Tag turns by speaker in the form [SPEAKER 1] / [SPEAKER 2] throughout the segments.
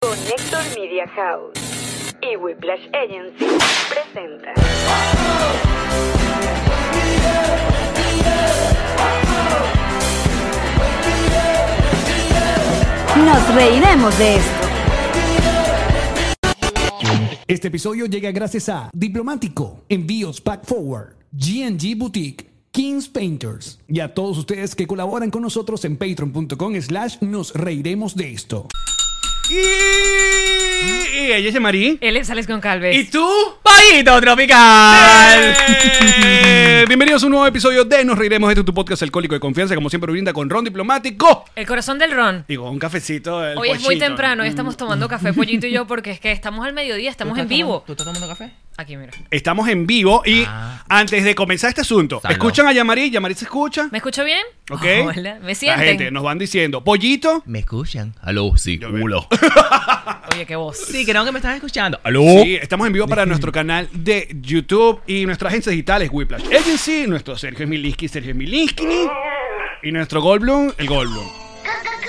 [SPEAKER 1] Connector Media House y Whiplash Agency presenta.
[SPEAKER 2] Nos reiremos de esto.
[SPEAKER 3] Este episodio llega gracias a Diplomático, Envíos Pack Forward, GNG Boutique, Kings Painters y a todos ustedes que colaboran con nosotros en patreon.com slash nos reiremos de esto.
[SPEAKER 4] Y, y ella es Marí.
[SPEAKER 5] Él es Alex Goncalves.
[SPEAKER 4] ¿Y tú?
[SPEAKER 5] ¡Paito tropical!
[SPEAKER 4] Eh, Bienvenidos a un nuevo episodio de Nos Reiremos. Este es tu podcast alcohólico de confianza, como siempre brinda con Ron Diplomático.
[SPEAKER 5] El corazón del ron.
[SPEAKER 4] Digo, un cafecito. el
[SPEAKER 5] Hoy es muy
[SPEAKER 4] pochito.
[SPEAKER 5] temprano, hoy estamos
[SPEAKER 6] Mm.
[SPEAKER 5] tomando café, Pollito y yo, porque es que estamos al mediodía, estamos en vivo.
[SPEAKER 6] ¿Tú estás tomando café?
[SPEAKER 5] Aquí, mira.
[SPEAKER 4] Estamos en vivo y antes de comenzar este asunto,
[SPEAKER 6] Salud.
[SPEAKER 4] escuchan a Yamari, Yamari se escucha.
[SPEAKER 5] ¿Me escucho bien? Ah,
[SPEAKER 4] ¿Ok?
[SPEAKER 5] Hola, ¿me
[SPEAKER 4] La gente
[SPEAKER 5] sienten?
[SPEAKER 4] nos van diciendo, pollito.
[SPEAKER 6] ¿Me escuchan? Aló, sí, culo.
[SPEAKER 5] Oye, qué voz.
[SPEAKER 6] Sí, creo que me están escuchando. Aló.
[SPEAKER 4] Sí, estamos en vivo para nuestro canal de YouTube y nuestras agencias digitales Whiplash Agency, nuestro Sergio Smilinski, Sergio Smilinski y nuestro Goldblum, el Goldblum.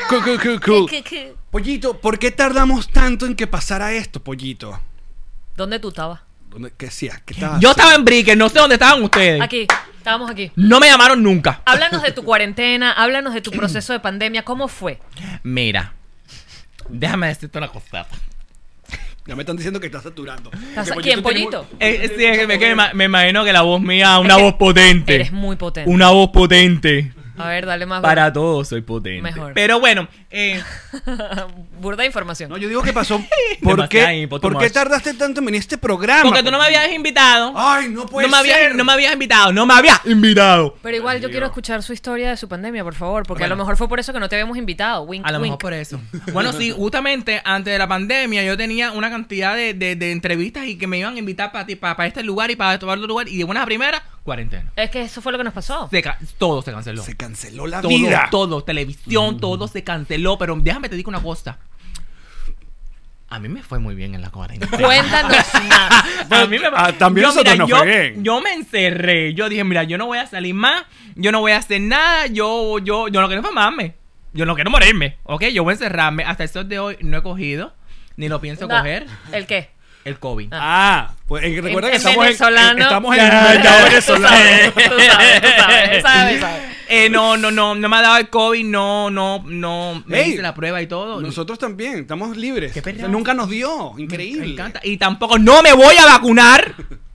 [SPEAKER 4] Cu, cu, cu, cu. Pollito, ¿por qué tardamos tanto en que pasara esto, pollito?
[SPEAKER 5] ¿Dónde tú estabas?
[SPEAKER 4] ¿Dónde- ¿Qué hacías? ¿Qué estabas haciendo?
[SPEAKER 6] Yo estaba en Bricker, no sé dónde estaban ustedes.
[SPEAKER 5] Aquí, estábamos aquí.
[SPEAKER 6] No me llamaron nunca.
[SPEAKER 5] Háblanos de tu cuarentena, háblanos de tu proceso de pandemia, ¿cómo fue?
[SPEAKER 6] Mira, déjame decirte una cosa.
[SPEAKER 4] Ya me están diciendo que estás saturando.
[SPEAKER 5] ¿Estás-
[SPEAKER 4] Que
[SPEAKER 5] quién,
[SPEAKER 4] tiene
[SPEAKER 5] pollito?
[SPEAKER 4] mu-
[SPEAKER 6] Eh, eh, sí, es que me,
[SPEAKER 4] tiene
[SPEAKER 6] que
[SPEAKER 4] mucha
[SPEAKER 6] me- me imagino que la voz mía, una
[SPEAKER 5] Es que
[SPEAKER 6] voz potente.
[SPEAKER 5] Eres muy potente.
[SPEAKER 6] Una voz potente.
[SPEAKER 5] A ver, dale más.
[SPEAKER 6] Para todos soy potente.
[SPEAKER 5] Mejor.
[SPEAKER 6] Pero bueno, eh,
[SPEAKER 5] Burda de información.
[SPEAKER 4] No, yo digo que pasó. ¿Por
[SPEAKER 6] Demasiado
[SPEAKER 4] qué,
[SPEAKER 6] hipo, too
[SPEAKER 4] ¿por qué
[SPEAKER 6] much.
[SPEAKER 4] tardaste tanto en este programa?
[SPEAKER 6] porque tú no me habías invitado.
[SPEAKER 4] Ay, no puede
[SPEAKER 6] no, me
[SPEAKER 4] ser.
[SPEAKER 6] habías, no me habías invitado, no me habías invitado.
[SPEAKER 5] Pero igual yo quiero escuchar su historia de su pandemia, por favor, porque a lo
[SPEAKER 6] Bueno.
[SPEAKER 5] mejor fue por eso que no te habíamos invitado. Wink,
[SPEAKER 6] A lo
[SPEAKER 5] wink.
[SPEAKER 6] mejor por eso. Bueno, sí, justamente antes de la pandemia yo tenía una cantidad de, de- de entrevistas y que me iban a invitar para para, este lugar y para otro lugar. Y de una primera, cuarentena.
[SPEAKER 5] Es que eso fue lo que nos pasó.
[SPEAKER 6] Se ca- todo se canceló.
[SPEAKER 4] Se canceló la
[SPEAKER 6] todo,
[SPEAKER 4] vida. Mm.
[SPEAKER 6] todo, televisión, todo se canceló. Pero déjame te digo una cosa. A mí me fue muy bien en la cuarentena.
[SPEAKER 5] Cuéntanos más.
[SPEAKER 6] A mí me
[SPEAKER 4] Ah, también
[SPEAKER 6] yo,
[SPEAKER 4] nosotros
[SPEAKER 6] mira,
[SPEAKER 4] nos
[SPEAKER 6] yo,
[SPEAKER 4] fue bien.
[SPEAKER 6] yo me encerré. Yo dije, mira, yo no voy a salir más. Yo no voy a hacer nada. Yo, yo, yo no quiero enfermarme. Yo no quiero morirme. ¿Ok? Yo voy a encerrarme. Hasta el sol de hoy no he cogido. Ni lo pienso
[SPEAKER 5] Da-
[SPEAKER 6] coger.
[SPEAKER 5] ¿El qué?
[SPEAKER 6] El COVID.
[SPEAKER 4] Ah, pues eh, recuerda que
[SPEAKER 5] En- en
[SPEAKER 4] estamos, En, eh,
[SPEAKER 5] venezolano.
[SPEAKER 4] estamos en,
[SPEAKER 6] Ya, ya,
[SPEAKER 4] en
[SPEAKER 5] Tú
[SPEAKER 4] venezolano.
[SPEAKER 5] sabes, tú sabes, tú sabes, sabes, sabes.
[SPEAKER 6] Eh, no, no, no. No me ha dado el COVID. No, no, no. Me
[SPEAKER 4] Ey,
[SPEAKER 6] hice la prueba y todo.
[SPEAKER 4] Nosotros también, estamos libres.
[SPEAKER 6] Qué
[SPEAKER 4] O sea,
[SPEAKER 6] perra.
[SPEAKER 4] nunca nos dio.
[SPEAKER 6] Me
[SPEAKER 4] Increíble.
[SPEAKER 6] encanta. Y tampoco no me voy a vacunar.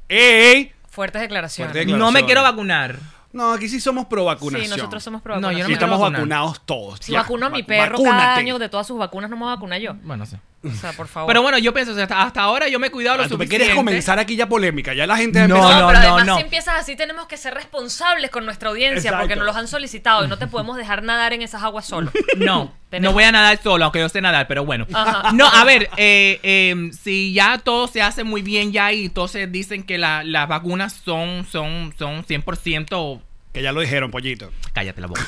[SPEAKER 4] ¡Ey!
[SPEAKER 5] Fuertes declaraciones.
[SPEAKER 4] Fuertes
[SPEAKER 6] No me quiero vacunar.
[SPEAKER 4] No, aquí sí somos pro vacunación.
[SPEAKER 5] Sí, nosotros somos pro
[SPEAKER 6] No, yo
[SPEAKER 4] Y
[SPEAKER 5] vacunación.
[SPEAKER 6] no me
[SPEAKER 4] estamos
[SPEAKER 6] quiero vacunar.
[SPEAKER 4] vacunados todos.
[SPEAKER 5] Si
[SPEAKER 4] ya.
[SPEAKER 5] vacuno a mi
[SPEAKER 4] Vac-
[SPEAKER 5] perro cada
[SPEAKER 4] vacúnate.
[SPEAKER 5] año de todas sus vacunas, no me voy a vacunar yo.
[SPEAKER 6] Bueno, sí.
[SPEAKER 5] O sea, por favor.
[SPEAKER 6] Pero bueno, yo pienso, o sea, hasta, hasta ahora yo me he cuidado lo
[SPEAKER 4] Ah, ¿Tú me
[SPEAKER 6] suficiente.
[SPEAKER 4] quieres comenzar aquí ya polémica? Ya la gente
[SPEAKER 6] No,
[SPEAKER 4] empezó-
[SPEAKER 5] no, pero además
[SPEAKER 6] no.
[SPEAKER 5] si empiezas así tenemos que ser responsables con nuestra audiencia
[SPEAKER 4] Exacto.
[SPEAKER 5] porque nos los han solicitado y no te podemos dejar nadar en esas aguas solo.
[SPEAKER 6] No,
[SPEAKER 5] Tenemos-
[SPEAKER 6] no voy a nadar solo, aunque yo sé nadar, pero bueno.
[SPEAKER 5] Ajá.
[SPEAKER 6] No, a ver, eh, eh, si ya todo se hace muy bien ya y entonces dicen que la- las vacunas son, son, son 100%...
[SPEAKER 4] Que ya lo dijeron, pollito.
[SPEAKER 6] Cállate la boca.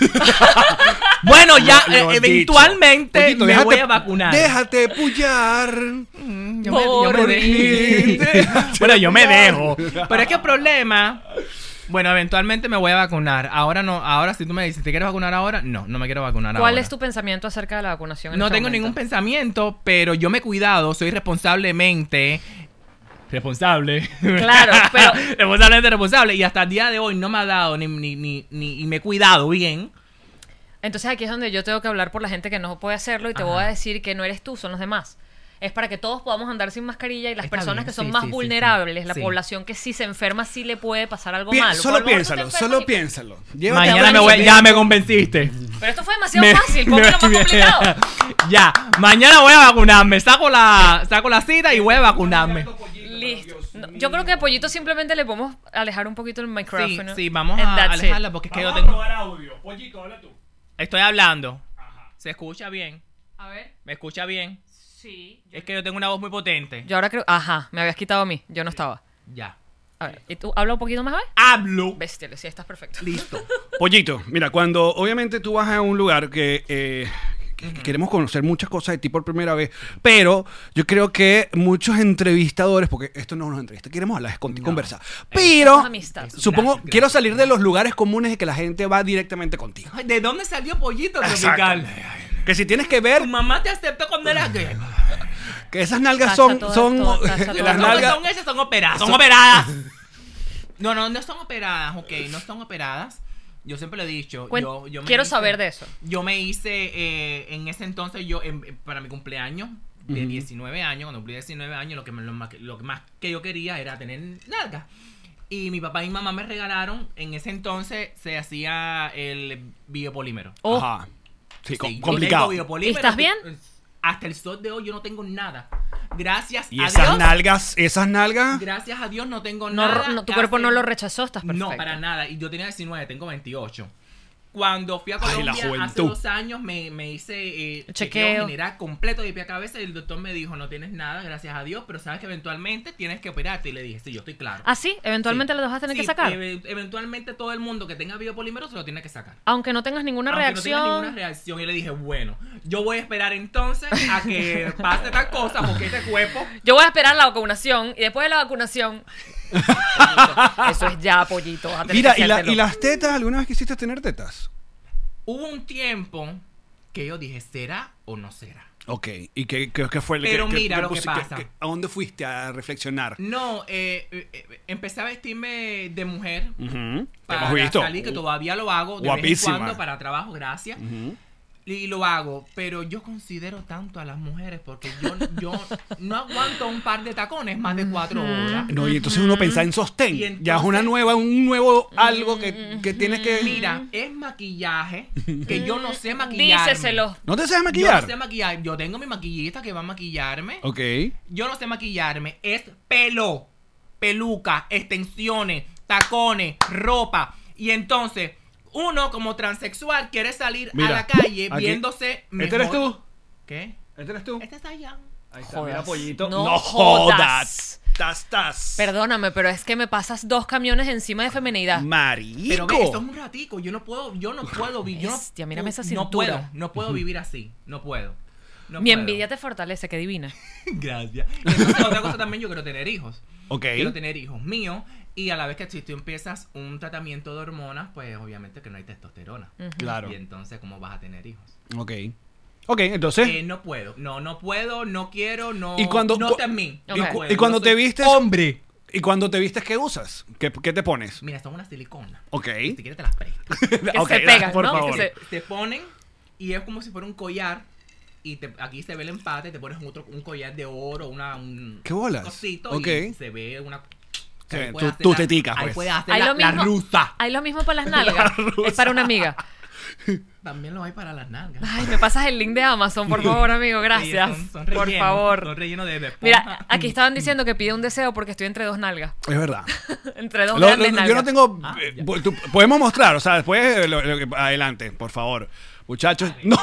[SPEAKER 6] bueno, ya
[SPEAKER 4] Lo- lo
[SPEAKER 6] eh,
[SPEAKER 4] han
[SPEAKER 6] eventualmente
[SPEAKER 4] dicho. Pollito,
[SPEAKER 6] me
[SPEAKER 4] déjate-
[SPEAKER 6] voy a vacunar.
[SPEAKER 4] Déjate pullar.
[SPEAKER 6] Yo me- yo me
[SPEAKER 5] Por
[SPEAKER 6] de-
[SPEAKER 4] mí, déjate
[SPEAKER 6] bueno, yo me
[SPEAKER 4] pullar.
[SPEAKER 6] dejo. Pero es que el problema... Bueno, eventualmente me voy a vacunar. Ahora no, ahora si tú me dices, ¿te quieres vacunar ahora? No, no me quiero vacunar ahora.
[SPEAKER 5] ¿Cuál es tu pensamiento acerca de la vacunación? en
[SPEAKER 6] No
[SPEAKER 5] este
[SPEAKER 6] tengo
[SPEAKER 5] momento?
[SPEAKER 6] ningún pensamiento, pero yo me he cuidado, soy responsablemente. Responsable.
[SPEAKER 5] Claro, pero-
[SPEAKER 6] responsablemente responsable. Y hasta el día de hoy no me ha dado ni, ni, ni, ni- y me he cuidado bien.
[SPEAKER 5] Entonces aquí es donde yo tengo que hablar por la gente que no puede hacerlo y te
[SPEAKER 6] Ajá.
[SPEAKER 5] voy a decir que no eres tú, son los demás. Es para que todos podamos andar sin mascarilla y las
[SPEAKER 6] Está
[SPEAKER 5] personas
[SPEAKER 6] bien,
[SPEAKER 5] que son
[SPEAKER 6] sí,
[SPEAKER 5] más
[SPEAKER 6] sí, sí, sí.
[SPEAKER 5] vulnerables, la
[SPEAKER 6] Sí.
[SPEAKER 5] población que sí se enferma, sí le puede pasar algo
[SPEAKER 4] Pi-
[SPEAKER 5] malo.
[SPEAKER 4] Solo
[SPEAKER 5] Por lo mejor tú te
[SPEAKER 4] piénsalo,
[SPEAKER 5] enfermas
[SPEAKER 4] solo
[SPEAKER 5] y-
[SPEAKER 4] piénsalo. Llévate
[SPEAKER 6] Mañana
[SPEAKER 4] a
[SPEAKER 6] me
[SPEAKER 4] Dani
[SPEAKER 6] voy,
[SPEAKER 4] de-
[SPEAKER 6] ya me convenciste.
[SPEAKER 5] Pero esto fue demasiado
[SPEAKER 6] Me-
[SPEAKER 5] fácil,
[SPEAKER 6] me-
[SPEAKER 5] ponme lo más complicado.
[SPEAKER 6] ya, mañana voy a vacunarme. Saco la, saco la cita y voy a vacunarme.
[SPEAKER 5] Listo. No, yo creo que a Pollito simplemente le podemos alejar un poquito el
[SPEAKER 6] Sí,
[SPEAKER 5] micrófono.
[SPEAKER 6] sí, vamos
[SPEAKER 5] And
[SPEAKER 6] a
[SPEAKER 5] that's it.
[SPEAKER 6] alejarla porque es que yo tengo.
[SPEAKER 4] audio. Pollito, habla tú.
[SPEAKER 6] Estoy hablando. ¿Se escucha bien?
[SPEAKER 5] A ver,
[SPEAKER 6] ¿Me escucha bien?
[SPEAKER 5] sí.
[SPEAKER 6] Es que yo tengo una voz muy potente.
[SPEAKER 5] Yo ahora creo. Ajá, me habías quitado a mí. Yo no estaba.
[SPEAKER 6] Ya.
[SPEAKER 5] A ver, ¿y tú habla un poquito más, a ver?
[SPEAKER 6] Hablo.
[SPEAKER 5] Bestia, sí, estás perfecto.
[SPEAKER 6] Listo.
[SPEAKER 4] Pollito, mira, cuando obviamente tú vas a un lugar que, eh, que- que queremos conocer muchas cosas de ti por primera vez, pero yo creo que muchos entrevistadores, porque esto no es una entrevista, queremos hablar, es contigo, conversar, pero
[SPEAKER 5] Eh, es amistad.
[SPEAKER 4] supongo,
[SPEAKER 6] Gracias,
[SPEAKER 4] quiero
[SPEAKER 6] gracias.
[SPEAKER 4] salir de los lugares comunes de que la gente va directamente contigo.
[SPEAKER 6] Ay, ¿De dónde salió pollito tropical?
[SPEAKER 4] Que si tienes que ver,
[SPEAKER 6] Tu mamá te aceptó cuando eras gay.
[SPEAKER 4] Que esas nalgas
[SPEAKER 5] Tacha
[SPEAKER 4] son.
[SPEAKER 5] todo,
[SPEAKER 4] son
[SPEAKER 5] todo, tacha todo.
[SPEAKER 4] las
[SPEAKER 6] No,
[SPEAKER 4] nalgas.
[SPEAKER 6] son esas, son operadas. Son operadas. No, no, no son operadas, ok, no son operadas. Yo siempre lo he dicho.
[SPEAKER 5] Cuen-
[SPEAKER 6] yo, yo me
[SPEAKER 5] quiero
[SPEAKER 6] hice-
[SPEAKER 5] saber de eso.
[SPEAKER 6] Yo me hice, eh, en ese entonces, yo en- eh, para mi cumpleaños de 19 años, cuando cumplí 19 años, lo que, me- lo, más, lo que más que yo quería era tener nalgas. Y mi papá y mi mamá me regalaron, en ese entonces se hacía el biopolímero.
[SPEAKER 5] Oh,
[SPEAKER 4] Ajá. Sí, com-
[SPEAKER 6] Sí, yo
[SPEAKER 4] complicado.
[SPEAKER 6] tengo biopolímero, eh,
[SPEAKER 5] ¿Estás bien?
[SPEAKER 6] Hasta el sol de hoy yo no tengo nada. Gracias
[SPEAKER 4] Y
[SPEAKER 6] a
[SPEAKER 4] esas
[SPEAKER 6] Dios.
[SPEAKER 4] nalgas, esas nalgas.
[SPEAKER 6] Gracias a Dios no tengo
[SPEAKER 5] no,
[SPEAKER 6] nada.
[SPEAKER 5] no, tu cuerpo
[SPEAKER 6] Hace-
[SPEAKER 5] no lo rechazó, estás perfecto.
[SPEAKER 6] No, para nada. Y yo tenía 19, tengo 28. Cuando fui a Colombia
[SPEAKER 4] la juventud.
[SPEAKER 6] hace dos años me, me hice eh,
[SPEAKER 5] Chequeo.
[SPEAKER 6] general completo de pie a cabeza y el doctor me dijo, no tienes nada, gracias a Dios, pero sabes que eventualmente tienes que operarte. Y le dije, sí, yo estoy claro.
[SPEAKER 5] ¿Ah, sí? ¿Eventualmente
[SPEAKER 6] Sí.
[SPEAKER 5] lo vas a tener
[SPEAKER 6] Sí,
[SPEAKER 5] que sacar?
[SPEAKER 6] eve- eventualmente todo el mundo que tenga biopolímero se lo tiene que sacar.
[SPEAKER 5] Aunque no tengas ninguna
[SPEAKER 6] Aunque no
[SPEAKER 5] reacción.
[SPEAKER 6] tenga ninguna reacción. Y le dije, bueno, yo voy a esperar entonces a que pase tal cosa porque este cuerpo...
[SPEAKER 5] Yo voy a esperar la vacunación y después de la vacunación. Eso es ya, pollito. vas a tener
[SPEAKER 4] Mira,
[SPEAKER 5] que
[SPEAKER 4] y, la-
[SPEAKER 5] hacértelo.
[SPEAKER 4] y las tetas, ¿alguna vez quisiste tener tetas?
[SPEAKER 6] Hubo un tiempo que yo dije, ¿será o no será?
[SPEAKER 4] Ok, ¿y qué, qué- qué fue el
[SPEAKER 6] Pero
[SPEAKER 4] qué- qué-
[SPEAKER 6] mira
[SPEAKER 4] qué
[SPEAKER 6] lo que
[SPEAKER 4] pusi-
[SPEAKER 6] pasa.
[SPEAKER 4] ¿A dónde fuiste a reflexionar?
[SPEAKER 6] No, eh, eh, eh, empecé a vestirme de mujer
[SPEAKER 4] Ujú, te
[SPEAKER 6] para
[SPEAKER 4] hemos visto.
[SPEAKER 6] salir, que todavía lo hago de
[SPEAKER 4] Guapísima.
[SPEAKER 6] vez en cuando para trabajo, gracias. Y lo hago, pero yo considero tanto a las mujeres porque yo, yo no aguanto un par de tacones más de cuatro horas.
[SPEAKER 4] No, y entonces uno pensaba en sostén.
[SPEAKER 6] Y
[SPEAKER 4] ya es una
[SPEAKER 6] entonces-
[SPEAKER 4] nueva, un nuevo algo que, que tienes que.
[SPEAKER 6] Mira, es maquillaje que yo no sé maquillar.
[SPEAKER 5] Díceselo.
[SPEAKER 4] ¿No te sabes
[SPEAKER 6] Yo no
[SPEAKER 4] maquillar?
[SPEAKER 6] sé maquillar. Yo tengo mi maquillista que va a maquillarme.
[SPEAKER 4] Ok.
[SPEAKER 6] Yo no sé maquillarme. Es pelo, peluca, extensiones, tacones, ropa. Y entonces, uno como transexual quiere salir
[SPEAKER 4] Mira,
[SPEAKER 6] a la calle
[SPEAKER 4] aquí.
[SPEAKER 6] viéndose mejor.
[SPEAKER 4] ¿Este eres tú?
[SPEAKER 6] ¿Qué?
[SPEAKER 4] ¿Este eres tú?
[SPEAKER 6] Este está allá.
[SPEAKER 4] Ahí está,
[SPEAKER 5] Jodas.
[SPEAKER 4] mira, pollito.
[SPEAKER 5] No jodas.
[SPEAKER 4] Tas, tas.
[SPEAKER 5] Perdóname, pero es que me pasas dos camiones encima de feminidad.
[SPEAKER 4] Marico.
[SPEAKER 6] Pero ve, esto es un ratico. Yo no puedo, yo no puedo vivir.
[SPEAKER 5] Bestia, mírame esa
[SPEAKER 6] No
[SPEAKER 5] cintura.
[SPEAKER 6] puedo, no puedo vivir así. No puedo. No
[SPEAKER 5] Mi
[SPEAKER 6] puedo.
[SPEAKER 5] envidia te fortalece, qué divina.
[SPEAKER 6] Gracias. Entonces, otra cosa también, yo quiero tener hijos.
[SPEAKER 4] Ok.
[SPEAKER 6] Quiero tener hijos míos. Y a la vez que si tú empiezas un tratamiento de hormonas, pues obviamente que no hay testosterona.
[SPEAKER 4] Claro.
[SPEAKER 6] Y entonces, ¿cómo vas a tener hijos?
[SPEAKER 4] Ok. Ok, entonces.
[SPEAKER 6] Eh, no puedo. No, no puedo, no quiero, no.
[SPEAKER 4] Y cuando-
[SPEAKER 6] no
[SPEAKER 4] cu-
[SPEAKER 6] está en mí.
[SPEAKER 5] y
[SPEAKER 6] No
[SPEAKER 5] cu-
[SPEAKER 6] puedo,
[SPEAKER 4] y cuando
[SPEAKER 6] no
[SPEAKER 4] te
[SPEAKER 6] soy-
[SPEAKER 4] vistes.
[SPEAKER 6] ¡Hombre!
[SPEAKER 4] ¿Y cuando te vistes qué usas? ¿Qué, qué te pones?
[SPEAKER 6] Mira, son unas siliconas.
[SPEAKER 4] Ok.
[SPEAKER 6] Si quieres, te las presto.
[SPEAKER 5] Que
[SPEAKER 4] Ok,
[SPEAKER 5] se pegan,
[SPEAKER 4] por
[SPEAKER 5] ¿no? Que
[SPEAKER 4] favor.
[SPEAKER 5] se-
[SPEAKER 6] te ponen y es como si fuera un collar. Y te- aquí se ve el empate, te pones otro, un collar de oro, una, un
[SPEAKER 4] ¿Qué bolas?
[SPEAKER 6] cosito
[SPEAKER 4] Ok.
[SPEAKER 6] y se ve una.
[SPEAKER 4] Sí,
[SPEAKER 6] ahí
[SPEAKER 4] tú-
[SPEAKER 6] puedes hacer
[SPEAKER 4] tú
[SPEAKER 6] la-
[SPEAKER 4] te ticas,
[SPEAKER 6] Ahí
[SPEAKER 4] pues.
[SPEAKER 6] puedes hacer
[SPEAKER 5] Hay
[SPEAKER 6] la,
[SPEAKER 5] lo mismo.
[SPEAKER 6] la rusa.
[SPEAKER 5] Hay lo mismo para las nalgas. Es para una amiga.
[SPEAKER 6] También lo hay para las nalgas.
[SPEAKER 5] Ay, me pasas el link de Amazon, por favor, amigo. Gracias.
[SPEAKER 6] Sí, son- son
[SPEAKER 5] por
[SPEAKER 6] rellenos,
[SPEAKER 5] favor.
[SPEAKER 6] Son rellenos de, Ah, de
[SPEAKER 5] Mira,
[SPEAKER 6] esponja.
[SPEAKER 5] aquí estaban diciendo que pide un deseo porque estoy entre dos nalgas.
[SPEAKER 4] Es verdad.
[SPEAKER 5] Entre dos
[SPEAKER 4] Lo- lo-
[SPEAKER 5] grandes nalgas.
[SPEAKER 4] yo no tengo.
[SPEAKER 6] Ah,
[SPEAKER 4] eh,
[SPEAKER 6] ya.
[SPEAKER 4] po- tú- podemos mostrar, o sea, después. eh, lo- lo que- adelante, por favor. Muchachos. No.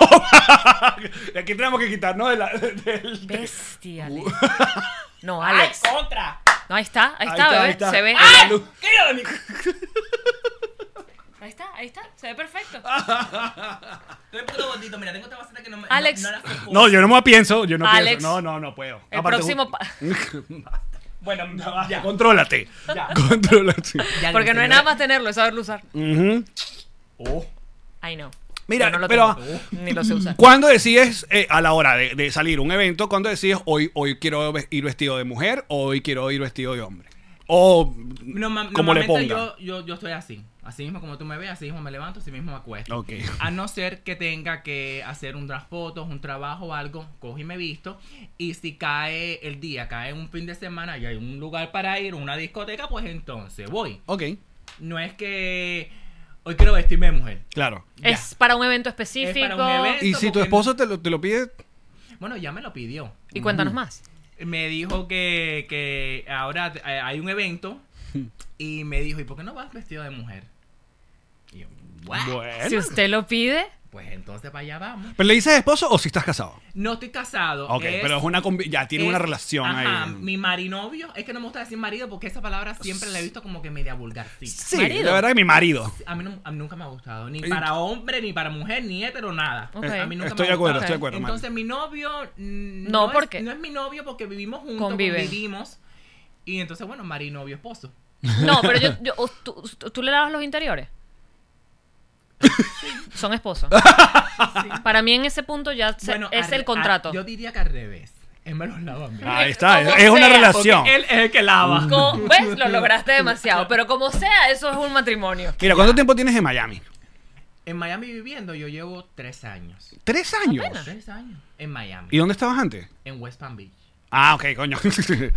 [SPEAKER 4] De aquí tenemos que quitarnos de la- del.
[SPEAKER 5] Bestia.
[SPEAKER 4] Uh.
[SPEAKER 5] Alex. No, Alex.
[SPEAKER 6] ¡Ay, contra!
[SPEAKER 5] No, ahí está, ahí está,
[SPEAKER 4] está,
[SPEAKER 5] bebé.
[SPEAKER 4] ahí está.
[SPEAKER 5] Se ve.
[SPEAKER 4] Ahí la luz.
[SPEAKER 5] Ahí está, ahí está. Se ve perfecto.
[SPEAKER 4] Ah.
[SPEAKER 6] Estoy puto gordito, mira, tengo esta vasita que no me.
[SPEAKER 5] Alex.
[SPEAKER 6] no- no la soporto.
[SPEAKER 4] No, yo no me pienso. Yo no
[SPEAKER 5] Alex.
[SPEAKER 4] pienso. No, no, no puedo.
[SPEAKER 5] El
[SPEAKER 4] Aparte,
[SPEAKER 5] próximo. pa-
[SPEAKER 6] Bueno, ya.
[SPEAKER 4] Contrólate.
[SPEAKER 6] Ya.
[SPEAKER 4] Contrólate.
[SPEAKER 6] Ya,
[SPEAKER 5] Porque no
[SPEAKER 6] señora.
[SPEAKER 5] es nada más tenerlo, es saberlo usar.
[SPEAKER 4] Ujú.
[SPEAKER 6] Oh.
[SPEAKER 5] Ay, no.
[SPEAKER 4] Mira,
[SPEAKER 5] Yo no lo
[SPEAKER 4] pero-
[SPEAKER 5] tengo, ni lo sé usar.
[SPEAKER 4] ¿Cuándo decides, eh, a la hora de, de salir a un evento, cuándo decides hoy, hoy quiero ve- ir vestido de mujer o hoy quiero ir vestido de hombre? O
[SPEAKER 6] No, ma-
[SPEAKER 4] como le
[SPEAKER 6] normalmente
[SPEAKER 4] ponga.
[SPEAKER 6] Yo, yo, yo estoy así. Así mismo como tú me ves, así mismo me levanto, así mismo me acuesto.
[SPEAKER 4] Ok.
[SPEAKER 6] A no ser que tenga que hacer un unas fotos, un trabajo o algo, cojo y me visto. Y si cae el día, cae un fin de semana y hay un lugar para ir, una discoteca, pues entonces voy.
[SPEAKER 4] Ok,
[SPEAKER 6] No es que hoy quiero vestirme de mujer.
[SPEAKER 4] claro.
[SPEAKER 6] Ya.
[SPEAKER 5] Es para un evento específico.
[SPEAKER 6] Es para un evento.
[SPEAKER 4] Y si tu
[SPEAKER 6] porque-
[SPEAKER 4] esposo te lo, te lo pide,
[SPEAKER 6] Bueno, ya me lo pidió.
[SPEAKER 5] Y cuéntanos más.
[SPEAKER 6] Me dijo que, que ahora eh, hay un evento y me dijo, ¿y por qué no vas vestido de mujer? Y yo, "What?"
[SPEAKER 4] bueno.
[SPEAKER 5] Si usted lo pide,
[SPEAKER 6] Pues entonces para allá vamos.
[SPEAKER 4] ¿Pero le dices esposo o si estás casado?
[SPEAKER 6] No estoy casado.
[SPEAKER 4] Ok,
[SPEAKER 6] es-
[SPEAKER 4] pero es una combi- ya tiene
[SPEAKER 6] es-
[SPEAKER 4] una relación
[SPEAKER 6] ajá,
[SPEAKER 4] ahí.
[SPEAKER 6] Mi marinovio, es que no me gusta decir marido porque esa palabra siempre la he visto como que media vulgarcita.
[SPEAKER 4] Sí,
[SPEAKER 5] marido.
[SPEAKER 4] la verdad que mi marido.
[SPEAKER 6] A mí, no- a mí nunca me ha gustado, ni
[SPEAKER 4] Eh,
[SPEAKER 6] para hombre, ni para mujer, ni hetero, nada.
[SPEAKER 5] Ok.
[SPEAKER 6] A mí nunca
[SPEAKER 4] Estoy
[SPEAKER 6] me
[SPEAKER 4] de
[SPEAKER 6] ha
[SPEAKER 4] acuerdo,
[SPEAKER 6] gustado.
[SPEAKER 4] estoy de acuerdo. Mari.
[SPEAKER 6] Entonces mi novio mm,
[SPEAKER 5] No,
[SPEAKER 6] es-
[SPEAKER 5] porque-
[SPEAKER 6] no es mi novio porque vivimos juntos,
[SPEAKER 5] Conviven.
[SPEAKER 6] convivimos. Y entonces, bueno, marinovio, esposo.
[SPEAKER 5] No, pero yo, yo- o tú, tú- tú le lavas los interiores. Son esposos. Para mí en ese punto ya se-
[SPEAKER 6] Bueno,
[SPEAKER 5] es
[SPEAKER 6] al-
[SPEAKER 5] el contrato.
[SPEAKER 6] al- yo diría que al revés. Él me los lava a mí.
[SPEAKER 4] Ahí está,
[SPEAKER 5] Como
[SPEAKER 4] es es una
[SPEAKER 5] sea,
[SPEAKER 4] relación.
[SPEAKER 6] Porque él es el que lava.
[SPEAKER 5] Co- ¿Ves? Lo lograste demasiado. Pero como sea, eso es un matrimonio.
[SPEAKER 4] Mira, ¿cuánto tiempo tienes en Miami?
[SPEAKER 6] En Miami viviendo yo llevo tres años.
[SPEAKER 4] Tres años.
[SPEAKER 6] Tres años. En Miami.
[SPEAKER 4] ¿Y dónde estabas antes?
[SPEAKER 6] En West Palm Beach.
[SPEAKER 4] Ah, ok, coño. y
[SPEAKER 6] Eh,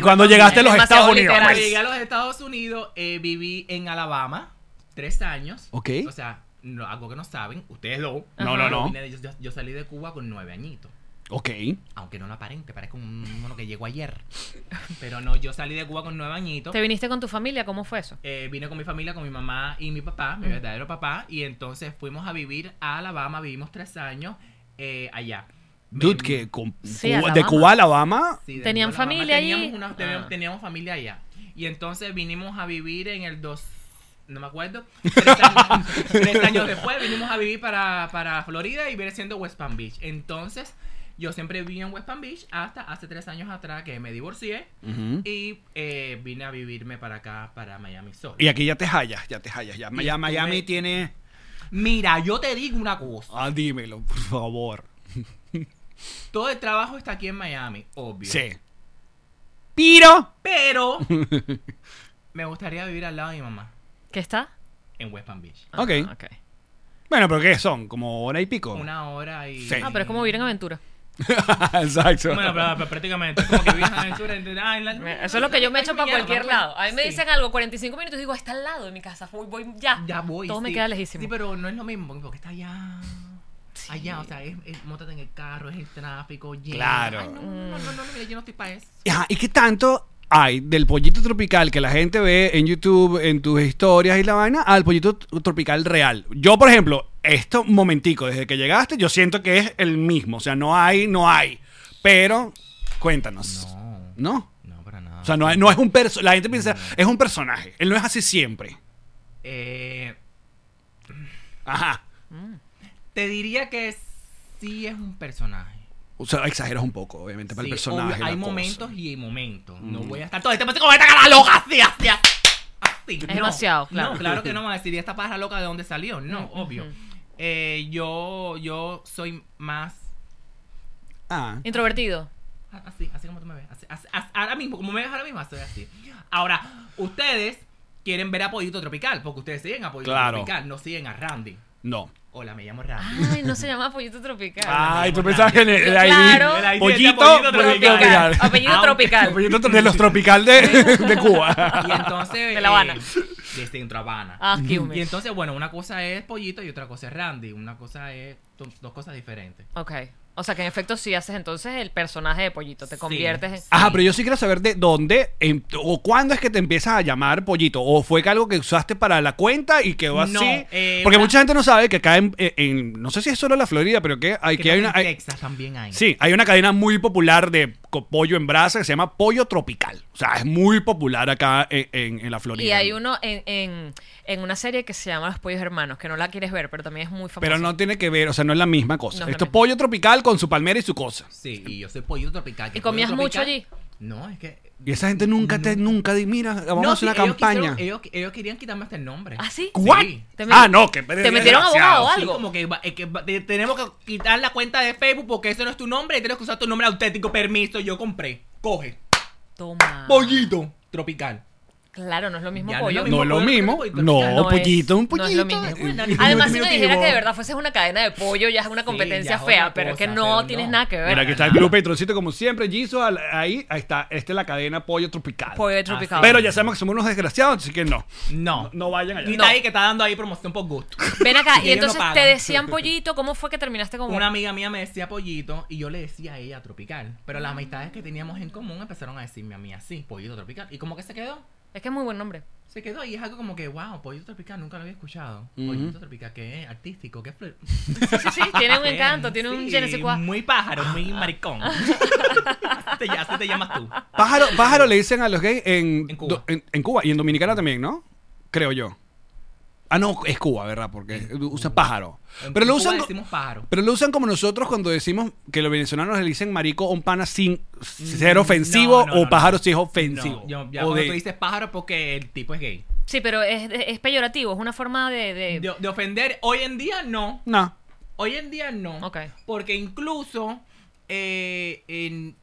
[SPEAKER 4] cuando
[SPEAKER 6] bueno,
[SPEAKER 4] llegaste a los
[SPEAKER 5] demasiado
[SPEAKER 4] Estados Unidos.
[SPEAKER 5] literal.
[SPEAKER 6] Cuando
[SPEAKER 4] pues.
[SPEAKER 6] llegué a los Estados Unidos, eh, viví en Alabama tres años.
[SPEAKER 4] Ok.
[SPEAKER 6] O sea, no, algo que no saben, ustedes lo.
[SPEAKER 4] No, no,
[SPEAKER 6] Yo
[SPEAKER 4] no.
[SPEAKER 6] vine de- yo, yo salí de Cuba con nueve añitos.
[SPEAKER 4] Ok.
[SPEAKER 6] Aunque no lo aparente, parezco un mono que llegó ayer. Pero no, yo salí de Cuba con nueve añitos.
[SPEAKER 5] ¿Te viniste con tu familia? ¿Cómo fue eso?
[SPEAKER 6] Eh, vine con mi familia, con mi mamá y mi papá, mi verdadero papá, y entonces fuimos a vivir a Alabama, vivimos tres años eh, allá.
[SPEAKER 4] Dude,
[SPEAKER 6] Me-
[SPEAKER 4] que con-
[SPEAKER 5] Sí,
[SPEAKER 4] Cuba- de
[SPEAKER 5] Alabama.
[SPEAKER 4] Cuba a Alabama.
[SPEAKER 6] Sí, de
[SPEAKER 5] ¿Tenían
[SPEAKER 6] Cuba, Alabama.
[SPEAKER 5] familia allí?
[SPEAKER 6] teníamos una- teníamos,
[SPEAKER 5] Ah.
[SPEAKER 6] teníamos familia allá. Y entonces vinimos a vivir en el dos no me acuerdo, tres años, tres años después vinimos a vivir para, para Florida y viene siendo West Palm Beach. Entonces, yo siempre viví en West Palm Beach hasta hace tres años atrás que me divorcié
[SPEAKER 4] Ujú.
[SPEAKER 6] y eh, vine a vivirme para acá, para Miami solo.
[SPEAKER 4] Y aquí ya te hallas, ya te hallas. Ya, ya
[SPEAKER 6] tú
[SPEAKER 4] Miami
[SPEAKER 6] me-
[SPEAKER 4] tiene.
[SPEAKER 6] Mira, yo te digo una cosa.
[SPEAKER 4] Ah, dímelo, por favor.
[SPEAKER 6] Todo el trabajo está aquí en Miami, obvio.
[SPEAKER 4] Sí. Piro.
[SPEAKER 6] Pero me gustaría vivir al lado de mi mamá
[SPEAKER 5] ¿Qué está?
[SPEAKER 6] en West Palm Beach.
[SPEAKER 5] Ah,
[SPEAKER 4] Ok. Bueno, pero ¿qué son? ¿Como hora y pico?
[SPEAKER 6] Una hora y.
[SPEAKER 4] Sí.
[SPEAKER 5] Ah, pero es como vivir en aventura.
[SPEAKER 4] Exacto.
[SPEAKER 6] Bueno, pero, pero prácticamente es como que vives en aventura, en- ah, en la-
[SPEAKER 5] Eso es lo que yo me echo para
[SPEAKER 6] Mierda, pues.
[SPEAKER 5] cualquier
[SPEAKER 6] vamos
[SPEAKER 5] lado. A mí me
[SPEAKER 6] Sí.
[SPEAKER 5] dicen algo, 45 minutos, y digo, está al lado de mi casa. Voy, voy ya.
[SPEAKER 6] Ya voy.
[SPEAKER 5] Todo me
[SPEAKER 6] sí.
[SPEAKER 5] queda lejísimo.
[SPEAKER 6] Sí, pero no es lo mismo porque está allá.
[SPEAKER 5] Sí.
[SPEAKER 6] Allá, o sea, es, es- móntate en el carro, es el tráfico, lleno.
[SPEAKER 4] Claro.
[SPEAKER 6] Ay, no, no, no, no, no, mira, yo no estoy para eso.
[SPEAKER 4] Ajá, ¿y qué tanto hay del pollito tropical que la gente ve en YouTube, en tus historias y la vaina, al pollito t- tropical real? Yo, por ejemplo, esto momentico, desde que llegaste, yo siento que es el mismo. O sea, no hay, no hay. Pero, cuéntanos.
[SPEAKER 6] No.
[SPEAKER 4] ¿No?
[SPEAKER 6] No, para nada.
[SPEAKER 4] O sea, no, hay- no es un personaje. La gente piensa, es un personaje. Él no es así siempre.
[SPEAKER 6] Eh,
[SPEAKER 4] Ajá.
[SPEAKER 6] te diría que sí es un personaje.
[SPEAKER 4] O sea, exageras un poco, obviamente, para el
[SPEAKER 6] Sí,
[SPEAKER 4] personaje.
[SPEAKER 6] obvio,
[SPEAKER 4] la
[SPEAKER 6] hay
[SPEAKER 4] cosa. Mm.
[SPEAKER 6] momentos y hay momentos. No voy a estar todo este momento como esta cara loca, así, así, así. así. No,
[SPEAKER 5] demasiado, claro. Mm,
[SPEAKER 6] No, claro que no me a decir, "¿Y esta pájara loca de dónde salió. No, obvio. Eh, yo, yo soy más.
[SPEAKER 4] Ah.
[SPEAKER 5] Introvertido.
[SPEAKER 6] Así, así como tú me ves. así, así, así, ahora mismo, como me ves ahora mismo, soy así. Ahora, ustedes quieren ver a Pollito Tropical, porque ustedes siguen a Pollito
[SPEAKER 4] Claro.
[SPEAKER 6] Tropical, no siguen a Randy.
[SPEAKER 4] No.
[SPEAKER 6] Hola, me llamo Randy.
[SPEAKER 5] Ay, no se llama pollito tropical.
[SPEAKER 4] Ay, tú
[SPEAKER 6] Claro.
[SPEAKER 4] pensabas que en el, el
[SPEAKER 5] Claro.
[SPEAKER 4] ID,
[SPEAKER 6] El ID
[SPEAKER 4] pollito,
[SPEAKER 6] decía pollito
[SPEAKER 4] pollito
[SPEAKER 6] tropical.
[SPEAKER 4] tropical.
[SPEAKER 5] Apellido
[SPEAKER 6] Ah, ok.
[SPEAKER 5] tropical.
[SPEAKER 4] Pollito de los tropical de, de
[SPEAKER 6] Y
[SPEAKER 4] Cuba.
[SPEAKER 6] entonces.
[SPEAKER 5] De La Habana.
[SPEAKER 6] eh, de Centro Habana.
[SPEAKER 5] Ah, qué
[SPEAKER 6] Y
[SPEAKER 5] húmedo.
[SPEAKER 6] entonces, bueno, una cosa es Pollito y otra cosa es Randy. Una cosa es. son Dos cosas diferentes.
[SPEAKER 5] Ok. O sea, que en efecto sí haces entonces el personaje de pollito. Te
[SPEAKER 6] Sí. Ah,
[SPEAKER 5] conviertes en...
[SPEAKER 4] Ajá, pero yo sí quiero saber de dónde em, o cuándo es que te empiezas a llamar pollito. O fue que algo que usaste para la cuenta y quedó así.
[SPEAKER 6] No, eh,
[SPEAKER 4] Porque
[SPEAKER 6] una-
[SPEAKER 4] mucha gente no sabe que acá en, eh, en- No sé si es solo en la Florida, pero que, hay, que
[SPEAKER 6] Creo
[SPEAKER 4] hay
[SPEAKER 6] que
[SPEAKER 4] una.
[SPEAKER 6] en
[SPEAKER 4] hay-
[SPEAKER 6] Texas también hay.
[SPEAKER 4] Sí, hay una cadena muy popular de co- pollo en brasa que se llama Pollo Tropical. O sea, es muy popular acá en, en- en la Florida.
[SPEAKER 5] Y hay uno en, en, en una serie que se llama Los Pollos Hermanos, que no la quieres ver, pero también es muy famosa.
[SPEAKER 4] Pero no tiene que ver, o sea, no es la misma cosa.
[SPEAKER 5] No es la
[SPEAKER 4] Esto es
[SPEAKER 5] misma.
[SPEAKER 4] pollo tropical con su palmera y su cosa.
[SPEAKER 6] Sí, y yo soy Pollito Tropical. que
[SPEAKER 5] ¿Y comías
[SPEAKER 6] Pollito
[SPEAKER 5] mucho
[SPEAKER 6] Tropical-
[SPEAKER 5] allí?
[SPEAKER 6] No, es que.
[SPEAKER 4] Y esa gente nunca te, nunca di, mira, vamos
[SPEAKER 6] No,
[SPEAKER 4] a hacer
[SPEAKER 6] sí,
[SPEAKER 4] una
[SPEAKER 6] ellos
[SPEAKER 4] campaña.
[SPEAKER 6] quisieron- ellos, ellos querían quitarme hasta el nombre.
[SPEAKER 5] ¿Ah, sí?
[SPEAKER 4] ¿What?
[SPEAKER 6] Sí.
[SPEAKER 5] Te
[SPEAKER 4] ah,
[SPEAKER 5] met-
[SPEAKER 4] no, que
[SPEAKER 5] te metieron abogado o
[SPEAKER 6] Sí,
[SPEAKER 5] algo.
[SPEAKER 6] como que, va- es que va- te- tenemos que quitar la cuenta de Facebook porque eso no es tu nombre y tienes que usar tu nombre auténtico. Permiso, yo compré. Coge.
[SPEAKER 5] Toma.
[SPEAKER 6] Pollito Tropical.
[SPEAKER 5] Claro, no es lo mismo
[SPEAKER 6] Ya no es
[SPEAKER 5] pollo.
[SPEAKER 6] lo
[SPEAKER 4] No
[SPEAKER 6] mismo
[SPEAKER 4] es lo mismo.
[SPEAKER 6] pollo tropical,
[SPEAKER 4] No,
[SPEAKER 5] No es-
[SPEAKER 4] pollito, un
[SPEAKER 5] no
[SPEAKER 4] pollito.
[SPEAKER 5] es lo mismo.
[SPEAKER 4] eh,
[SPEAKER 5] Además, si me dijera que de
[SPEAKER 6] diminutivo.
[SPEAKER 5] verdad fueses una cadena de pollo, ya es una competencia
[SPEAKER 6] ya es
[SPEAKER 5] fea,
[SPEAKER 6] otra
[SPEAKER 5] pero es que
[SPEAKER 6] cosa,
[SPEAKER 5] no
[SPEAKER 6] pero
[SPEAKER 5] tienes
[SPEAKER 6] no.
[SPEAKER 5] nada que ver.
[SPEAKER 4] Mira, aquí está el club Patroncito, como siempre. Giso, al- ahí, ahí está. Esta es la cadena Pollo Tropical.
[SPEAKER 5] Pollo tropical.
[SPEAKER 4] Pero ya sabemos que somos unos desgraciados, así que no.
[SPEAKER 6] No.
[SPEAKER 4] No vayan allá.
[SPEAKER 6] Quita ahí que está dando ahí promoción por gusto.
[SPEAKER 5] Ven acá, y
[SPEAKER 6] ellos no
[SPEAKER 5] entonces te
[SPEAKER 6] pagan.
[SPEAKER 5] decían pollito, ¿cómo fue que terminaste con
[SPEAKER 6] Una amiga mía me decía pollito y yo le decía a ella tropical. Pero las amistades que teníamos en común empezaron a decirme a mí así, pollito tropical. ¿Y como que se quedó?
[SPEAKER 5] Es que es muy buen nombre.
[SPEAKER 6] Se quedó y es algo como que, wow, pollito tropical, nunca lo había escuchado.
[SPEAKER 4] Ujú.
[SPEAKER 6] Pollito tropical, que es artístico, que es... fl-
[SPEAKER 5] Sí, sí, sí, tiene un
[SPEAKER 6] que es,
[SPEAKER 5] encanto, tiene un
[SPEAKER 6] sí,
[SPEAKER 5] je ne sais quoi.
[SPEAKER 6] Muy pájaro, muy maricón. Te- así te llamas tú.
[SPEAKER 4] Pájaro, pájaro le dicen a los gays en,
[SPEAKER 6] Ah. En Cuba.
[SPEAKER 4] do- en- en Cuba y en Dominicana también, ¿no? Creo yo. Ah, no, es Cuba, ¿verdad? Porque usan pájaro.
[SPEAKER 6] En
[SPEAKER 4] Pero lo
[SPEAKER 6] Cuba
[SPEAKER 4] usan.
[SPEAKER 6] decimos pájaro.
[SPEAKER 4] Pero lo usan como nosotros cuando decimos que los venezolanos le dicen marico a un pana sin ser ofensivo
[SPEAKER 6] Mm, no, no,
[SPEAKER 4] o
[SPEAKER 6] no.
[SPEAKER 4] pájaro si es
[SPEAKER 6] No,
[SPEAKER 4] ofensivo.
[SPEAKER 6] yo- ya
[SPEAKER 4] O
[SPEAKER 6] cuando
[SPEAKER 4] de-
[SPEAKER 6] tú dices pájaro porque el tipo es gay.
[SPEAKER 5] Sí, pero es, es peyorativo, es una forma de... de-
[SPEAKER 6] De, de ofender, hoy en día no.
[SPEAKER 4] No.
[SPEAKER 6] Hoy en día no.
[SPEAKER 5] Ok.
[SPEAKER 6] Porque incluso eh, en-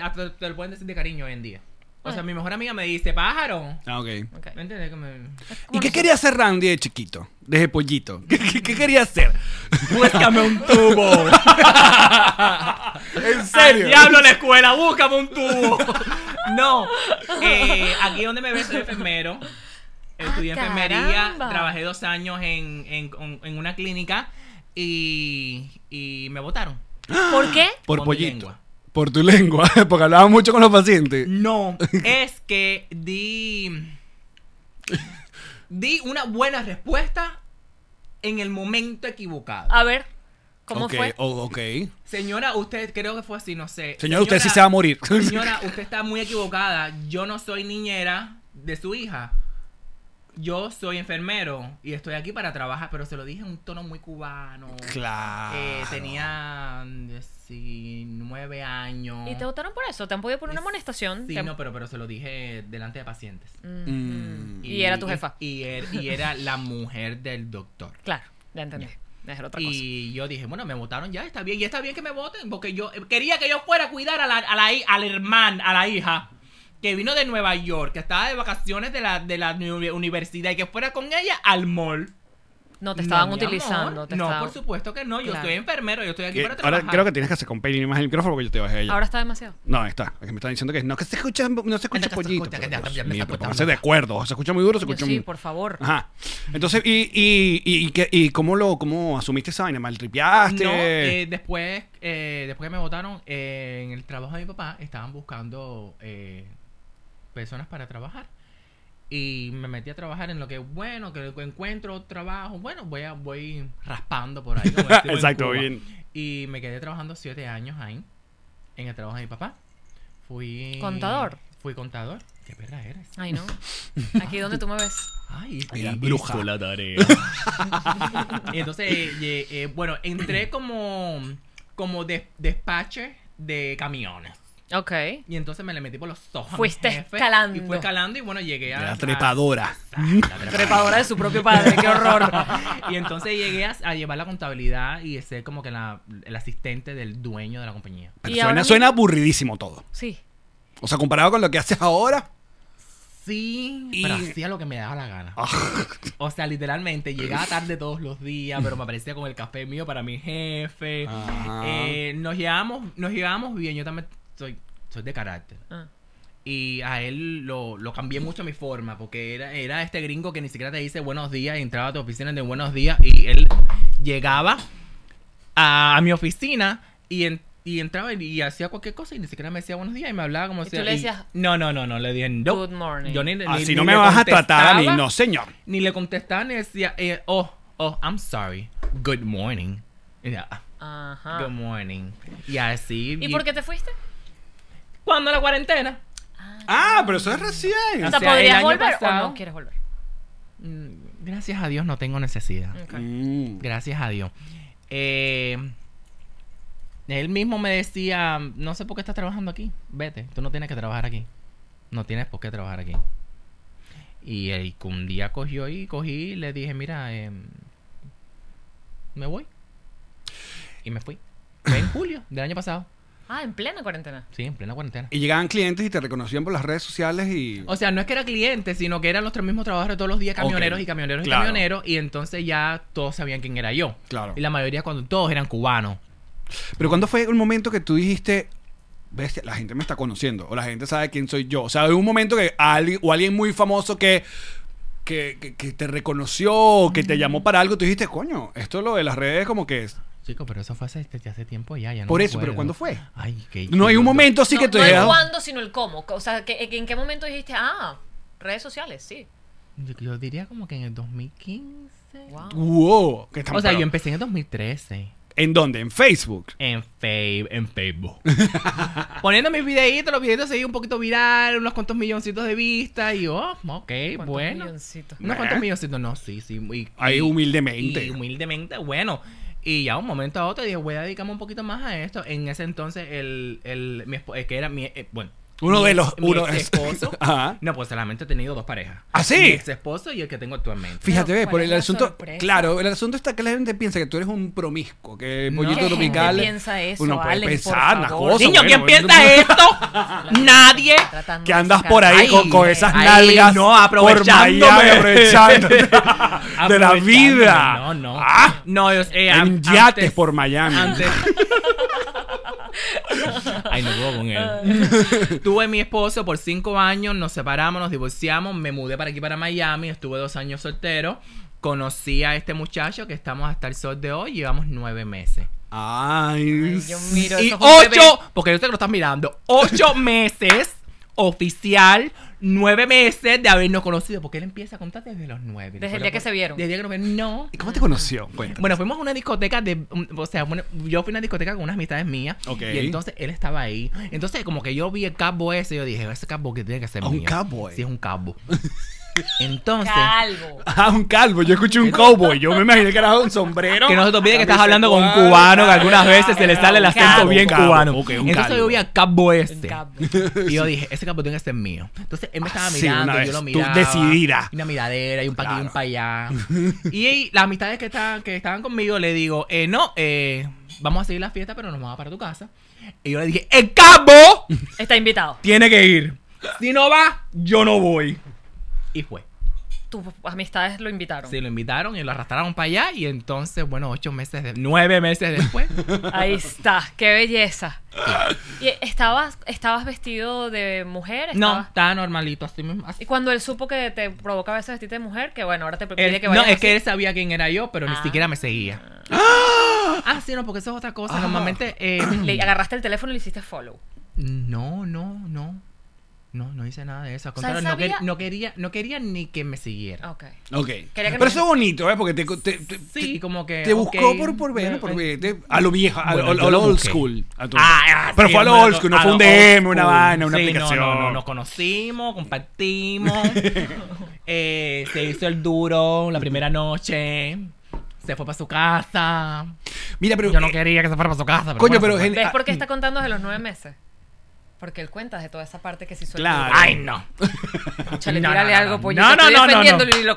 [SPEAKER 6] hasta te lo pueden decir de cariño hoy en día. O sea, mi mejor amiga me dice, pájaro.
[SPEAKER 4] Ah, ok.
[SPEAKER 5] Ok.
[SPEAKER 6] ¿Me entiendes? Que me-
[SPEAKER 4] ¿Y qué quería hacer Randy de chiquito? Desde pollito. ¿Qué, qué- qué quería hacer?
[SPEAKER 6] Búscame un tubo.
[SPEAKER 4] ¿En
[SPEAKER 6] Al diablo la escuela, búscame un tubo. no. eh, aquí donde me ves soy enfermero. Estudié
[SPEAKER 5] Ah,
[SPEAKER 6] enfermería,
[SPEAKER 5] caramba.
[SPEAKER 6] trabajé dos años en, en- en una clínica y, y me votaron.
[SPEAKER 5] ¿Por qué?
[SPEAKER 4] Por
[SPEAKER 6] Con mi
[SPEAKER 4] pollito.
[SPEAKER 6] lengua.
[SPEAKER 4] Por tu lengua, porque hablaba mucho con los pacientes.
[SPEAKER 6] No, es que di. Di una buena respuesta en el momento equivocado.
[SPEAKER 5] A ver, ¿cómo
[SPEAKER 4] Ok,
[SPEAKER 5] fue?
[SPEAKER 4] oh, ok.
[SPEAKER 6] Señora, usted creo que fue así, no sé.
[SPEAKER 4] Señora, usted sí se va a morir.
[SPEAKER 6] Señora, usted está muy equivocada. Yo no soy niñera de su hija. Yo soy enfermero y estoy aquí para trabajar, pero se lo dije en un tono muy cubano.
[SPEAKER 4] Claro.
[SPEAKER 6] Eh, tenía 19 años.
[SPEAKER 5] ¿Y te votaron por eso? ¿Te han podido poner una amonestación?
[SPEAKER 6] Sí,
[SPEAKER 5] Te-
[SPEAKER 6] no, pero, pero se lo dije delante de pacientes.
[SPEAKER 4] Mm.
[SPEAKER 5] Y, era tu jefa.
[SPEAKER 6] Y, er- y era la mujer del doctor.
[SPEAKER 5] Claro, ya entendí. Debe ser otra cosa.
[SPEAKER 6] Y yo dije, bueno, me votaron ya, está bien, y está bien que me voten, porque yo eh, quería que yo fuera a cuidar a la, a la, hi- al hermano, a la hija, que vino de Nueva York, que estaba de vacaciones de la, de la uni- universidad, y que fuera con ella al mall.
[SPEAKER 5] No, te estaban
[SPEAKER 6] No, mi
[SPEAKER 5] utilizando.
[SPEAKER 6] amor,
[SPEAKER 5] te
[SPEAKER 6] no,
[SPEAKER 5] estaban-
[SPEAKER 6] por supuesto que no, yo
[SPEAKER 5] Claro.
[SPEAKER 6] soy enfermero, yo estoy aquí
[SPEAKER 4] Que-
[SPEAKER 6] para trabajar.
[SPEAKER 4] ahora creo que tienes que hacer compañía más el micrófono porque yo te bajé allá.
[SPEAKER 5] Ahora está demasiado.
[SPEAKER 4] No, está. Es que me están diciendo que no que se escucha, no se escucha
[SPEAKER 6] Anda, que se
[SPEAKER 4] pollito.
[SPEAKER 6] escucha, que
[SPEAKER 4] pero,
[SPEAKER 6] ya-
[SPEAKER 4] Dios
[SPEAKER 6] ya me
[SPEAKER 4] mío,
[SPEAKER 6] está
[SPEAKER 4] pero
[SPEAKER 6] cortando.
[SPEAKER 4] pónganse de acuerdo. Se escucha muy duro, se
[SPEAKER 5] Yo
[SPEAKER 4] escucha
[SPEAKER 5] sí,
[SPEAKER 4] muy-
[SPEAKER 5] por favor.
[SPEAKER 4] Ajá. Entonces, ¿y, y, y, y, qué- y cómo lo cómo asumiste esa vaina? ¿Maltripeaste?
[SPEAKER 6] No, eh, después, eh, después que me votaron, eh, en el trabajo de mi papá estaban buscando eh, personas para trabajar. Y me metí a trabajar en lo que, bueno, que encuentro trabajo, bueno, voy a, voy raspando por ahí. como decimos en
[SPEAKER 4] Exacto,
[SPEAKER 6] Cuba.
[SPEAKER 4] bien.
[SPEAKER 6] Y me quedé trabajando siete años ahí, en el trabajo de mi papá. Fui...
[SPEAKER 5] ¿Contador?
[SPEAKER 6] Fui contador. Qué perra eres.
[SPEAKER 5] Ay, no. Aquí donde tú me ves.
[SPEAKER 6] Ay,
[SPEAKER 4] Era
[SPEAKER 6] y-
[SPEAKER 4] bruja.
[SPEAKER 6] hizo la tarea. Y entonces, eh, eh, bueno, entré como, como de- despacher de camiones.
[SPEAKER 5] Ok.
[SPEAKER 6] Y entonces me le metí por los ojos. a mi
[SPEAKER 5] Fuiste
[SPEAKER 6] jefe,
[SPEAKER 5] escalando.
[SPEAKER 6] Y fue escalando y bueno, llegué a...
[SPEAKER 4] Era
[SPEAKER 6] a-
[SPEAKER 4] trepadora.
[SPEAKER 6] la trepadora.
[SPEAKER 5] Trepadora de su propio padre, qué horror.
[SPEAKER 6] y entonces llegué a, a llevar la contabilidad y ser como que la, el asistente del dueño de la compañía.
[SPEAKER 4] Pero
[SPEAKER 5] Y
[SPEAKER 4] suena,
[SPEAKER 5] ahora
[SPEAKER 4] suena
[SPEAKER 5] mismo-
[SPEAKER 4] aburridísimo todo.
[SPEAKER 5] Sí.
[SPEAKER 4] O sea, comparado con lo que haces ahora.
[SPEAKER 6] Sí,
[SPEAKER 4] Y-
[SPEAKER 6] pero hacía lo que me daba la gana. O sea, literalmente llegaba tarde todos los días, pero me aparecía con el café mío para mi jefe.
[SPEAKER 4] Ajá.
[SPEAKER 6] Eh, nos llevábamos, nos llevábamos bien. Yo también soy, soy de carácter.
[SPEAKER 5] Ah.
[SPEAKER 6] Y a él lo, lo cambié mucho mi forma, porque era, era este gringo que ni siquiera te dice buenos días, y entraba a tu oficina de buenos días, y él llegaba a, a mi oficina y, en- y entraba y, y hacía cualquier cosa y ni siquiera me decía buenos días y me hablaba como
[SPEAKER 5] ¿Y
[SPEAKER 6] si...
[SPEAKER 5] tú le decías,
[SPEAKER 6] no, no, no, no, le dije no.
[SPEAKER 5] "Good morning"?
[SPEAKER 6] Yo ni, ni-
[SPEAKER 4] Así
[SPEAKER 6] ni
[SPEAKER 4] no
[SPEAKER 6] le
[SPEAKER 4] me vas a tratar a mí.
[SPEAKER 6] este contestaba,
[SPEAKER 4] No, señor.
[SPEAKER 6] Ni le contestaba ni decía, eh, oh, oh, I'm sorry, good morning. Y ya, ah,
[SPEAKER 5] Ajá.
[SPEAKER 6] Good morning. Y así...
[SPEAKER 5] ¿Y por qué te fuiste?
[SPEAKER 6] ¿Cuándo la cuarentena?
[SPEAKER 4] Ah, pero eso es recién.
[SPEAKER 5] O sea,
[SPEAKER 6] sea, el
[SPEAKER 5] ¿podrías
[SPEAKER 6] año
[SPEAKER 5] volver o
[SPEAKER 6] pasado-
[SPEAKER 5] no quieres volver?
[SPEAKER 6] Mm, Gracias a Dios no tengo necesidad.
[SPEAKER 5] Ok.
[SPEAKER 4] Mm.
[SPEAKER 6] Gracias a Dios. Eh, él mismo me decía, no sé por qué estás trabajando aquí. Vete, tú no tienes que trabajar aquí. No tienes por qué trabajar aquí. Y él que un día cogió y cogí y le dije, mira, eh, me voy. Y me fui. Fue en julio del año pasado.
[SPEAKER 5] Ah, en plena cuarentena.
[SPEAKER 6] Sí, en plena cuarentena.
[SPEAKER 4] Y llegaban clientes y te reconocían por las redes sociales y.
[SPEAKER 6] O sea, no es que era cliente, sino que eran los tres mismos trabajadores todos los días, camioneros
[SPEAKER 4] Ok,
[SPEAKER 6] y camioneros
[SPEAKER 4] claro.
[SPEAKER 6] y camioneros, y entonces ya todos sabían quién era yo.
[SPEAKER 4] Claro.
[SPEAKER 6] Y la mayoría cuando todos eran cubanos.
[SPEAKER 4] Pero ¿cuándo fue el momento que tú dijiste, ves, la gente me está conociendo o la gente sabe quién soy yo? O sea, hay un momento que alguien, o alguien muy famoso que, que, que- que te reconoció, o que te llamó para algo, tú dijiste, coño, esto lo de las redes como que es...
[SPEAKER 6] Chico, pero eso fue hace, ya hace tiempo ya, ya no
[SPEAKER 4] Por
[SPEAKER 6] me
[SPEAKER 4] eso, pero ¿cuándo
[SPEAKER 6] acuerdo.
[SPEAKER 4] fue?
[SPEAKER 6] Ay, qué
[SPEAKER 4] No hay un
[SPEAKER 6] chido.
[SPEAKER 4] momento así
[SPEAKER 5] no,
[SPEAKER 4] que tú
[SPEAKER 5] no el
[SPEAKER 4] digas,
[SPEAKER 5] cuándo, sino el cómo. O sea, que, que ¿en qué momento dijiste, ah, redes sociales? Sí.
[SPEAKER 6] Yo, yo diría como que en el 2015.
[SPEAKER 5] Wow.
[SPEAKER 4] wow, que estamos-
[SPEAKER 6] O sea,
[SPEAKER 4] pero-
[SPEAKER 6] yo empecé en el 2013.
[SPEAKER 4] ¿En dónde? ¿En Facebook?
[SPEAKER 6] En, Fave- en Facebook. Poniendo mis videitos, los videitos se iban un poquito viral, unos cuantos milloncitos de vistas. Y yo, oh, ok,
[SPEAKER 5] ¿Cuántos
[SPEAKER 6] bueno.
[SPEAKER 5] milloncitos?
[SPEAKER 6] Unos cuantos milloncitos, no, sí, sí. muy-
[SPEAKER 4] Ahí
[SPEAKER 6] y-
[SPEAKER 4] humildemente.
[SPEAKER 6] Y humildemente, bueno. Y ya un momento a otro dije, voy a dedicarme un poquito más a esto. En ese entonces, el, el, mi esposo, que era mi, eh, bueno,
[SPEAKER 4] Uno
[SPEAKER 6] mi
[SPEAKER 4] de
[SPEAKER 6] ex-
[SPEAKER 4] los-
[SPEAKER 6] mi
[SPEAKER 4] uno de-
[SPEAKER 6] exesposo.
[SPEAKER 4] Ajá.
[SPEAKER 6] No, pues solamente he tenido dos parejas.
[SPEAKER 4] ¿Ah, sí?
[SPEAKER 6] Mi ex esposo y el que tengo actualmente.
[SPEAKER 4] Fíjate,
[SPEAKER 5] Pero,
[SPEAKER 4] ves,
[SPEAKER 5] ¿cuál
[SPEAKER 4] por
[SPEAKER 5] es
[SPEAKER 4] el
[SPEAKER 5] la
[SPEAKER 4] asunto.
[SPEAKER 5] sorpresa?
[SPEAKER 4] Claro, el asunto está que la gente piensa que tú eres un promiscuo, que
[SPEAKER 6] No.
[SPEAKER 4] pollito
[SPEAKER 6] ¿Qué gente
[SPEAKER 4] tropical.
[SPEAKER 5] piensa eso,
[SPEAKER 4] uno puede
[SPEAKER 5] Alex, por
[SPEAKER 4] pensar las
[SPEAKER 5] favor?
[SPEAKER 4] cosas.
[SPEAKER 6] Niño,
[SPEAKER 4] bueno,
[SPEAKER 6] ¿quién
[SPEAKER 4] bueno,
[SPEAKER 6] piensa esto? Nadie.
[SPEAKER 5] Tratando
[SPEAKER 4] Que
[SPEAKER 5] de
[SPEAKER 4] andas
[SPEAKER 5] sacar-
[SPEAKER 4] por ahí con,
[SPEAKER 6] Ay,
[SPEAKER 4] con esas
[SPEAKER 6] ay,
[SPEAKER 4] nalgas
[SPEAKER 6] no,
[SPEAKER 4] por Miami,
[SPEAKER 6] aprovechándome.
[SPEAKER 4] aprovechándote de la vida.
[SPEAKER 6] No, no.
[SPEAKER 4] Ah,
[SPEAKER 6] no, yo- eh, an-
[SPEAKER 4] en yates
[SPEAKER 6] antes-
[SPEAKER 4] por Miami.
[SPEAKER 6] Antes. Ay, no puedo con él. Tuve mi esposo por cinco años, nos separamos, nos divorciamos, me mudé para aquí para Miami, estuve dos años soltero. Conocí a este muchacho que estamos hasta el sol de hoy, llevamos nueve meses.
[SPEAKER 4] Ay,
[SPEAKER 5] Yo miro
[SPEAKER 6] Y
[SPEAKER 5] eso fue un
[SPEAKER 6] ocho, porque yo sé que lo estás mirando, ocho meses oficial, nueve meses de habernos conocido, porque él empieza a contar desde los nueve.
[SPEAKER 5] Desde el día que se vieron.
[SPEAKER 6] Desde el día que nos vieron, no.
[SPEAKER 4] ¿Y cómo te conoció? Cuéntame.
[SPEAKER 6] Bueno, fuimos a una discoteca de. um, O sea, bueno, yo fui a una discoteca con unas amistades mías.
[SPEAKER 4] Ok.
[SPEAKER 6] Y entonces él estaba ahí. Entonces, como que yo vi el cabo ese, yo dije, ese cabo que tiene que ser
[SPEAKER 4] Ah, un
[SPEAKER 6] mío".
[SPEAKER 4] cowboy.
[SPEAKER 6] Sí, es un cabo.
[SPEAKER 5] bebé.
[SPEAKER 6] Entonces.
[SPEAKER 5] Calvo.
[SPEAKER 4] Ah, un calvo. Yo escuché un cowboy. Yo me imaginé que era un sombrero.
[SPEAKER 6] Que no se te olvide que estás
[SPEAKER 4] Camisa
[SPEAKER 6] hablando con un
[SPEAKER 4] cubana.
[SPEAKER 6] cubano, que algunas veces se le sale el
[SPEAKER 5] Un
[SPEAKER 6] acento
[SPEAKER 5] cabo,
[SPEAKER 6] bien
[SPEAKER 4] un cabo,
[SPEAKER 6] cubano.
[SPEAKER 4] ok, un
[SPEAKER 6] Entonces
[SPEAKER 4] calvo.
[SPEAKER 6] yo vi al cabo ese.
[SPEAKER 5] Calvo.
[SPEAKER 6] Y yo dije, ese capo tiene que ser mío. Entonces él me estaba
[SPEAKER 4] Ah, sí,
[SPEAKER 6] mirando,
[SPEAKER 4] una
[SPEAKER 6] yo
[SPEAKER 4] vez.
[SPEAKER 6] lo
[SPEAKER 4] Tú
[SPEAKER 6] miraba.
[SPEAKER 4] decidida.
[SPEAKER 6] Y Una miradera y un pa' aquí y un
[SPEAKER 4] Claro.
[SPEAKER 6] pa' allá. Y, y las amistades que estaban, que estaban conmigo le digo, eh, no, eh, vamos a seguir la fiesta, pero nos vamos para tu casa. Y yo le dije, el capo
[SPEAKER 5] Está invitado.
[SPEAKER 6] tiene que ir. Si no va, yo no voy. Y fue.
[SPEAKER 5] Tus amistades lo invitaron.
[SPEAKER 6] Se lo invitaron y lo arrastraron para allá. Y entonces, bueno, ocho meses, de- nueve meses después.
[SPEAKER 5] Ahí está. Qué belleza. ¿Y estabas, estabas vestido de mujer?
[SPEAKER 6] no,
[SPEAKER 5] Estabas-
[SPEAKER 6] estaba normalito, así mismo. así.
[SPEAKER 5] Y cuando él supo que te provocaba ese vestirte de mujer, que bueno, ahora te pide
[SPEAKER 6] Él-
[SPEAKER 5] que
[SPEAKER 6] no,
[SPEAKER 5] vayas
[SPEAKER 6] es que
[SPEAKER 5] así.
[SPEAKER 6] él sabía quién era yo, pero ni
[SPEAKER 5] Ah.
[SPEAKER 6] siquiera me seguía. Ah, sí, no, porque eso es otra cosa.
[SPEAKER 4] Ah.
[SPEAKER 6] Normalmente. eh,
[SPEAKER 5] Le agarraste el teléfono y le hiciste follow.
[SPEAKER 6] no, no, no. No, no hice nada de eso. Al
[SPEAKER 5] O sea, él
[SPEAKER 6] contrario, no, quer-
[SPEAKER 5] sabía- Oh.
[SPEAKER 6] no quería, no quería ni que me siguiera.
[SPEAKER 5] Ok.
[SPEAKER 4] Ok.
[SPEAKER 5] Quería
[SPEAKER 4] Pero
[SPEAKER 5] que no-
[SPEAKER 4] eso es bonito, ¿eh? Porque te, te, te-
[SPEAKER 6] Sí,
[SPEAKER 4] te-
[SPEAKER 6] como que,
[SPEAKER 4] Te
[SPEAKER 6] ok.
[SPEAKER 4] buscó por, por ver,
[SPEAKER 6] Bueno,
[SPEAKER 4] por
[SPEAKER 6] eh.
[SPEAKER 4] ver, te- a lo viejo, a,
[SPEAKER 6] Bueno,
[SPEAKER 4] a- a
[SPEAKER 6] yo
[SPEAKER 4] lo
[SPEAKER 6] lo
[SPEAKER 4] old
[SPEAKER 6] busqué.
[SPEAKER 4] school. a tu-
[SPEAKER 6] Ah, ah,
[SPEAKER 4] pero
[SPEAKER 6] sí,
[SPEAKER 4] fue a lo
[SPEAKER 6] hombre,
[SPEAKER 4] old school, no
[SPEAKER 6] a
[SPEAKER 4] fue un
[SPEAKER 6] lo old
[SPEAKER 4] DM, una
[SPEAKER 6] school.
[SPEAKER 4] vaina, una
[SPEAKER 6] Sí, no,
[SPEAKER 4] aplicación.
[SPEAKER 6] No, no, nos conocimos, compartimos. eh, se hizo el duro la primera noche. Se fue para su casa.
[SPEAKER 4] Mira, pero.
[SPEAKER 6] Yo no
[SPEAKER 4] eh,
[SPEAKER 6] quería que se fuera para su casa. Pero
[SPEAKER 4] Coño,
[SPEAKER 6] bueno, pues.
[SPEAKER 4] pero
[SPEAKER 6] se fue.
[SPEAKER 4] gen-
[SPEAKER 5] ¿Ves
[SPEAKER 4] ah,
[SPEAKER 5] por qué está contando de los nueve meses? Porque él cuenta de toda esa parte que se hizo el
[SPEAKER 4] Claro.
[SPEAKER 5] duro.
[SPEAKER 6] Ay, no.
[SPEAKER 5] Chale,
[SPEAKER 6] No, no,
[SPEAKER 5] tírale
[SPEAKER 6] no,
[SPEAKER 5] algo,
[SPEAKER 6] no.
[SPEAKER 5] pollito.
[SPEAKER 6] No, no,
[SPEAKER 5] Estoy
[SPEAKER 6] no, no,
[SPEAKER 5] defendiéndolo
[SPEAKER 6] no.
[SPEAKER 5] y lo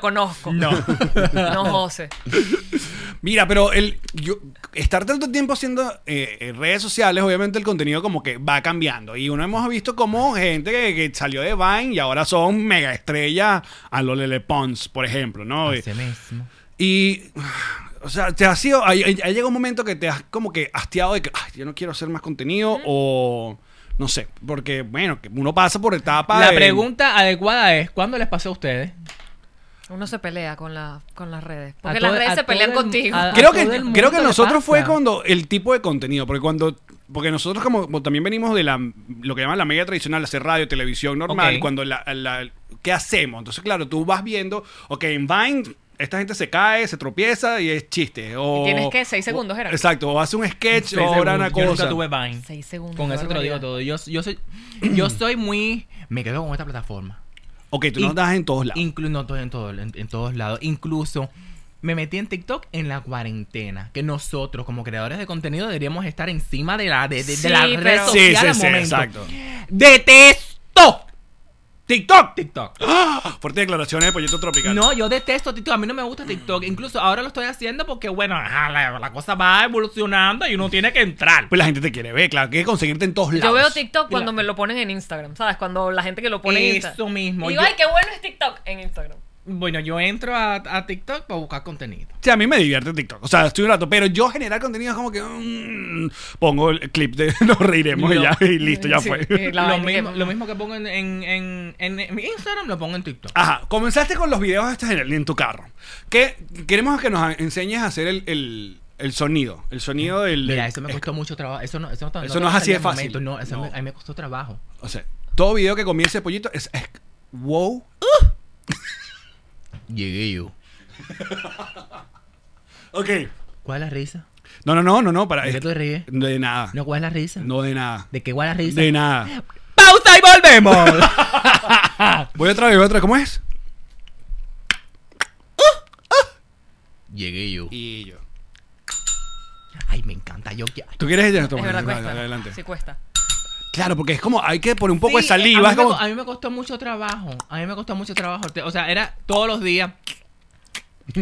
[SPEAKER 5] conozco.
[SPEAKER 6] No.
[SPEAKER 5] No, José.
[SPEAKER 4] Mira, pero el, yo, estar tanto tiempo haciendo eh, en redes sociales, obviamente el contenido como que va cambiando. Y uno hemos visto como gente que, que salió de Vine y ahora son mega estrellas a lo Lele Pons, por ejemplo, ¿no?
[SPEAKER 6] Así mismo.
[SPEAKER 4] Y, o sea, te ha sido, ha, ha- ha llegado un momento que te has como que hastiado de que, "Ay, yo no quiero hacer más contenido o, no sé, porque, bueno, que uno pasa por etapas.
[SPEAKER 6] La
[SPEAKER 4] de-
[SPEAKER 6] pregunta adecuada es, ¿cuándo les pasó a ustedes?
[SPEAKER 5] Uno se pelea con, la, con las redes.
[SPEAKER 6] A
[SPEAKER 5] Porque
[SPEAKER 6] todo-
[SPEAKER 5] las redes
[SPEAKER 6] a
[SPEAKER 5] se
[SPEAKER 6] todo
[SPEAKER 5] pelean
[SPEAKER 6] el-
[SPEAKER 5] contigo.
[SPEAKER 6] a-
[SPEAKER 4] Creo
[SPEAKER 6] todo el
[SPEAKER 4] que,
[SPEAKER 6] mundo
[SPEAKER 4] creo que
[SPEAKER 6] le
[SPEAKER 4] nosotros
[SPEAKER 6] pasa.
[SPEAKER 4] fue cuando el tipo de contenido, porque cuando... Porque nosotros como, como también venimos de la lo que llaman la media tradicional, hacer radio, televisión normal,
[SPEAKER 6] Ok.
[SPEAKER 4] cuando la, la- ¿Qué hacemos? Entonces, claro, tú vas viendo, ok, en Vine esta gente se cae, se tropieza y es chiste. O,
[SPEAKER 5] Y tienes que seis segundos, era.
[SPEAKER 4] Exacto, o hace un sketch,
[SPEAKER 6] Seis
[SPEAKER 4] o ahora
[SPEAKER 6] segundos.
[SPEAKER 4] una
[SPEAKER 6] Yo
[SPEAKER 4] cosa.
[SPEAKER 6] nunca tuve Vine.
[SPEAKER 5] Seis segundos,
[SPEAKER 6] Con eso te lo
[SPEAKER 5] barbaridad.
[SPEAKER 6] digo todo. Yo, yo soy, yo soy muy... Me quedo con esta plataforma.
[SPEAKER 4] Ok, tú no
[SPEAKER 6] In-
[SPEAKER 4] das en todos lados.
[SPEAKER 6] Inclu- no, estoy en, todo- en, en todos lados. Incluso me metí en TikTok en la cuarentena. Que nosotros, como creadores de contenido, deberíamos estar encima de la, de, de- de
[SPEAKER 5] Sí,
[SPEAKER 6] la red
[SPEAKER 5] pero-
[SPEAKER 6] social
[SPEAKER 4] Sí, sí,
[SPEAKER 6] al
[SPEAKER 4] sí,
[SPEAKER 6] momento.
[SPEAKER 4] exacto.
[SPEAKER 6] ¡Detesto!
[SPEAKER 4] TikTok.
[SPEAKER 6] TikTok.
[SPEAKER 4] ¡Ah! Fuerte declaraciones de Pollito Tropical.
[SPEAKER 6] No, yo detesto TikTok. A mí no me gusta TikTok. Incluso ahora lo estoy haciendo porque, bueno, ajá, la, la cosa va evolucionando y uno tiene que entrar.
[SPEAKER 4] Pues la gente te quiere ver, claro, que conseguirte en todos lados.
[SPEAKER 5] Yo veo TikTok
[SPEAKER 6] Claro.
[SPEAKER 5] cuando me lo ponen en Instagram, ¿sabes? Cuando la gente que lo pone en
[SPEAKER 6] Eso
[SPEAKER 5] Instagram.
[SPEAKER 6] mismo,
[SPEAKER 5] Digo,
[SPEAKER 6] yo-
[SPEAKER 5] ay, qué bueno es TikTok en Instagram.
[SPEAKER 6] Bueno, yo entro a, a TikTok para buscar contenido.
[SPEAKER 4] Sí, a mí me divierte TikTok. O sea, estoy un rato, pero yo generar contenido es como que. mm, pongo el clip de nos reiremos y
[SPEAKER 6] No.
[SPEAKER 4] ya, y listo, ya
[SPEAKER 5] Sí,
[SPEAKER 4] fue.
[SPEAKER 5] eh, la
[SPEAKER 6] Lo
[SPEAKER 5] vaina que-
[SPEAKER 6] mismo, lo mismo que pongo en, en- en- en- en mi Instagram, lo pongo en TikTok.
[SPEAKER 4] Ajá, comenzaste con los videos estos en, el- en tu carro. Que queremos que nos enseñes a hacer el, el- el sonido. El sonido del.
[SPEAKER 6] Mira,
[SPEAKER 4] del-
[SPEAKER 6] eso me
[SPEAKER 4] es-
[SPEAKER 6] costó mucho trabajo. Eso no, eso no,
[SPEAKER 4] Eso
[SPEAKER 6] te
[SPEAKER 4] no es así de
[SPEAKER 6] sale al
[SPEAKER 4] fácil.
[SPEAKER 6] momento. No, eso
[SPEAKER 4] No.
[SPEAKER 6] me- a mí me costó trabajo.
[SPEAKER 4] O sea, todo video que comience Pollito es. es- wow.
[SPEAKER 6] Llegué yo.
[SPEAKER 4] Ok.
[SPEAKER 6] ¿Cuál es la risa?
[SPEAKER 4] No, no, no, no, no. Para,
[SPEAKER 6] ¿De qué
[SPEAKER 4] Ah, es-
[SPEAKER 6] te ríes?
[SPEAKER 4] De nada.
[SPEAKER 6] No, ¿cuál es la risa?
[SPEAKER 4] No, de nada.
[SPEAKER 6] ¿De qué cuál es la risa?
[SPEAKER 4] De nada.
[SPEAKER 6] ¡Pausa y volvemos!
[SPEAKER 4] Voy otra vez, voy otra vez. ¿Cómo es?
[SPEAKER 6] Llegué yo.
[SPEAKER 4] Y yo.
[SPEAKER 6] Ay, me encanta. Yo, que- ay,
[SPEAKER 4] ¿Tú quieres ella?
[SPEAKER 5] Es
[SPEAKER 4] Toma,
[SPEAKER 5] verdad,
[SPEAKER 4] dale,
[SPEAKER 5] cuesta.
[SPEAKER 4] adelante.
[SPEAKER 5] Sí, cuesta.
[SPEAKER 4] Claro, porque es como, hay que poner un poco de
[SPEAKER 6] Sí,
[SPEAKER 4] saliva.
[SPEAKER 6] A
[SPEAKER 4] es
[SPEAKER 6] mí, me,
[SPEAKER 4] como,
[SPEAKER 6] co- a mí me costó mucho trabajo. A mí me costó mucho trabajo. Te- O sea, era todos los días.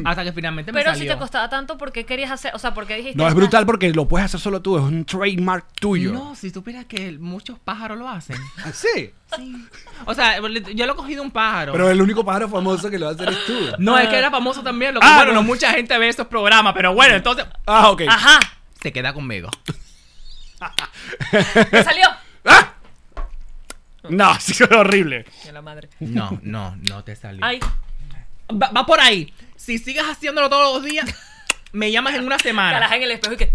[SPEAKER 6] Hasta que finalmente me
[SPEAKER 5] Pero si
[SPEAKER 6] salió.
[SPEAKER 5] te costaba tanto, ¿por qué querías hacer? O sea, ¿por qué dijiste?
[SPEAKER 4] no, es
[SPEAKER 5] "Ah,
[SPEAKER 4] brutal porque lo puedes hacer solo tú, es un trademark tuyo.
[SPEAKER 6] No, si supieras que muchos pájaros lo hacen.
[SPEAKER 4] Ah, Sí.
[SPEAKER 6] Sí. O sea, yo lo he cogido un pájaro.
[SPEAKER 4] Pero el único pájaro famoso que lo va a hacer es tú.
[SPEAKER 6] No, es que era famoso también. Lo que,
[SPEAKER 4] Ah,
[SPEAKER 6] bueno,
[SPEAKER 4] no.
[SPEAKER 6] no mucha gente ve estos programas, pero bueno, entonces
[SPEAKER 4] Ah, ok.
[SPEAKER 5] Ajá,
[SPEAKER 6] se queda conmigo.
[SPEAKER 5] me salió.
[SPEAKER 4] ¡Ah! No, sí, es horrible.
[SPEAKER 5] De la madre.
[SPEAKER 6] No, no, no te salió.
[SPEAKER 5] Ay,
[SPEAKER 6] Va, va por ahí. Si sigues haciéndolo todos los días, me llamas en una
[SPEAKER 5] caraja
[SPEAKER 6] semana.
[SPEAKER 5] en el espejo y que.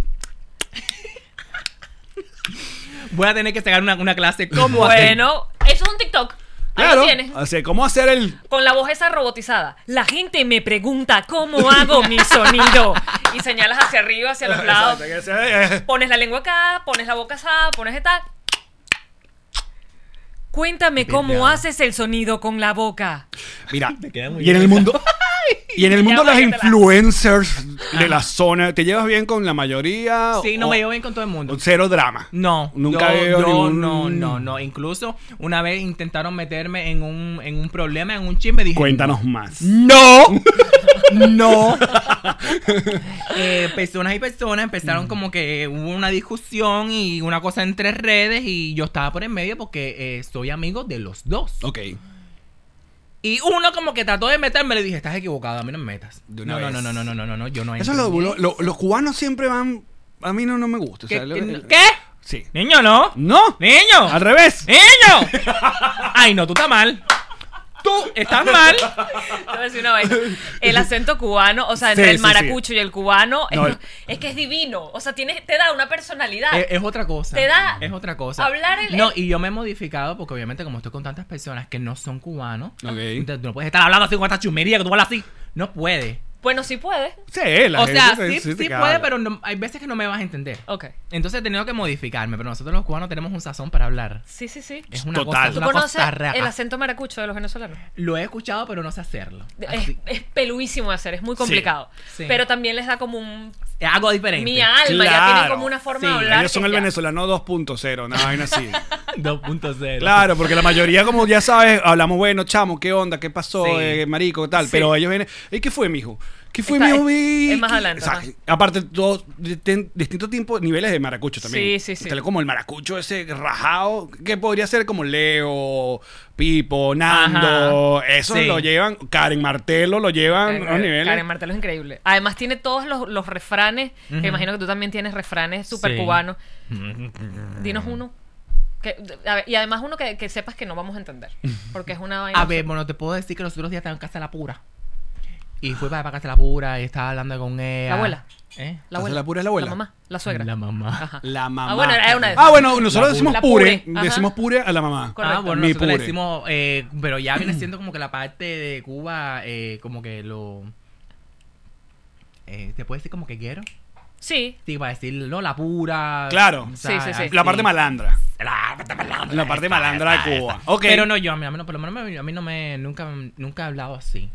[SPEAKER 6] Voy a tener que sacar una, una clase como
[SPEAKER 5] Bueno, eso es un TikTok. Ahí lo
[SPEAKER 4] Claro.
[SPEAKER 5] tienes.
[SPEAKER 4] O sea, ¿cómo hacer el.
[SPEAKER 5] Con la voz esa robotizada. La gente me pregunta cómo hago mi sonido. Y señalas hacia arriba, hacia los lados.
[SPEAKER 4] Exacto, que sea, eh.
[SPEAKER 5] Pones la lengua acá, pones la boca asada, pones esta. Cuéntame cómo
[SPEAKER 6] Verdad.
[SPEAKER 5] haces el sonido con la boca.
[SPEAKER 4] Mira,
[SPEAKER 6] queda muy
[SPEAKER 4] y en el
[SPEAKER 6] bien.
[SPEAKER 4] mundo. Y en el mundo
[SPEAKER 5] Ya,
[SPEAKER 4] las
[SPEAKER 5] guárdatela.
[SPEAKER 4] influencers de la zona, ¿te llevas bien con la mayoría?
[SPEAKER 6] Sí, no
[SPEAKER 4] O-
[SPEAKER 6] me llevo bien con todo el mundo.
[SPEAKER 4] Cero drama.
[SPEAKER 6] No,
[SPEAKER 4] Nunca
[SPEAKER 6] yo,
[SPEAKER 4] veo
[SPEAKER 6] yo
[SPEAKER 4] ningún-
[SPEAKER 6] no, no, no. Incluso una vez intentaron meterme en un, en un problema, en un chisme, dije.
[SPEAKER 4] Cuéntanos más.
[SPEAKER 6] No, no. Eh, personas y personas
[SPEAKER 4] Mm.
[SPEAKER 6] empezaron como que hubo una discusión y una cosa entre redes y yo estaba por en medio porque eh, soy amigo de los dos.
[SPEAKER 4] Ok.
[SPEAKER 6] Y uno como que trató de meterme, le dije, estás equivocado, a mí no me metas.
[SPEAKER 4] De una
[SPEAKER 6] no,
[SPEAKER 4] vez.
[SPEAKER 6] no, no, no, no, no, no, no, yo no
[SPEAKER 4] Eso es
[SPEAKER 6] entro
[SPEAKER 4] lo,
[SPEAKER 6] en
[SPEAKER 4] lo- lo- los cubanos siempre van. A mí no, no me gusta. o
[SPEAKER 6] ¿Qué?
[SPEAKER 4] sea, lo- el-
[SPEAKER 6] ¿Qué? ¿Eh?
[SPEAKER 4] Sí.
[SPEAKER 6] Niño, no.
[SPEAKER 4] No.
[SPEAKER 6] Niño.
[SPEAKER 4] Al revés.
[SPEAKER 6] ¡Niño! Ay, no, tú estás mal. Tú estás mal.
[SPEAKER 5] Te voy a decir una vaina. El acento cubano, o sea, entre
[SPEAKER 4] Sí,
[SPEAKER 5] el
[SPEAKER 4] sí,
[SPEAKER 5] maracucho y el cubano, es-
[SPEAKER 4] No,
[SPEAKER 5] es,
[SPEAKER 4] el- Eh,
[SPEAKER 5] que es divino. O sea, tienes, te da una personalidad.
[SPEAKER 6] Es, es otra cosa.
[SPEAKER 5] Te da-
[SPEAKER 6] Es otra cosa.
[SPEAKER 5] hablar el-
[SPEAKER 6] No, y yo me he modificado porque obviamente como estoy con tantas personas que no son cubanos,
[SPEAKER 4] Ok.
[SPEAKER 6] entonces tú no puedes estar hablando así con esta chumería que tú hablas así. No puede.
[SPEAKER 5] bueno, sí puedes.
[SPEAKER 4] Sí, la
[SPEAKER 6] o
[SPEAKER 4] gente
[SPEAKER 6] sea,
[SPEAKER 4] se- "Ah,
[SPEAKER 6] sí,
[SPEAKER 4] se te
[SPEAKER 6] sí
[SPEAKER 4] caga.
[SPEAKER 6] puede, pero no- hay veces que no me vas a entender.
[SPEAKER 5] Ok.
[SPEAKER 6] Entonces he tenido que modificarme, pero nosotros los cubanos tenemos un sazón para hablar.
[SPEAKER 5] Sí, sí, sí.
[SPEAKER 6] Es una
[SPEAKER 4] Total.
[SPEAKER 6] cosa, es
[SPEAKER 5] ¿Tú
[SPEAKER 6] una
[SPEAKER 5] conoces
[SPEAKER 6] cosa rara. Ah,
[SPEAKER 5] el acento maracucho de los venezolanos?
[SPEAKER 6] Lo he escuchado, pero no sé hacerlo.
[SPEAKER 5] Es,
[SPEAKER 6] Así.
[SPEAKER 5] es peluísimo de hacer, es muy complicado.
[SPEAKER 6] Sí.
[SPEAKER 5] Pero también les da como un...
[SPEAKER 6] Algo diferente.
[SPEAKER 5] Mi alma, ya
[SPEAKER 4] Claro.
[SPEAKER 5] tienen como una forma de
[SPEAKER 6] Sí,
[SPEAKER 5] hablar.
[SPEAKER 4] Ellos son
[SPEAKER 5] que
[SPEAKER 4] el
[SPEAKER 5] ya-
[SPEAKER 4] venezolano 2.0, una vaina así.
[SPEAKER 6] 2.0.
[SPEAKER 4] Claro, porque la mayoría, como ya sabes, hablamos, bueno, chamo, ¿qué onda? ¿Qué pasó?
[SPEAKER 6] Sí.
[SPEAKER 4] eh, marico, tal.
[SPEAKER 5] Sí.
[SPEAKER 4] Pero ellos vienen, ¿y qué fue, mijo? ¿Qué fue,
[SPEAKER 5] Está-
[SPEAKER 4] mijo?
[SPEAKER 5] es-
[SPEAKER 4] ¿Y
[SPEAKER 5] es más
[SPEAKER 4] qué-?"
[SPEAKER 5] adelante,
[SPEAKER 4] O sea,
[SPEAKER 5] ajá.
[SPEAKER 4] aparte, todo, de- ten- distintos tipos, niveles de maracucho también.
[SPEAKER 5] Sí, sí, sí.
[SPEAKER 4] Está como el maracucho ese rajado, que podría ser como Leo, Pipo, Nando.
[SPEAKER 6] Ajá.
[SPEAKER 4] Eso
[SPEAKER 6] Sí.
[SPEAKER 4] lo llevan, Karen Martelo lo llevan a
[SPEAKER 5] Karen,
[SPEAKER 4] unos niveles.
[SPEAKER 5] Eh, Karen Martelo es increíble. Además tiene todos los, los refranes, que imagino que tú también tienes refranes súper cubanos.
[SPEAKER 6] Mm.
[SPEAKER 5] Dinos
[SPEAKER 4] Eh.
[SPEAKER 5] uno. Que- a ver, y además uno que, que sepas que no vamos a entender. Porque es una vaina.
[SPEAKER 6] A ver, bueno, te puedo decir que los otros días estaba en Casa La Pura. Y fui para, para Casa La Pura y estaba hablando con ella.
[SPEAKER 5] ¿La abuela?
[SPEAKER 6] ¿Eh?
[SPEAKER 5] la abuela.
[SPEAKER 4] ¿La pura es la abuela?
[SPEAKER 5] mamá, la suegra.
[SPEAKER 6] La mamá.
[SPEAKER 5] Ajá.
[SPEAKER 4] La mamá.
[SPEAKER 5] Ah, bueno, era una de esas.
[SPEAKER 4] Ah, bueno, nosotros decimos
[SPEAKER 5] La
[SPEAKER 4] pure.
[SPEAKER 5] pure, ajá.
[SPEAKER 4] Decimos pure a la mamá.
[SPEAKER 5] Correcto.
[SPEAKER 6] Ah, bueno,
[SPEAKER 4] Mi
[SPEAKER 6] nosotros le
[SPEAKER 4] pure.
[SPEAKER 6] decimos, eh, pero ya viene siendo como que la parte de Cuba, eh, como que lo... Eh, ¿Te puede decir como que quiero?
[SPEAKER 5] Sí.
[SPEAKER 6] Sí, para decir, no, la pura.
[SPEAKER 4] Claro.
[SPEAKER 6] o
[SPEAKER 5] Sí, sí, sí.
[SPEAKER 6] así.
[SPEAKER 4] La parte malandra.
[SPEAKER 6] La parte malandra.
[SPEAKER 4] La parte
[SPEAKER 6] esa,
[SPEAKER 4] malandra de
[SPEAKER 6] esa, esa.
[SPEAKER 4] Cuba. Ok.
[SPEAKER 6] Pero no, yo, a mí, a mí no- por lo menos a mí- a mí no me, nunca, nunca he hablado así.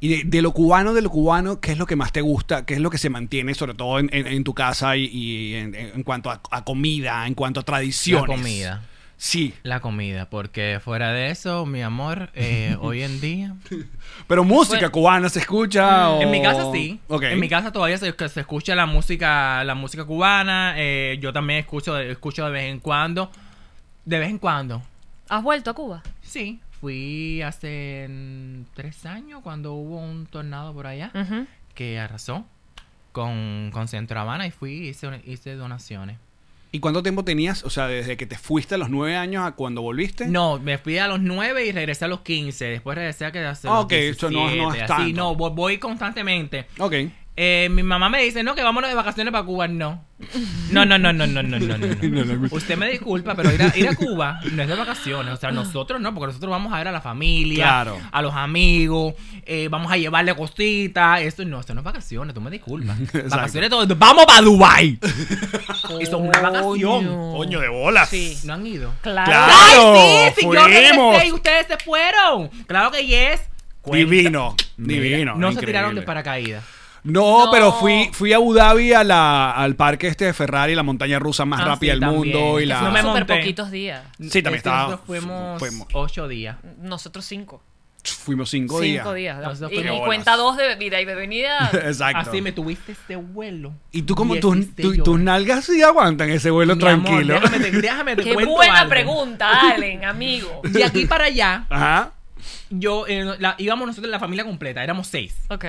[SPEAKER 4] Y de, de lo cubano, de lo cubano, ¿qué es lo que más te gusta? ¿Qué es lo que se mantiene, sobre todo en, en- en tu casa y, y en, en cuanto a, a comida, en cuanto a
[SPEAKER 6] La
[SPEAKER 4] tradiciones?
[SPEAKER 6] comida.
[SPEAKER 4] Sí,
[SPEAKER 6] La comida, porque fuera de eso, mi amor, eh, hoy en día.
[SPEAKER 4] pero música
[SPEAKER 5] Bueno.
[SPEAKER 4] cubana se escucha. o-
[SPEAKER 6] Mm. En mi casa sí.
[SPEAKER 4] Ok.
[SPEAKER 6] En mi casa todavía se, que se escucha la música, la música cubana. eh, yo también escucho, escucho de vez en cuando. De vez en cuando.
[SPEAKER 5] ¿Has vuelto a Cuba?
[SPEAKER 6] Sí. Fui hace mm, tres años cuando hubo un tornado por allá
[SPEAKER 5] Ujú.
[SPEAKER 6] que arrasó con, con Centro Habana y fui y hice, hice donaciones.
[SPEAKER 4] ¿Y cuánto tiempo tenías? O sea, desde que te fuiste a los nueve años a cuando volviste.
[SPEAKER 6] No, me fui a los 9 y regresé a los 15. Después regresé a que a los
[SPEAKER 4] Ah, ok, eso no- no es
[SPEAKER 6] 17, así.
[SPEAKER 4] tanto.
[SPEAKER 6] no, voy- voy constantemente.
[SPEAKER 4] Ok.
[SPEAKER 6] Eh, mi mamá me dice, no, que vámonos de vacaciones para Cuba. No. No, no, no, no, no, no, no, no. Usted me disculpa, pero ir a, ir a Cuba no es de vacaciones. O sea, nosotros no, porque nosotros vamos a ver a la familia,
[SPEAKER 4] Claro.
[SPEAKER 6] a los amigos, eh, vamos a llevarle cositas. Eso no, eso no es vacaciones, tú me disculpas. Vacaciones todo. Vamos para Dubai. Eso es una vacación.
[SPEAKER 4] Coño de bolas.
[SPEAKER 5] Sí.
[SPEAKER 6] No han ido.
[SPEAKER 5] Claro.
[SPEAKER 4] Claro,
[SPEAKER 6] ¡Ay, sí! Si yo
[SPEAKER 4] fuimos.
[SPEAKER 6] regresé y ustedes se fueron. Claro que yes. Cuenta.
[SPEAKER 4] Divino,
[SPEAKER 6] Mira,
[SPEAKER 4] divino.
[SPEAKER 6] No se
[SPEAKER 4] increíble.
[SPEAKER 6] tiraron de paracaídas.
[SPEAKER 4] No,
[SPEAKER 5] No.
[SPEAKER 4] pero fui, fui a Abu Dhabi a la- al parque este de Ferrari, la montaña rusa más
[SPEAKER 6] Ah,
[SPEAKER 4] rápida del
[SPEAKER 6] sí, también.
[SPEAKER 4] mundo. Y
[SPEAKER 6] Es
[SPEAKER 4] la...
[SPEAKER 6] No me
[SPEAKER 5] Súper
[SPEAKER 6] monté.
[SPEAKER 5] poquitos días.
[SPEAKER 4] Sí, también
[SPEAKER 6] Este, Nosotros
[SPEAKER 4] estaba-
[SPEAKER 6] Fuimos,
[SPEAKER 4] fuimos.
[SPEAKER 6] ocho días.
[SPEAKER 5] Nosotros cinco.
[SPEAKER 4] Fuimos cinco, días.
[SPEAKER 5] cinco días.
[SPEAKER 6] Nosotros
[SPEAKER 5] Y,
[SPEAKER 6] fuimos
[SPEAKER 5] y
[SPEAKER 4] bolas.
[SPEAKER 5] cuenta dos de bebida y bebida.
[SPEAKER 4] Exacto.
[SPEAKER 6] Así me tuviste este vuelo.
[SPEAKER 4] Y tú como tus,
[SPEAKER 6] 16
[SPEAKER 4] tu-
[SPEAKER 6] horas.
[SPEAKER 4] tus nalgas sí aguantan ese vuelo
[SPEAKER 6] Mi amor,
[SPEAKER 4] tranquilo.
[SPEAKER 6] déjame te, déjame te
[SPEAKER 5] Qué
[SPEAKER 6] cuento
[SPEAKER 5] buena
[SPEAKER 6] algo.
[SPEAKER 5] pregunta, Allen, amigo.
[SPEAKER 6] De aquí para allá,
[SPEAKER 4] Ajá.
[SPEAKER 6] yo eh, la- íbamos nosotros la familia completa, éramos seis.
[SPEAKER 5] Ok.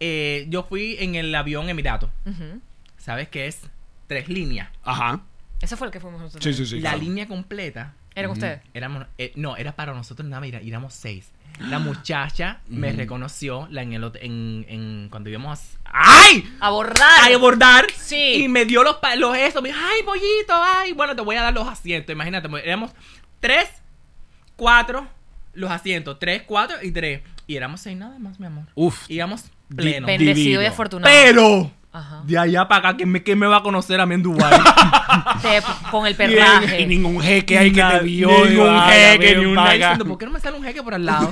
[SPEAKER 6] Eh, yo fui en el avión Emirato.
[SPEAKER 5] Ujú.
[SPEAKER 6] ¿Sabes qué es? Tres líneas.
[SPEAKER 4] Ajá.
[SPEAKER 5] Ese fue el que fuimos nosotros.
[SPEAKER 4] Sí, sí, sí.
[SPEAKER 6] la
[SPEAKER 4] claro.
[SPEAKER 6] línea completa
[SPEAKER 5] ¿Eran ustedes?
[SPEAKER 6] éramos eh, no era para nosotros nada mira éramos seis la muchacha me reconoció la en el hot- en, en cuando íbamos a ay
[SPEAKER 5] Abordar.
[SPEAKER 6] a abordar
[SPEAKER 5] Sí.
[SPEAKER 6] y me dio los pa- los esos me dijo ay pollito ay bueno te voy a dar los asientos imagínate mo- éramos tres cuatro los asientos tres cuatro y tres y éramos seis nada más mi amor
[SPEAKER 4] Uf.
[SPEAKER 6] íbamos
[SPEAKER 4] Di-
[SPEAKER 6] pleno
[SPEAKER 5] Bendecido
[SPEAKER 4] Divino.
[SPEAKER 5] y afortunado.
[SPEAKER 6] pero
[SPEAKER 5] Ajá.
[SPEAKER 6] de allá para acá ¿quién me, quién me va a conocer a mí en Dubái
[SPEAKER 5] Te- con el
[SPEAKER 4] Y,
[SPEAKER 5] perraje.
[SPEAKER 4] ningún jeque hay que te
[SPEAKER 6] Nada,
[SPEAKER 4] vio. "Ah,
[SPEAKER 6] ni un jeque, ni un
[SPEAKER 4] nada.
[SPEAKER 6] diciendo, ¿Por qué no me sale un jeque por al lado?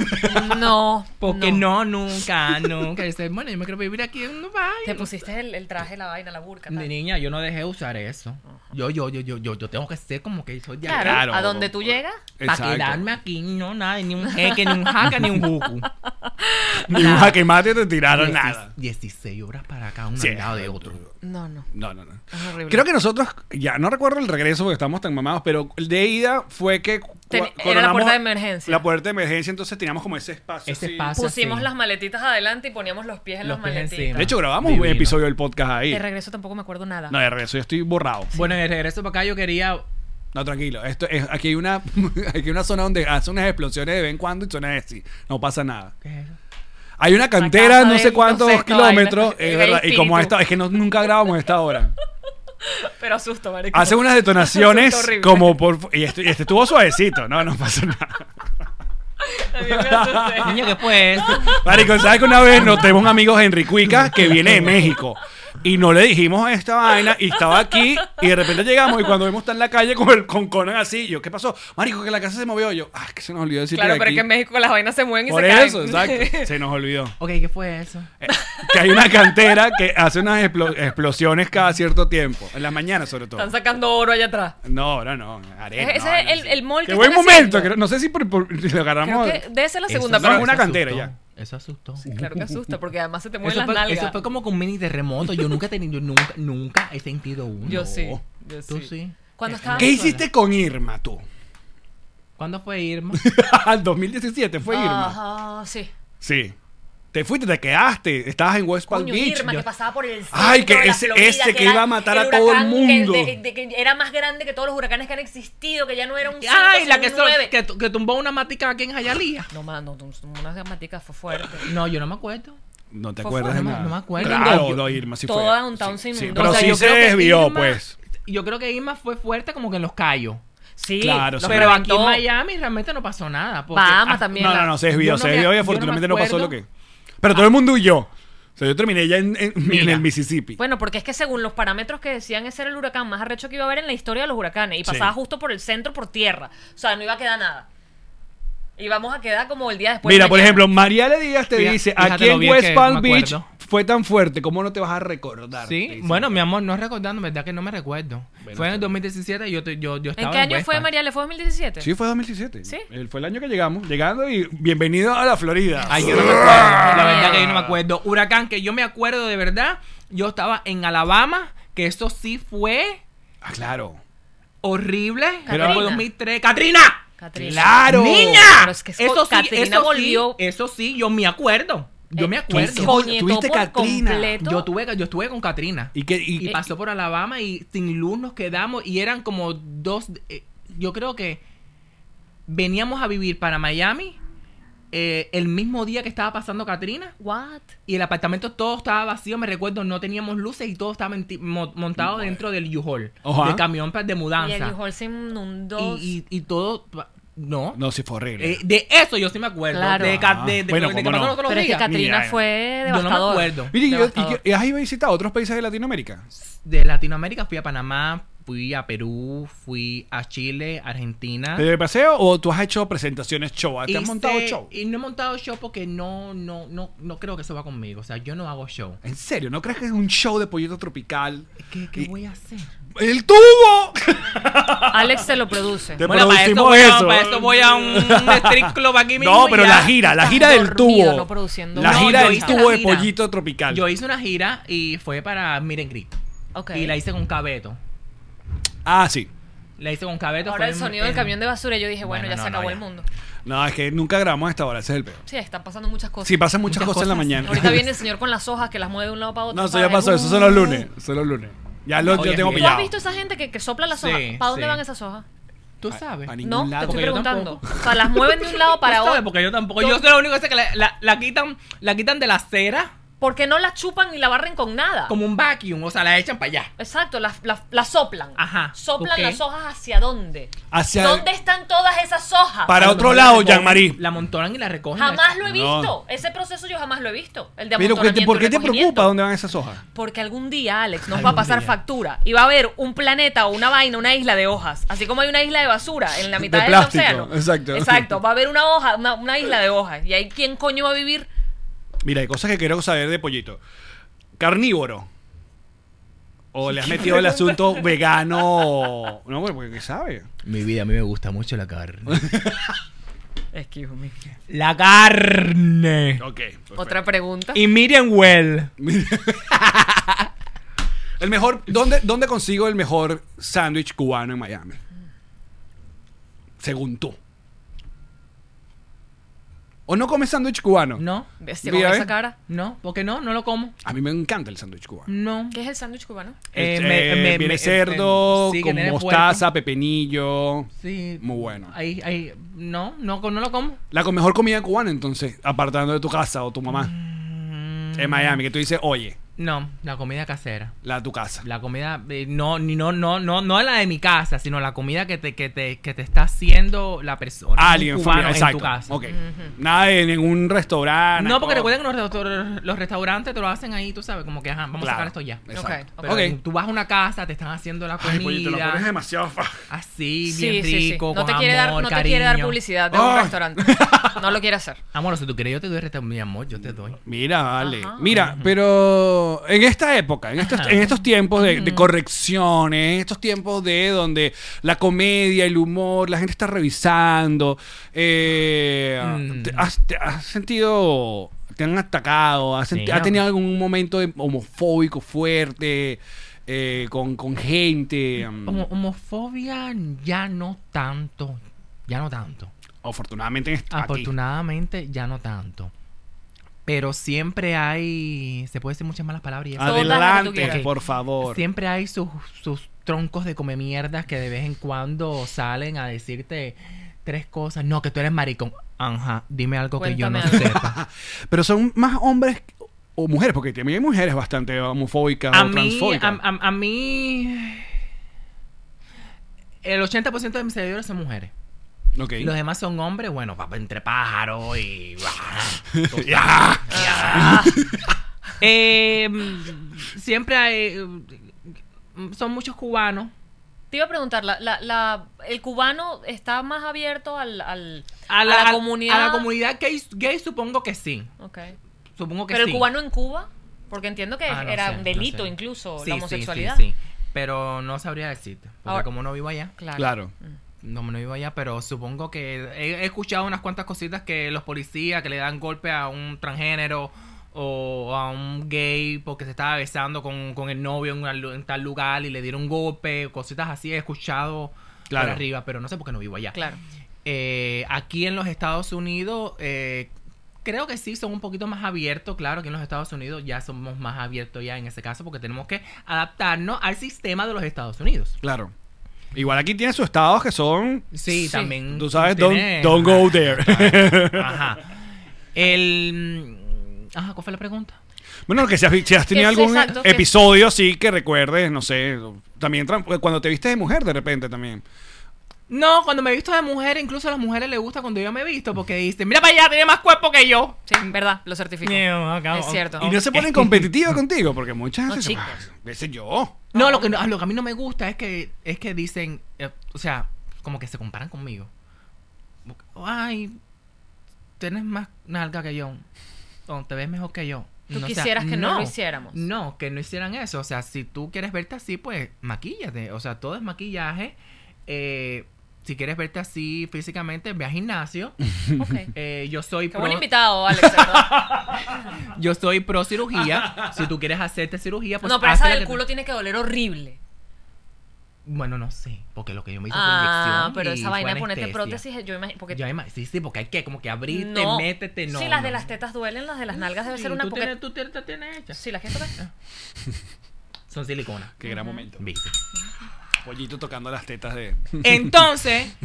[SPEAKER 5] No.
[SPEAKER 6] Porque no, nunca, nunca. Y dice, bueno, yo me quiero vivir aquí en
[SPEAKER 5] Te
[SPEAKER 6] Dubai.
[SPEAKER 5] pusiste el, el traje, la vaina, la burka. tal.
[SPEAKER 6] Mi niña, yo no dejé usar eso. Yo, yo, yo, yo, yo, yo tengo que ser como que soy de
[SPEAKER 5] Claro.
[SPEAKER 6] acá.
[SPEAKER 5] ¿A dónde tú llegas?
[SPEAKER 6] Para quedarme aquí, no, nada, ni un jeque, ni un jaca, ni un juku.
[SPEAKER 4] Ni un jaque mate te tiraron
[SPEAKER 6] Diecis-
[SPEAKER 4] nada.
[SPEAKER 6] 16 horas para acá, uno
[SPEAKER 4] Sí.
[SPEAKER 6] al lado de otro.
[SPEAKER 5] No, no.
[SPEAKER 4] No, no, no.
[SPEAKER 5] Es horrible.
[SPEAKER 4] Creo que nosotros, ya no recuerdo el regreso porque estamos tan mamados, pero el de ida fue que cu-
[SPEAKER 5] Ten- era la
[SPEAKER 4] coronamos
[SPEAKER 5] puerta de emergencia.
[SPEAKER 4] La puerta de emergencia, entonces teníamos como ese espacio.
[SPEAKER 6] Ese
[SPEAKER 4] así.
[SPEAKER 6] espacio.
[SPEAKER 5] Pusimos
[SPEAKER 6] así.
[SPEAKER 5] las maletitas adelante y poníamos los pies en
[SPEAKER 6] Los
[SPEAKER 5] las
[SPEAKER 6] pies
[SPEAKER 5] maletitas.
[SPEAKER 6] encima.
[SPEAKER 4] De hecho, grabamos un
[SPEAKER 6] Divino.
[SPEAKER 4] episodio del podcast ahí.
[SPEAKER 5] De regreso tampoco me acuerdo nada.
[SPEAKER 4] No, de regreso, yo estoy borrado.
[SPEAKER 6] Bueno, de regreso para acá yo quería
[SPEAKER 4] No, tranquilo. Esto es, aquí hay una aquí hay una zona donde hace unas explosiones de vez en cuando y suena así. No pasa nada.
[SPEAKER 6] ¿Qué es eso?
[SPEAKER 4] Hay una cantera,
[SPEAKER 5] casa
[SPEAKER 4] no
[SPEAKER 5] de-
[SPEAKER 4] sé cuántos
[SPEAKER 5] no sé, esta
[SPEAKER 4] kilómetros.
[SPEAKER 5] vaina.
[SPEAKER 4] Es
[SPEAKER 5] El
[SPEAKER 4] verdad. Y como
[SPEAKER 5] espíritu.
[SPEAKER 4] esta, es que no- nunca grabamos a esta hora.
[SPEAKER 5] Pero asusto, marico.
[SPEAKER 4] Hace unas detonaciones
[SPEAKER 5] Horrible.
[SPEAKER 4] como por. Y este, y este estuvo suavecito, no, no pasa nada.
[SPEAKER 5] También me asusté.
[SPEAKER 4] Ah.
[SPEAKER 6] Niña, ¿qué fue eso?
[SPEAKER 4] Marico, ¿sabes que una vez nos tenemos un amigo Henry Cuica que viene de México? Y no le dijimos esta vaina y estaba aquí y de repente llegamos y cuando vimos está en la calle con, el, con Conan así, yo, ¿qué pasó? Marico, que la casa se movió. Yo, ah, que se nos olvidó decir
[SPEAKER 5] Claro,
[SPEAKER 4] que
[SPEAKER 5] pero es
[SPEAKER 4] aquí-
[SPEAKER 5] que en México las vainas se mueven y
[SPEAKER 4] Por
[SPEAKER 5] se
[SPEAKER 4] eso,
[SPEAKER 5] caen.
[SPEAKER 4] exacto. Se nos olvidó.
[SPEAKER 6] Ok, ¿qué fue eso?
[SPEAKER 4] Eh, que hay una cantera que hace unas explo- explosiones cada cierto tiempo. En las mañanas, sobre todo.
[SPEAKER 5] Están sacando oro allá atrás.
[SPEAKER 4] No, no, no. Arena,
[SPEAKER 5] Ese
[SPEAKER 4] no,
[SPEAKER 5] es
[SPEAKER 4] no,
[SPEAKER 5] el-
[SPEAKER 4] sí.
[SPEAKER 5] el mall
[SPEAKER 4] Qué
[SPEAKER 5] que
[SPEAKER 4] buen
[SPEAKER 5] están
[SPEAKER 4] momento.
[SPEAKER 5] haciendo.
[SPEAKER 4] que no sé si por, por- lo
[SPEAKER 5] Creo
[SPEAKER 4] agarramos.
[SPEAKER 5] que debe ser la
[SPEAKER 6] Eso
[SPEAKER 5] segunda,
[SPEAKER 6] fue-
[SPEAKER 5] pero
[SPEAKER 4] una
[SPEAKER 6] eso
[SPEAKER 4] cantera
[SPEAKER 6] asustó,
[SPEAKER 4] ya.
[SPEAKER 6] Eso asustó.
[SPEAKER 5] claro que asusta, porque además se te mueven
[SPEAKER 6] Eso
[SPEAKER 5] las
[SPEAKER 6] fue,
[SPEAKER 5] nalgas.
[SPEAKER 6] eso fue como con un mini terremoto. Yo nunca he tenido, nunca, nunca he sentido uno.
[SPEAKER 5] Yo sí. Yo
[SPEAKER 6] Tú
[SPEAKER 5] sí.
[SPEAKER 6] sí.
[SPEAKER 5] Cuando
[SPEAKER 6] Eh,
[SPEAKER 5] estaba-
[SPEAKER 4] ¿Qué hiciste con Irma tú?
[SPEAKER 6] ¿Cuándo fue Irma?
[SPEAKER 4] Al 2017 fue Irma.
[SPEAKER 5] Ajá, sí.
[SPEAKER 4] Sí. Te fuiste, te quedaste. Estabas en West Palm
[SPEAKER 5] Coño,
[SPEAKER 4] Beach.
[SPEAKER 5] Irma,
[SPEAKER 4] Yo-
[SPEAKER 5] que pasaba por el centro
[SPEAKER 4] Ay, que
[SPEAKER 5] de la
[SPEAKER 4] ese-
[SPEAKER 5] Florida,
[SPEAKER 4] ese que
[SPEAKER 5] era
[SPEAKER 4] iba a matar a
[SPEAKER 5] el
[SPEAKER 4] todo el
[SPEAKER 5] huracán que-
[SPEAKER 4] mundo.
[SPEAKER 5] de- de- que era más grande que todos los huracanes que han existido, que ya no era un cinco,
[SPEAKER 6] Ay,
[SPEAKER 5] sino
[SPEAKER 6] la que,
[SPEAKER 5] un
[SPEAKER 6] so-
[SPEAKER 5] nueve.
[SPEAKER 6] que, tu- que tumbó una matica aquí en Jayalía.
[SPEAKER 5] No, mano, no, no, una gramática fue fuerte.
[SPEAKER 6] No, yo no me acuerdo.
[SPEAKER 4] No te
[SPEAKER 5] Fue
[SPEAKER 4] acuerdas
[SPEAKER 5] fuera,
[SPEAKER 4] de
[SPEAKER 6] no me-
[SPEAKER 4] nada.
[SPEAKER 6] no me acuerdo.
[SPEAKER 4] Claro,
[SPEAKER 6] Yo-
[SPEAKER 4] no, Irma sí
[SPEAKER 5] todo
[SPEAKER 4] fue.
[SPEAKER 5] downtown
[SPEAKER 4] sí,
[SPEAKER 5] se
[SPEAKER 4] sí,
[SPEAKER 5] inundó.
[SPEAKER 4] Pero
[SPEAKER 5] O sea,
[SPEAKER 4] sí
[SPEAKER 5] yo
[SPEAKER 4] se
[SPEAKER 5] creo que
[SPEAKER 4] desvió,
[SPEAKER 6] Irma-
[SPEAKER 4] pues.
[SPEAKER 6] Yo creo que Irma fue fuerte como que en los callos.
[SPEAKER 5] Ah, Sí,
[SPEAKER 4] Claro,
[SPEAKER 5] los
[SPEAKER 4] sí.
[SPEAKER 6] Pero aquí en
[SPEAKER 5] reventó.
[SPEAKER 6] Miami realmente no pasó nada. porque-
[SPEAKER 5] Bahamas
[SPEAKER 6] ah,
[SPEAKER 5] también.
[SPEAKER 4] No,
[SPEAKER 5] la-
[SPEAKER 4] no, no, se desvió,
[SPEAKER 6] Yo no
[SPEAKER 4] se
[SPEAKER 6] me-
[SPEAKER 4] desvió y
[SPEAKER 6] yo no
[SPEAKER 4] afortunadamente
[SPEAKER 6] me
[SPEAKER 4] no, pasó lo
[SPEAKER 6] acuerdo. Ah.
[SPEAKER 4] que. Pero todo el mundo huyó. O sea, yo terminé ya en, en- en
[SPEAKER 6] Mira.
[SPEAKER 4] el Mississippi.
[SPEAKER 5] Bueno, porque es que según los parámetros que decían, ese era el huracán más arrecho que iba a haber en la historia de los huracanes. Y
[SPEAKER 4] Sí.
[SPEAKER 5] pasaba justo por el centro, por tierra. O sea, no iba a quedar nada. Y vamos a quedar como el día después. de
[SPEAKER 4] Mira, por
[SPEAKER 5] mañana.
[SPEAKER 4] ejemplo, Mariale Díaz te
[SPEAKER 6] Fija-
[SPEAKER 4] dice,
[SPEAKER 6] fíjate
[SPEAKER 4] aquí
[SPEAKER 6] lo
[SPEAKER 4] en
[SPEAKER 6] bien
[SPEAKER 4] West
[SPEAKER 6] que
[SPEAKER 4] Palm
[SPEAKER 6] me
[SPEAKER 4] Beach
[SPEAKER 6] acuerdo.
[SPEAKER 4] fue tan fuerte, ¿cómo no te vas a recordar? Te
[SPEAKER 6] Sí,
[SPEAKER 4] dice.
[SPEAKER 6] bueno, mi amor, no recordando, ¿verdad que no me recuerdo? fue en el 2017 y yo, te- yo, yo estaba
[SPEAKER 5] ¿En
[SPEAKER 6] en
[SPEAKER 5] qué año
[SPEAKER 6] West
[SPEAKER 5] fue
[SPEAKER 6] Palm.
[SPEAKER 5] María? ¿Le fue 2017?
[SPEAKER 4] Sí, fue 2017.
[SPEAKER 5] Sí.
[SPEAKER 4] El- fue el año que llegamos, llegando y bienvenido a la Florida.
[SPEAKER 6] Ay, yo no me acuerdo. La verdad que yo no me acuerdo. Huracán, que yo me acuerdo de verdad. Yo estaba en Alabama, que eso sí fue
[SPEAKER 4] Ah, claro.
[SPEAKER 6] horrible.
[SPEAKER 5] Pero-
[SPEAKER 6] Fue 2003. ¡Catrina!
[SPEAKER 5] Catrina.
[SPEAKER 4] Claro.
[SPEAKER 6] ¡Niña!
[SPEAKER 5] Pero es que es co- Katrina volvió-
[SPEAKER 6] Sí, eso sí, yo me acuerdo. Yo me
[SPEAKER 5] Eh,
[SPEAKER 4] sí,
[SPEAKER 6] acuerdo.
[SPEAKER 4] co-
[SPEAKER 5] coñetó
[SPEAKER 4] Tuviste
[SPEAKER 5] por
[SPEAKER 4] Katrina.
[SPEAKER 5] completo.
[SPEAKER 6] Yo, tuve, yo estuve con Catrina.
[SPEAKER 4] ¿Y qué? y- eh,
[SPEAKER 6] Y pasó por Alabama y sin luz nos quedamos. Y eran como dos. eh, yo creo que veníamos a vivir para Miami eh, el mismo día que estaba pasando Katrina.
[SPEAKER 5] What?
[SPEAKER 6] Y el apartamento todo estaba vacío, me recuerdo, no teníamos luces y todo estaba menti- mo- montado dentro del U-Haul,
[SPEAKER 4] Ajá.
[SPEAKER 6] del camión pa- de
[SPEAKER 5] Y el
[SPEAKER 6] mudanza.
[SPEAKER 5] New se inundó.
[SPEAKER 6] Y, y- y todo, no.
[SPEAKER 4] No, sí fue horrible.
[SPEAKER 6] Eh, de eso yo sí me acuerdo.
[SPEAKER 5] Claro.
[SPEAKER 6] De, ca- de- de-
[SPEAKER 4] Bueno,
[SPEAKER 6] de que
[SPEAKER 4] cómo no.
[SPEAKER 6] pasó los otros
[SPEAKER 5] Pero es que
[SPEAKER 6] días.
[SPEAKER 5] Katrina
[SPEAKER 4] Mira,
[SPEAKER 5] fue
[SPEAKER 6] yo no me
[SPEAKER 5] devastador.
[SPEAKER 6] acuerdo.
[SPEAKER 4] Mire, y- y-
[SPEAKER 5] devastador.
[SPEAKER 4] y- ¿has ido a visitar otros países de Latinoamérica?
[SPEAKER 6] De Latinoamérica fui a Panamá, fui a Perú, fui a Chile, Argentina.
[SPEAKER 4] ¿Te de paseo o tú has hecho presentaciones show? ¿Te has
[SPEAKER 6] ¿Ah? Hice-
[SPEAKER 4] montado show?
[SPEAKER 6] Y no he montado show porque no, no, no, no creo que eso va conmigo. O sea, yo no hago show.
[SPEAKER 4] ¿En serio? ¿No crees que es un show de pollito tropical?
[SPEAKER 6] ¿Qué, qué
[SPEAKER 4] Y-
[SPEAKER 6] voy a hacer?
[SPEAKER 4] ¡El tubo!
[SPEAKER 5] Alex se lo produce.
[SPEAKER 4] Te
[SPEAKER 6] Bueno, para eso,
[SPEAKER 4] producimos
[SPEAKER 6] voy a-
[SPEAKER 4] eso.
[SPEAKER 6] para eso voy a un strip club aquí mismo.
[SPEAKER 4] No,
[SPEAKER 6] y
[SPEAKER 4] pero
[SPEAKER 6] ya.
[SPEAKER 4] la gira, la
[SPEAKER 5] Estás
[SPEAKER 4] gira del
[SPEAKER 5] dormido,
[SPEAKER 4] tubo.
[SPEAKER 5] no produciendo.
[SPEAKER 4] La
[SPEAKER 6] No,
[SPEAKER 4] gira
[SPEAKER 6] yo
[SPEAKER 4] del
[SPEAKER 6] hice
[SPEAKER 4] tubo
[SPEAKER 5] la
[SPEAKER 4] de
[SPEAKER 5] gira.
[SPEAKER 4] pollito tropical.
[SPEAKER 6] Yo hice una gira y fue para Miren Gris.
[SPEAKER 5] Ok.
[SPEAKER 6] Y la hice con Cabeto.
[SPEAKER 4] Ah, sí.
[SPEAKER 6] La hice con Cabeto.
[SPEAKER 5] Ahora
[SPEAKER 6] fue
[SPEAKER 5] el
[SPEAKER 6] en-
[SPEAKER 5] sonido del
[SPEAKER 6] en-
[SPEAKER 5] camión de basura, yo dije, bueno,
[SPEAKER 6] Bueno,
[SPEAKER 5] ya
[SPEAKER 6] no,
[SPEAKER 5] se
[SPEAKER 6] no,
[SPEAKER 5] acabó
[SPEAKER 6] ya.
[SPEAKER 5] el mundo.
[SPEAKER 4] No, es que nunca grabamos a esta hora, ese es el peor.
[SPEAKER 5] Sí, están pasando muchas cosas.
[SPEAKER 4] Sí, pasan muchas,
[SPEAKER 6] Muchas
[SPEAKER 4] cosas, en la
[SPEAKER 6] cosas.
[SPEAKER 4] mañana.
[SPEAKER 5] Ahorita viene el señor con las hojas que las mueve de un lado para otro.
[SPEAKER 4] No, eso
[SPEAKER 5] para
[SPEAKER 4] ya pasó,
[SPEAKER 5] ver.
[SPEAKER 4] eso son los lunes. Son los lunes. Ya los
[SPEAKER 6] Hoy
[SPEAKER 4] yo
[SPEAKER 6] es
[SPEAKER 4] tengo
[SPEAKER 5] ¿Tú
[SPEAKER 6] viernes.
[SPEAKER 5] has
[SPEAKER 4] pillado.
[SPEAKER 5] visto esa gente que, que sopla las
[SPEAKER 6] Sí,
[SPEAKER 5] hojas? ¿Para dónde
[SPEAKER 6] sí.
[SPEAKER 5] van esas hojas?
[SPEAKER 6] Tú sabes.
[SPEAKER 4] a
[SPEAKER 6] Tú
[SPEAKER 4] ningún
[SPEAKER 5] No, te
[SPEAKER 4] lado.
[SPEAKER 5] estoy
[SPEAKER 6] Porque yo
[SPEAKER 5] preguntando.
[SPEAKER 6] tampoco.
[SPEAKER 5] O sea, las mueven de un lado para
[SPEAKER 6] sabes,
[SPEAKER 5] otro.
[SPEAKER 6] porque yo tampoco. Yo soy lo único que sé que la, la- la quitan, la quitan de la acera
[SPEAKER 5] Porque no las chupan ni la barren con nada.
[SPEAKER 6] como un vacuum. O sea, la echan para allá.
[SPEAKER 5] Exacto, las las- las soplan.
[SPEAKER 6] Ajá,
[SPEAKER 5] Soplan
[SPEAKER 6] ok.
[SPEAKER 5] las hojas hacia dónde.
[SPEAKER 4] Hacia el-
[SPEAKER 5] ¿Dónde están todas esas hojas?
[SPEAKER 4] Para
[SPEAKER 6] A lo
[SPEAKER 4] otro
[SPEAKER 6] mejor la
[SPEAKER 4] lado,
[SPEAKER 6] recogen,
[SPEAKER 4] Jean-Marie.
[SPEAKER 6] La amontonan y la recogen.
[SPEAKER 5] Jamás lo
[SPEAKER 4] No.
[SPEAKER 5] he visto. Ese proceso yo jamás lo he visto. El de
[SPEAKER 4] Pero, ¿qué te-
[SPEAKER 5] amontonamiento
[SPEAKER 4] ¿por
[SPEAKER 5] y
[SPEAKER 4] qué te
[SPEAKER 5] recogimiento.
[SPEAKER 4] preocupa dónde van esas hojas?
[SPEAKER 5] Porque algún día, Alex, nos va a
[SPEAKER 6] Algún
[SPEAKER 5] pasar
[SPEAKER 6] día.
[SPEAKER 5] factura y va a haber un planeta o una vaina, una isla de hojas. Así como hay una isla de basura en la mitad
[SPEAKER 4] De
[SPEAKER 5] del
[SPEAKER 4] plástico,
[SPEAKER 5] océano.
[SPEAKER 4] exacto.
[SPEAKER 5] Exacto, va a haber una hoja, una, una isla de hojas. Y ahí, ¿quién coño va a vivir?
[SPEAKER 4] Mira, hay cosas que quiero saber de pollito. Carnívoro. O le has metido el asunto vegano. No, bueno, porque ¿qué sabe?
[SPEAKER 6] Mi vida, a mí me gusta mucho la carne.
[SPEAKER 5] Es que, hijo mío.
[SPEAKER 6] la carne.
[SPEAKER 4] Ok. perfecto.
[SPEAKER 5] Otra pregunta.
[SPEAKER 6] Y Miriam Well.
[SPEAKER 4] El mejor. ¿Dónde, dónde consigo el mejor sándwich cubano en Miami? Según tú. ¿O no comes sándwich cubano?
[SPEAKER 6] No,
[SPEAKER 5] Bestia, con
[SPEAKER 4] Mira,
[SPEAKER 5] esa
[SPEAKER 4] eh.
[SPEAKER 5] cara.
[SPEAKER 6] no, porque no, no lo como.
[SPEAKER 4] A mí me encanta el sándwich cubano.
[SPEAKER 6] No.
[SPEAKER 5] ¿Qué es el sándwich cubano?
[SPEAKER 6] Eh,
[SPEAKER 4] Eh,
[SPEAKER 6] me- me-
[SPEAKER 4] viene
[SPEAKER 6] me-
[SPEAKER 4] cerdo,
[SPEAKER 6] sí, que
[SPEAKER 4] con
[SPEAKER 6] tiene puerco.
[SPEAKER 4] mostaza, pepinillo.
[SPEAKER 6] Sí.
[SPEAKER 4] Muy bueno.
[SPEAKER 6] Ahí, ahí. No, no, no lo como.
[SPEAKER 4] La co- mejor comida cubana, entonces, apartando de tu casa o tu mamá
[SPEAKER 6] Mm.
[SPEAKER 4] en Miami, que tú dices, oye,
[SPEAKER 6] No, la comida casera.
[SPEAKER 4] la de tu casa.
[SPEAKER 6] La comida, eh, no, ni- no, no, no, no la de mi casa, sino la comida que te, que te, que te está haciendo la persona. un
[SPEAKER 4] Ah, Alguien,
[SPEAKER 6] cubano
[SPEAKER 4] familia,
[SPEAKER 6] en
[SPEAKER 4] exacto.
[SPEAKER 6] tu casa.
[SPEAKER 4] Ok. Nada de ningún restaurante.
[SPEAKER 6] No, porque
[SPEAKER 4] algo.
[SPEAKER 6] recuerden que los, restau- los restaurantes te lo hacen ahí, tú sabes, como que ajá, vamos a sacar
[SPEAKER 4] Claro.
[SPEAKER 6] esto ya.
[SPEAKER 4] Exacto.
[SPEAKER 5] Ok,
[SPEAKER 6] Pero
[SPEAKER 4] Ok.
[SPEAKER 6] tú vas a una casa, te están haciendo la comida.
[SPEAKER 4] Ay, pues, pollito, la pones demasiado fa-
[SPEAKER 6] Así,
[SPEAKER 5] Sí,
[SPEAKER 6] bien
[SPEAKER 5] sí, sí.
[SPEAKER 6] rico,
[SPEAKER 5] No, te
[SPEAKER 6] con
[SPEAKER 5] quiere, dar,
[SPEAKER 6] amor,
[SPEAKER 5] no te quiere dar
[SPEAKER 6] cariño.
[SPEAKER 5] publicidad de
[SPEAKER 4] Ay.
[SPEAKER 5] un restaurante. No lo quiere hacer.
[SPEAKER 6] Amor, si tú quieres yo te doy restaurante, mi amor, yo te doy.
[SPEAKER 4] Mira, vale.
[SPEAKER 5] Ajá.
[SPEAKER 4] Mira, pero en esta época, en estos,
[SPEAKER 6] Ajá.
[SPEAKER 4] en estos tiempos de, de correcciones, en estos tiempos de donde la comedia, el humor, la gente está revisando, eh,
[SPEAKER 6] Mm.
[SPEAKER 4] te- has, te has sentido, te han atacado, has, senti-
[SPEAKER 6] Sí,
[SPEAKER 4] has
[SPEAKER 6] no.
[SPEAKER 4] tenido algún momento de- homofóbico fuerte eh, con, con gente? mm,
[SPEAKER 6] Homo- homofobia ya no tanto, ya no tanto.
[SPEAKER 4] afortunadamente en est- aquí.
[SPEAKER 6] Afortunadamente ya no tanto. Pero siempre hay, se puede decir muchas malas palabras y eso.
[SPEAKER 5] Todas las que tú
[SPEAKER 4] Adelante,
[SPEAKER 5] quieras.
[SPEAKER 4] por favor.
[SPEAKER 6] Siempre hay sus, sus troncos de come mierdas que de vez en cuando salen a decirte tres cosas. No, que tú eres maricón. Ajá, dime algo que yo
[SPEAKER 5] Cuéntame
[SPEAKER 6] no sepa.
[SPEAKER 4] Pero son más hombres o mujeres, porque también hay mujeres bastante homofóbicas
[SPEAKER 6] a
[SPEAKER 4] o
[SPEAKER 6] mí, a,
[SPEAKER 4] transfóbicas.
[SPEAKER 6] a- a mí, el 80% de mis seguidores son mujeres.
[SPEAKER 4] Ok.
[SPEAKER 6] Los demás son hombres, bueno, papá, entre pájaros y... ah,
[SPEAKER 4] Ya.
[SPEAKER 6] Eh, siempre hay... Son muchos cubanos.
[SPEAKER 5] Te iba a preguntar, la, la, la- ¿el cubano está más abierto al, al-
[SPEAKER 6] A la,
[SPEAKER 5] a la
[SPEAKER 6] a-
[SPEAKER 5] comunidad?
[SPEAKER 6] A la comunidad gay, gay supongo que sí.
[SPEAKER 5] Ok.
[SPEAKER 6] Supongo que
[SPEAKER 5] Pero
[SPEAKER 6] sí.
[SPEAKER 5] el cubano en Cuba, porque entiendo que
[SPEAKER 6] Ah, no
[SPEAKER 5] era
[SPEAKER 6] sé,
[SPEAKER 5] un
[SPEAKER 6] no
[SPEAKER 5] delito
[SPEAKER 6] sé.
[SPEAKER 5] incluso
[SPEAKER 6] Sí,
[SPEAKER 5] la
[SPEAKER 6] sí,
[SPEAKER 5] homosexualidad.
[SPEAKER 6] Sí, sí, Pero no sabría decirte. Porque
[SPEAKER 5] Ahora-
[SPEAKER 6] como no vivo allá,
[SPEAKER 5] Claro.
[SPEAKER 4] Claro.
[SPEAKER 6] no, no vivo allá, pero supongo que he, he escuchado unas cuantas cositas que los policías que le dan golpe a un transgénero o a un gay porque se estaba besando con, con el novio en, una lu- en tal lugar y le dieron un golpe, cositas así he escuchado
[SPEAKER 4] Claro.
[SPEAKER 6] por arriba, pero no sé por qué no vivo allá.
[SPEAKER 5] Claro.
[SPEAKER 6] Eh, aquí en los Estados Unidos, eh, creo que sí, son un poquito más abiertos. Claro que en los Estados Unidos ya somos más abiertos ya en ese caso porque tenemos que adaptarnos al sistema de los Estados Unidos.
[SPEAKER 4] Claro. Igual aquí tiene sus estados que son.
[SPEAKER 6] Sí,
[SPEAKER 5] Sí.
[SPEAKER 6] también.
[SPEAKER 4] Tú sabes,
[SPEAKER 6] tiene-
[SPEAKER 4] don't, don't go there.
[SPEAKER 6] Ajá. El... mm, Ajá, ¿cuál fue la pregunta?
[SPEAKER 4] bueno, que si has, si has tenido
[SPEAKER 5] Que sí,
[SPEAKER 4] algún
[SPEAKER 5] exacto, que-
[SPEAKER 4] episodio así que recuerdes, no sé. También tran- cuando te viste de mujer de repente también.
[SPEAKER 6] No, cuando me he visto de mujer, incluso a las mujeres les gusta cuando yo me he visto porque dicen, mira para allá, tiene más cuerpo que yo.
[SPEAKER 5] Sí, verdad, lo certifico. Es cierto.
[SPEAKER 4] Y no se ponen competitivos contigo, porque muchas
[SPEAKER 5] No,
[SPEAKER 4] veces.
[SPEAKER 5] chicos.
[SPEAKER 4] "Ah, Ese yo.
[SPEAKER 6] No, lo que, no- lo que a mí no me gusta es que, es que dicen, eh, o sea, como que se comparan conmigo. Como que, Ay, tienes más nalga que yo. O te ves mejor que yo.
[SPEAKER 5] Tú
[SPEAKER 6] o sea,
[SPEAKER 5] quisieras que no lo hiciéramos.
[SPEAKER 6] No, que no hicieran eso. O sea, si tú quieres verte así, pues maquíllate. O sea, todo es maquillaje. Eh, si quieres verte así físicamente, ve a gimnasio.
[SPEAKER 5] Ok.
[SPEAKER 6] Eh, yo soy
[SPEAKER 5] Qué buen
[SPEAKER 6] pro-
[SPEAKER 5] invitado, Alex. ¿verdad?
[SPEAKER 6] Yo soy pro cirugía. si tú quieres hacerte cirugía, pues
[SPEAKER 5] no, pero esa
[SPEAKER 6] háztela
[SPEAKER 5] del
[SPEAKER 6] que-
[SPEAKER 5] culo tiene que doler horrible.
[SPEAKER 6] Bueno, no sé, porque lo que yo me hice
[SPEAKER 5] Ah,
[SPEAKER 6] fue inyección
[SPEAKER 5] pero esa
[SPEAKER 6] y
[SPEAKER 5] vaina
[SPEAKER 6] fue
[SPEAKER 5] de ponerte
[SPEAKER 6] anestesia.
[SPEAKER 5] prótesis, yo imagino. Porque
[SPEAKER 6] Yo ima- sí, sí, porque hay que como que abrirte,
[SPEAKER 5] no.
[SPEAKER 6] métete, no.
[SPEAKER 5] Sí, las
[SPEAKER 6] no,
[SPEAKER 5] de las
[SPEAKER 6] no.
[SPEAKER 5] tetas duelen, las de las nalgas debe
[SPEAKER 6] Sí,
[SPEAKER 5] ser una
[SPEAKER 6] tú
[SPEAKER 5] porque-
[SPEAKER 6] tienes, tú tienes, te tienes hechas.
[SPEAKER 5] Sí, las que tocan.
[SPEAKER 6] Son silicona.
[SPEAKER 4] Qué gran momento.
[SPEAKER 6] Viste.
[SPEAKER 4] Pollito tocando las tetas de.
[SPEAKER 6] Entonces,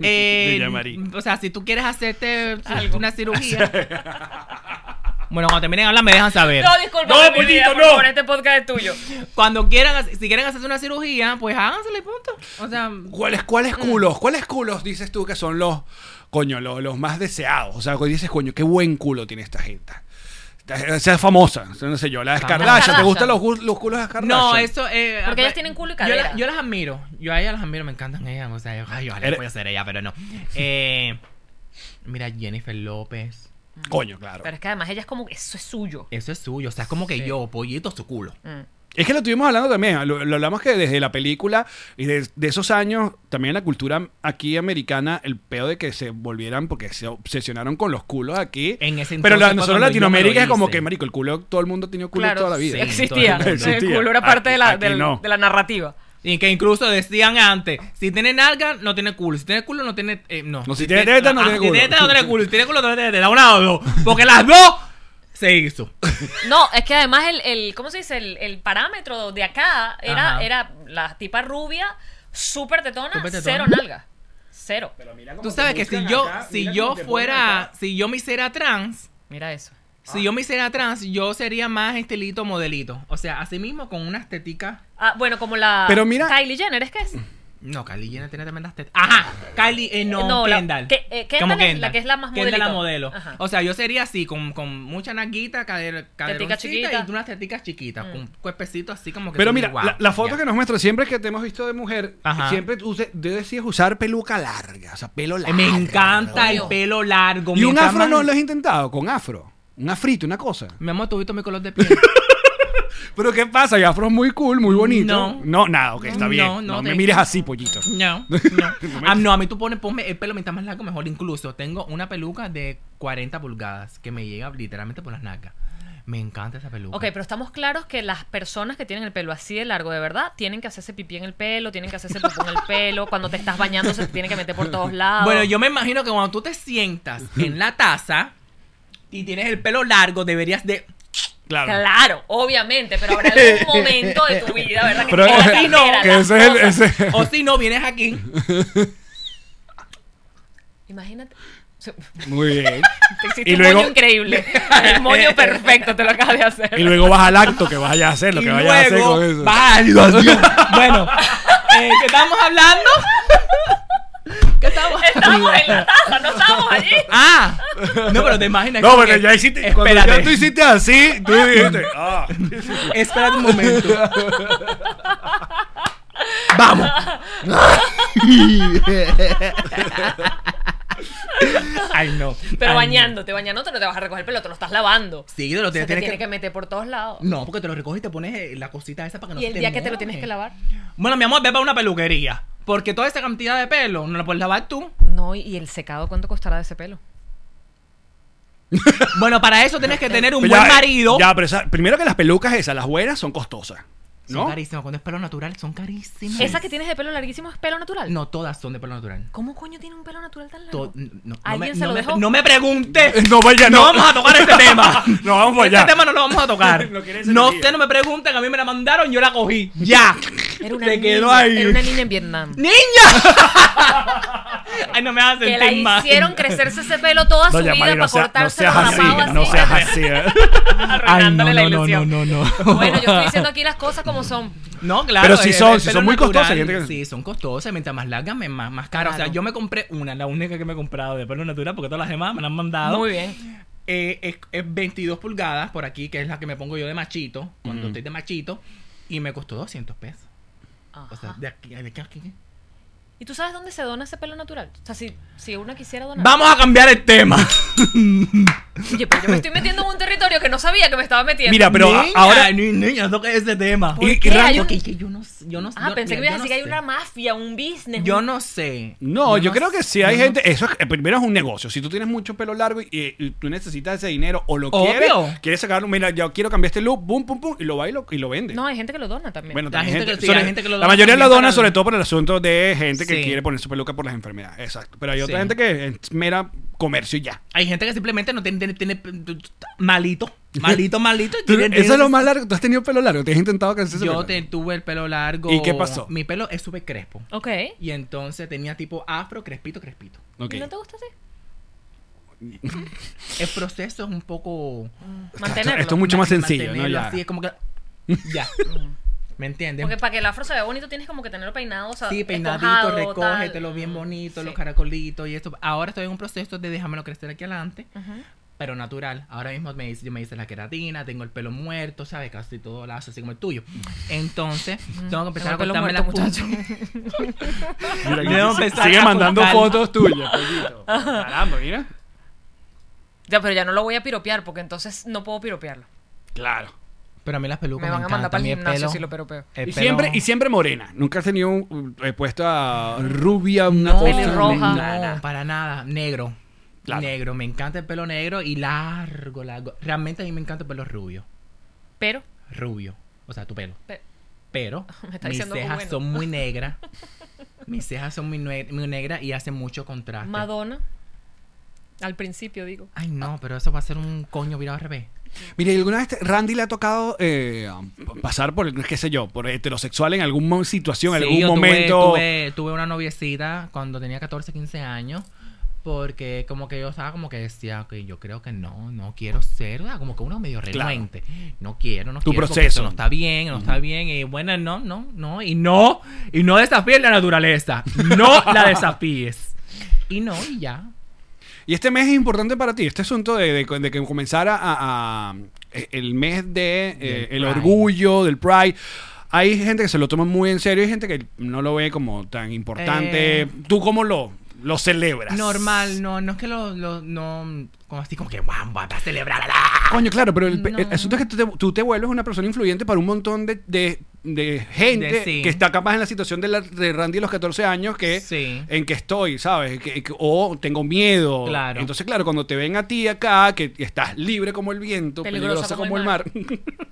[SPEAKER 6] eh,
[SPEAKER 4] De Yamari.
[SPEAKER 6] o sea, si tú quieres hacerte una cirugía. bueno, cuando terminen de hablar, me dejan saber.
[SPEAKER 5] No, disculpa.
[SPEAKER 4] No,
[SPEAKER 5] mi
[SPEAKER 4] pollito,
[SPEAKER 5] vida, por
[SPEAKER 4] no.
[SPEAKER 5] favor, este podcast es tuyo.
[SPEAKER 6] Cuando quieran, hac- si quieren hacerse una cirugía, pues hágansela y punto. O sea,
[SPEAKER 4] ¿Cuáles,
[SPEAKER 6] Mm.
[SPEAKER 4] ¿Cuáles culos? ¿Cuáles culos dices tú que son los, coño, los, los más deseados? O sea, que dices, coño, qué buen culo tiene esta gente. Esta- O sea, famosa, o sea, no sé yo, la de
[SPEAKER 6] Famosa.
[SPEAKER 4] Kardashian. ¿Te
[SPEAKER 5] Kardashian.
[SPEAKER 4] gustan los, gu- los culos de Kardashian?
[SPEAKER 6] no, eso. Eh,
[SPEAKER 5] Porque
[SPEAKER 6] a-
[SPEAKER 5] ellas tienen culo y
[SPEAKER 6] Yo, la-
[SPEAKER 5] cadera.
[SPEAKER 6] yo las admiro. Yo a ellas las admiro, me encantan ellas. O sea, yo, ay, ojalá
[SPEAKER 4] Eres-
[SPEAKER 6] voy a ser ella, pero no. Eh, mira, Jennifer López.
[SPEAKER 4] Coño, claro.
[SPEAKER 5] Pero es que además ella es como, eso es suyo.
[SPEAKER 6] Eso es suyo. O sea, es como que yo, pollito, su culo.
[SPEAKER 5] Mm.
[SPEAKER 4] Es que lo estuvimos hablando también, lo, lo hablamos que desde la película y de, de esos años, también la cultura aquí americana, el peo de que se volvieran porque se obsesionaron con los culos aquí.
[SPEAKER 6] En ese
[SPEAKER 4] Pero
[SPEAKER 6] entonces
[SPEAKER 4] la-
[SPEAKER 6] fue
[SPEAKER 4] nosotros
[SPEAKER 6] cuando yo me
[SPEAKER 4] Latinoamérica
[SPEAKER 6] lo
[SPEAKER 4] es como
[SPEAKER 6] hice.
[SPEAKER 4] que, marico, el culo, todo el mundo tiene culo
[SPEAKER 5] Claro,
[SPEAKER 4] toda la vida.
[SPEAKER 5] sí, existía.
[SPEAKER 6] todo el mundo.
[SPEAKER 5] El culo era
[SPEAKER 4] Aquí-
[SPEAKER 5] parte de la,
[SPEAKER 4] aquí
[SPEAKER 5] del-
[SPEAKER 4] no.
[SPEAKER 5] de la narrativa.
[SPEAKER 6] Y que incluso decían antes, si tiene nalga, no tiene culo. Si tiene culo, no tiene... eh, no.
[SPEAKER 4] No, si tiene teta, no
[SPEAKER 6] ah,
[SPEAKER 4] tiene
[SPEAKER 6] Si
[SPEAKER 4] culo.
[SPEAKER 6] tiene teta, no tiene culo. Si tiene culo, no tiene teta. Una o dos. Porque las dos se hizo.
[SPEAKER 5] No, es que además el, el ¿cómo se dice? El, el parámetro de acá era,
[SPEAKER 6] Ajá.
[SPEAKER 5] era la tipa rubia, súper tetona,
[SPEAKER 6] Súper tetona.
[SPEAKER 5] cero nalga. Cero.
[SPEAKER 6] Tú sabes que si yo, si yo fuera... Si yo me hiciera trans...
[SPEAKER 5] Mira eso.
[SPEAKER 6] Si yo me hiciera trans, yo sería más estilito modelito. O sea, así mismo con unas teticas...
[SPEAKER 5] Ah, bueno, como la
[SPEAKER 4] Pero mira-
[SPEAKER 5] Kylie Jenner, ¿es que es?
[SPEAKER 6] No, Kylie Jenner tiene tremendas tetas. Ajá, Kylie, eh, no,
[SPEAKER 5] No, la-
[SPEAKER 6] Kendall.
[SPEAKER 5] que- eh, Kendall
[SPEAKER 6] Como
[SPEAKER 5] es la que es la más
[SPEAKER 6] Kendall la
[SPEAKER 5] modelito.
[SPEAKER 6] modelo.
[SPEAKER 5] Ajá.
[SPEAKER 6] O sea, yo sería así, con, con mucha naguita, cader, caderoncita
[SPEAKER 5] chiquita. Mm.
[SPEAKER 6] y unas teticas chiquitas, con un cuerpecito así como que...
[SPEAKER 4] Pero
[SPEAKER 6] tú
[SPEAKER 4] mira,
[SPEAKER 6] dices, "Guau,
[SPEAKER 4] la, la foto
[SPEAKER 6] ya".
[SPEAKER 4] que nos muestra siempre que te hemos visto de mujer,
[SPEAKER 6] Ajá.
[SPEAKER 4] siempre tú, se- tú decías usar peluca larga, o sea, pelo
[SPEAKER 6] Eh,
[SPEAKER 4] largo.
[SPEAKER 6] Me encanta el
[SPEAKER 5] Obvio.
[SPEAKER 6] pelo largo.
[SPEAKER 4] Ah, Y un
[SPEAKER 6] mientras
[SPEAKER 4] afro
[SPEAKER 6] más-
[SPEAKER 4] no lo has intentado, con afro. Un afrito, una cosa.
[SPEAKER 6] Mi amor, tú viste mi color de piel.
[SPEAKER 4] Pero ¿qué pasa? El afro es muy cool, muy bonito.
[SPEAKER 6] No.
[SPEAKER 4] nada, ok, está
[SPEAKER 6] No,
[SPEAKER 4] bien. No,
[SPEAKER 6] no,
[SPEAKER 4] me
[SPEAKER 6] de-
[SPEAKER 4] mires así, pollito.
[SPEAKER 6] No, no. Ah, no, a mí tú pones, ponme el pelo mientras más largo, mejor. Incluso tengo una peluca de 40 pulgadas que me llega literalmente por las nalgas. Me encanta esa peluca.
[SPEAKER 5] Ok, pero estamos claros que las personas que tienen el pelo así de largo de verdad tienen que hacerse pipí en el pelo, tienen que hacerse pipí en el pelo, cuando te estás bañando se te tiene que meter por todos lados.
[SPEAKER 6] Bueno, yo me imagino que cuando tú te sientas en la taza y tienes el pelo largo, deberías de...
[SPEAKER 4] Claro.
[SPEAKER 5] Claro, obviamente, pero habrá algún momento de tu vida, ¿verdad?
[SPEAKER 4] Pero-
[SPEAKER 5] te
[SPEAKER 6] Sí, no,
[SPEAKER 5] altera
[SPEAKER 4] que
[SPEAKER 5] las
[SPEAKER 4] ese es el-
[SPEAKER 5] cosas.
[SPEAKER 4] ese-
[SPEAKER 6] O si no, vienes aquí.
[SPEAKER 5] Imagínate. Se-
[SPEAKER 4] Muy bien.
[SPEAKER 5] Te hiciste
[SPEAKER 4] Y
[SPEAKER 5] un
[SPEAKER 4] luego-
[SPEAKER 5] moño increíble. El moño perfecto, te lo acabas de hacer.
[SPEAKER 4] Y luego vas al acto que vayas a hacer, lo
[SPEAKER 6] y
[SPEAKER 4] que vayas a hacer
[SPEAKER 6] luego
[SPEAKER 4] con eso.
[SPEAKER 6] vas a la situación. bueno, eh, ¿qué estamos hablando? ¿Qué estamos
[SPEAKER 5] Estábamos en la taza, no estábamos allí.
[SPEAKER 6] Ah, no, pero te imaginas.
[SPEAKER 4] No,
[SPEAKER 6] como
[SPEAKER 4] pero
[SPEAKER 6] que-
[SPEAKER 4] ya hiciste. Cuando
[SPEAKER 6] Espérate.
[SPEAKER 4] ya tú hiciste así, tú dijiste. Ah.
[SPEAKER 6] Espérate un momento.
[SPEAKER 7] ¡Vamos!
[SPEAKER 6] Ay, no.
[SPEAKER 5] Pero
[SPEAKER 6] Ay,
[SPEAKER 5] bañándote, bañándote no te vas a recoger el pelo, te lo estás lavando.
[SPEAKER 6] no. Sí, te lo
[SPEAKER 5] Se
[SPEAKER 6] te
[SPEAKER 5] te
[SPEAKER 6] tienes
[SPEAKER 5] tiene
[SPEAKER 6] que...
[SPEAKER 5] que meter por todos lados.
[SPEAKER 6] No, porque te lo recoges y te pones eh, la cosita esa para que no
[SPEAKER 5] Y
[SPEAKER 6] se
[SPEAKER 5] el día que te lo
[SPEAKER 6] moje.
[SPEAKER 5] tienes que lavar.
[SPEAKER 6] Bueno, mi amor, ve para una peluquería. Porque toda esa cantidad de pelo no la puedes lavar tú.
[SPEAKER 5] No, y el secado, ¿cuánto costará de ese pelo?
[SPEAKER 6] Bueno, para eso tienes que tener un
[SPEAKER 4] Pero
[SPEAKER 6] buen
[SPEAKER 4] Pues ya- eh,
[SPEAKER 6] marido.
[SPEAKER 4] Ya, pero esa- primero que las pelucas esas, las buenas, son costosas.
[SPEAKER 6] Son
[SPEAKER 4] ¿No?
[SPEAKER 6] carísimas. Cuando es pelo natural, son carísimas.
[SPEAKER 5] Esa que tienes de pelo larguísimo es pelo natural.
[SPEAKER 6] No, todas son de pelo natural.
[SPEAKER 5] ¿Cómo coño tiene un pelo natural tan largo?
[SPEAKER 6] To- n- no, no
[SPEAKER 5] ¿Alguien
[SPEAKER 6] me-
[SPEAKER 5] se
[SPEAKER 6] no
[SPEAKER 5] lo
[SPEAKER 6] me-
[SPEAKER 5] dejó?
[SPEAKER 6] No me preguntes.
[SPEAKER 4] No vaya, no.
[SPEAKER 6] vamos a tocar este tema.
[SPEAKER 4] No vamos para
[SPEAKER 6] este
[SPEAKER 4] allá.
[SPEAKER 6] tema no lo vamos a tocar.
[SPEAKER 4] No quiere ser
[SPEAKER 6] no
[SPEAKER 4] elegido.
[SPEAKER 6] usted no me pregunten, a mí me la mandaron, yo la cogí. Ya.
[SPEAKER 5] Era una
[SPEAKER 6] Se
[SPEAKER 5] niña,
[SPEAKER 6] quedó ahí.
[SPEAKER 5] Era una niña en Vietnam.
[SPEAKER 6] ¡Niña! Ay, no me hagas
[SPEAKER 5] Que la
[SPEAKER 6] sentir mal.
[SPEAKER 5] hicieron crecerse ese pelo toda su vida
[SPEAKER 4] Mari,
[SPEAKER 5] para
[SPEAKER 4] sea-
[SPEAKER 5] cortarse
[SPEAKER 4] seas así,
[SPEAKER 5] rapado
[SPEAKER 4] no
[SPEAKER 5] así,
[SPEAKER 4] seas así. ¿eh?
[SPEAKER 5] arruinándole la ilusión.
[SPEAKER 6] no, no,
[SPEAKER 5] Bueno, yo estoy diciendo aquí las cosas como son.
[SPEAKER 6] No, claro.
[SPEAKER 4] Pero si
[SPEAKER 6] es-
[SPEAKER 4] son-
[SPEAKER 6] es
[SPEAKER 4] si
[SPEAKER 6] pelo
[SPEAKER 4] son muy
[SPEAKER 6] natural.
[SPEAKER 4] costosas, gente que-
[SPEAKER 6] Sí, son costosas. Mientras más largas, me- más, más caras. O sea,
[SPEAKER 5] Claro.
[SPEAKER 6] yo me compré una, la única que me he comprado de pelo natural, porque todas las demás me las han mandado.
[SPEAKER 5] Muy bien.
[SPEAKER 6] Eh, es, es 22 pulgadas por aquí, que es la que me pongo yo de machito, cuando estoy de machito, y me costó 200 pesos. O sea,
[SPEAKER 5] Ajá.
[SPEAKER 6] de aquí, de aquí a aquí.
[SPEAKER 5] ¿Y tú sabes dónde se dona ese pelo natural? O sea, si, si una quisiera donar.
[SPEAKER 6] Vamos a cambiar el tema.
[SPEAKER 5] Oye, pero yo me estoy metiendo en un territorio que no sabía que me estaba metiendo.
[SPEAKER 4] Mira, pero a-
[SPEAKER 6] Niña,
[SPEAKER 4] ahora.
[SPEAKER 6] ni- niña, toca ese tema.
[SPEAKER 5] ¿Por qué? Hay un-
[SPEAKER 6] Porque es que yo no s- yo no
[SPEAKER 5] Ah,
[SPEAKER 6] yo-
[SPEAKER 5] pensé que
[SPEAKER 6] mira,
[SPEAKER 5] ibas a
[SPEAKER 6] yo
[SPEAKER 5] decir que
[SPEAKER 6] no
[SPEAKER 5] hay una mafia, un business.
[SPEAKER 6] sé. Yo
[SPEAKER 5] un-
[SPEAKER 6] no sé.
[SPEAKER 4] No, yo, creo
[SPEAKER 6] sé.
[SPEAKER 4] que si hay
[SPEAKER 6] Yo no-
[SPEAKER 4] gente. Eso es, eh, primero es un negocio. Si tú tienes mucho pelo largo y, eh, y tú necesitas ese dinero o lo
[SPEAKER 6] Obvio.
[SPEAKER 4] quieres, quieres sacarlo. Mira, yo quiero cambiar este look, boom, pum, pum, y lo va y lo, y lo vende.
[SPEAKER 5] No, hay gente que lo dona también.
[SPEAKER 4] Bueno,
[SPEAKER 6] La
[SPEAKER 4] también
[SPEAKER 6] gente que- sí,
[SPEAKER 4] sobre-
[SPEAKER 6] hay gente que lo
[SPEAKER 4] la
[SPEAKER 6] dona
[SPEAKER 4] mayoría lo
[SPEAKER 6] también
[SPEAKER 4] dona
[SPEAKER 6] para-
[SPEAKER 4] sobre todo por el asunto de gente que
[SPEAKER 6] Sí.
[SPEAKER 4] quiere ponerse peluca por las enfermedades. Exacto. Pero hay otra
[SPEAKER 6] Sí.
[SPEAKER 4] gente que es mera comercio y ya.
[SPEAKER 6] Hay gente que simplemente no tiene, tiene, tiene- malito, malito, malito. y
[SPEAKER 4] Tú-
[SPEAKER 6] tiene-
[SPEAKER 4] eso
[SPEAKER 6] tiene-
[SPEAKER 4] es lo más largo. ¿Tú has tenido pelo largo? ¿Te has intentado que
[SPEAKER 6] Yo te- tuve el pelo largo.
[SPEAKER 4] ¿Y qué pasó?
[SPEAKER 6] Mi pelo es súper crespo.
[SPEAKER 5] Ok.
[SPEAKER 6] Y entonces tenía tipo afro, crespito, crespito.
[SPEAKER 5] ¿Y no te gusta así?
[SPEAKER 6] El proceso es un poco...
[SPEAKER 5] Mantenerlo.
[SPEAKER 4] Esto es mucho más
[SPEAKER 6] ma-
[SPEAKER 4] sencillo, ¿no?
[SPEAKER 6] mantenerlo
[SPEAKER 4] Ya.
[SPEAKER 6] Así es como que... Ya. ¿Me entiendes?
[SPEAKER 5] Porque para que el afro se vea bonito tienes como que tenerlo peinado, o sea,
[SPEAKER 6] Sí, peinadito,
[SPEAKER 5] esponjado,
[SPEAKER 6] recógetelo
[SPEAKER 5] tal.
[SPEAKER 6] bien bonito,
[SPEAKER 5] Mm, Sí.
[SPEAKER 6] los caracolitos y esto. Ahora estoy en un proceso de dejármelo crecer aquí adelante,
[SPEAKER 5] Ujú.
[SPEAKER 6] pero natural. Ahora mismo me hice, yo me hice la queratina, tengo el pelo muerto, ¿sabes? Casi todo lazo, así como el tuyo. Entonces,
[SPEAKER 5] Mm.
[SPEAKER 6] tengo que empezar a
[SPEAKER 5] Tengo el pelo
[SPEAKER 6] cortarme las
[SPEAKER 5] muerto,
[SPEAKER 6] puntas.
[SPEAKER 5] pues.
[SPEAKER 4] Mira,
[SPEAKER 6] Yo
[SPEAKER 4] que-
[SPEAKER 6] empecé
[SPEAKER 4] sigue
[SPEAKER 6] a
[SPEAKER 4] mandando
[SPEAKER 6] colocar-
[SPEAKER 4] fotos tuyas, pollito. Caramba, mira.
[SPEAKER 5] Ya, pero ya no lo voy a piropear porque entonces no puedo piropearlo.
[SPEAKER 4] Claro.
[SPEAKER 6] Pero a mí las pelucas
[SPEAKER 5] Me van a mandar para el gimnasio si lo piropeo.
[SPEAKER 4] Y siempre, y siempre morena. Nunca has tenido un- eh, puesta rubia, una cosa.
[SPEAKER 5] pelirroja.
[SPEAKER 6] No, para nada. Negro.
[SPEAKER 4] Claro.
[SPEAKER 6] Negro. Me encanta el pelo negro y largo, largo. Realmente a mí me encanta el pelo rubio.
[SPEAKER 5] Pero,
[SPEAKER 6] Rubio. O sea, tu pelo.
[SPEAKER 5] pero-
[SPEAKER 6] Pero
[SPEAKER 5] Me está
[SPEAKER 6] mis cejas
[SPEAKER 5] diciendo bueno.
[SPEAKER 6] son muy negras. mis cejas son muy, nue- muy negras y hacen mucho contraste.
[SPEAKER 5] Madonna, al principio digo.
[SPEAKER 6] Ay, no, pero eso va a ser un coño virado al revés.
[SPEAKER 4] Mire, ¿alguna vez te- Randy le ha tocado eh, pasar por, qué sé yo, por heterosexual en alguna situación, en
[SPEAKER 6] Sí,
[SPEAKER 4] algún
[SPEAKER 6] yo tuve-
[SPEAKER 4] momento?
[SPEAKER 6] Tuve, tuve una noviecita cuando tenía 14, 15 años. Porque como que yo estaba como que decía, que yo creo que no, no quiero ser, ah, como que uno medio
[SPEAKER 4] Claro.
[SPEAKER 6] renuente. No quiero, no
[SPEAKER 4] Tu
[SPEAKER 6] quiero. porque
[SPEAKER 4] proceso.
[SPEAKER 6] eso no está bien, no está bien. Y bueno, no, no, no. Y no, y no desafíes la naturaleza. No la desafíes. Y no, y ya.
[SPEAKER 4] Y este mes es importante para ti, este asunto de, de- de que comenzara a, a- el mes de eh, el
[SPEAKER 6] Del Pride.
[SPEAKER 4] orgullo, del Pride. Hay gente que se lo toma muy en serio, hay gente que no lo ve como tan importante.
[SPEAKER 6] Eh.
[SPEAKER 4] ¿Tú cómo lo, lo celebras?
[SPEAKER 6] Normal, no, no es que lo, lo- no, como así como que guau, va a celebrar.
[SPEAKER 4] Coño, claro, pero el, el
[SPEAKER 6] No.
[SPEAKER 4] asunto es que tú te, tú te vuelves una persona influyente para un montón de, de- de gente
[SPEAKER 6] De sí.
[SPEAKER 4] que está capaz en la situación de, la- de Randy a los 14 años que
[SPEAKER 6] Sí.
[SPEAKER 4] en que estoy, ¿sabes? Que- que- o tengo miedo.
[SPEAKER 6] Claro.
[SPEAKER 4] Entonces, claro, cuando te ven a ti acá, que estás libre como el viento, peligrosa,
[SPEAKER 5] Peligrosa
[SPEAKER 4] como, el mar.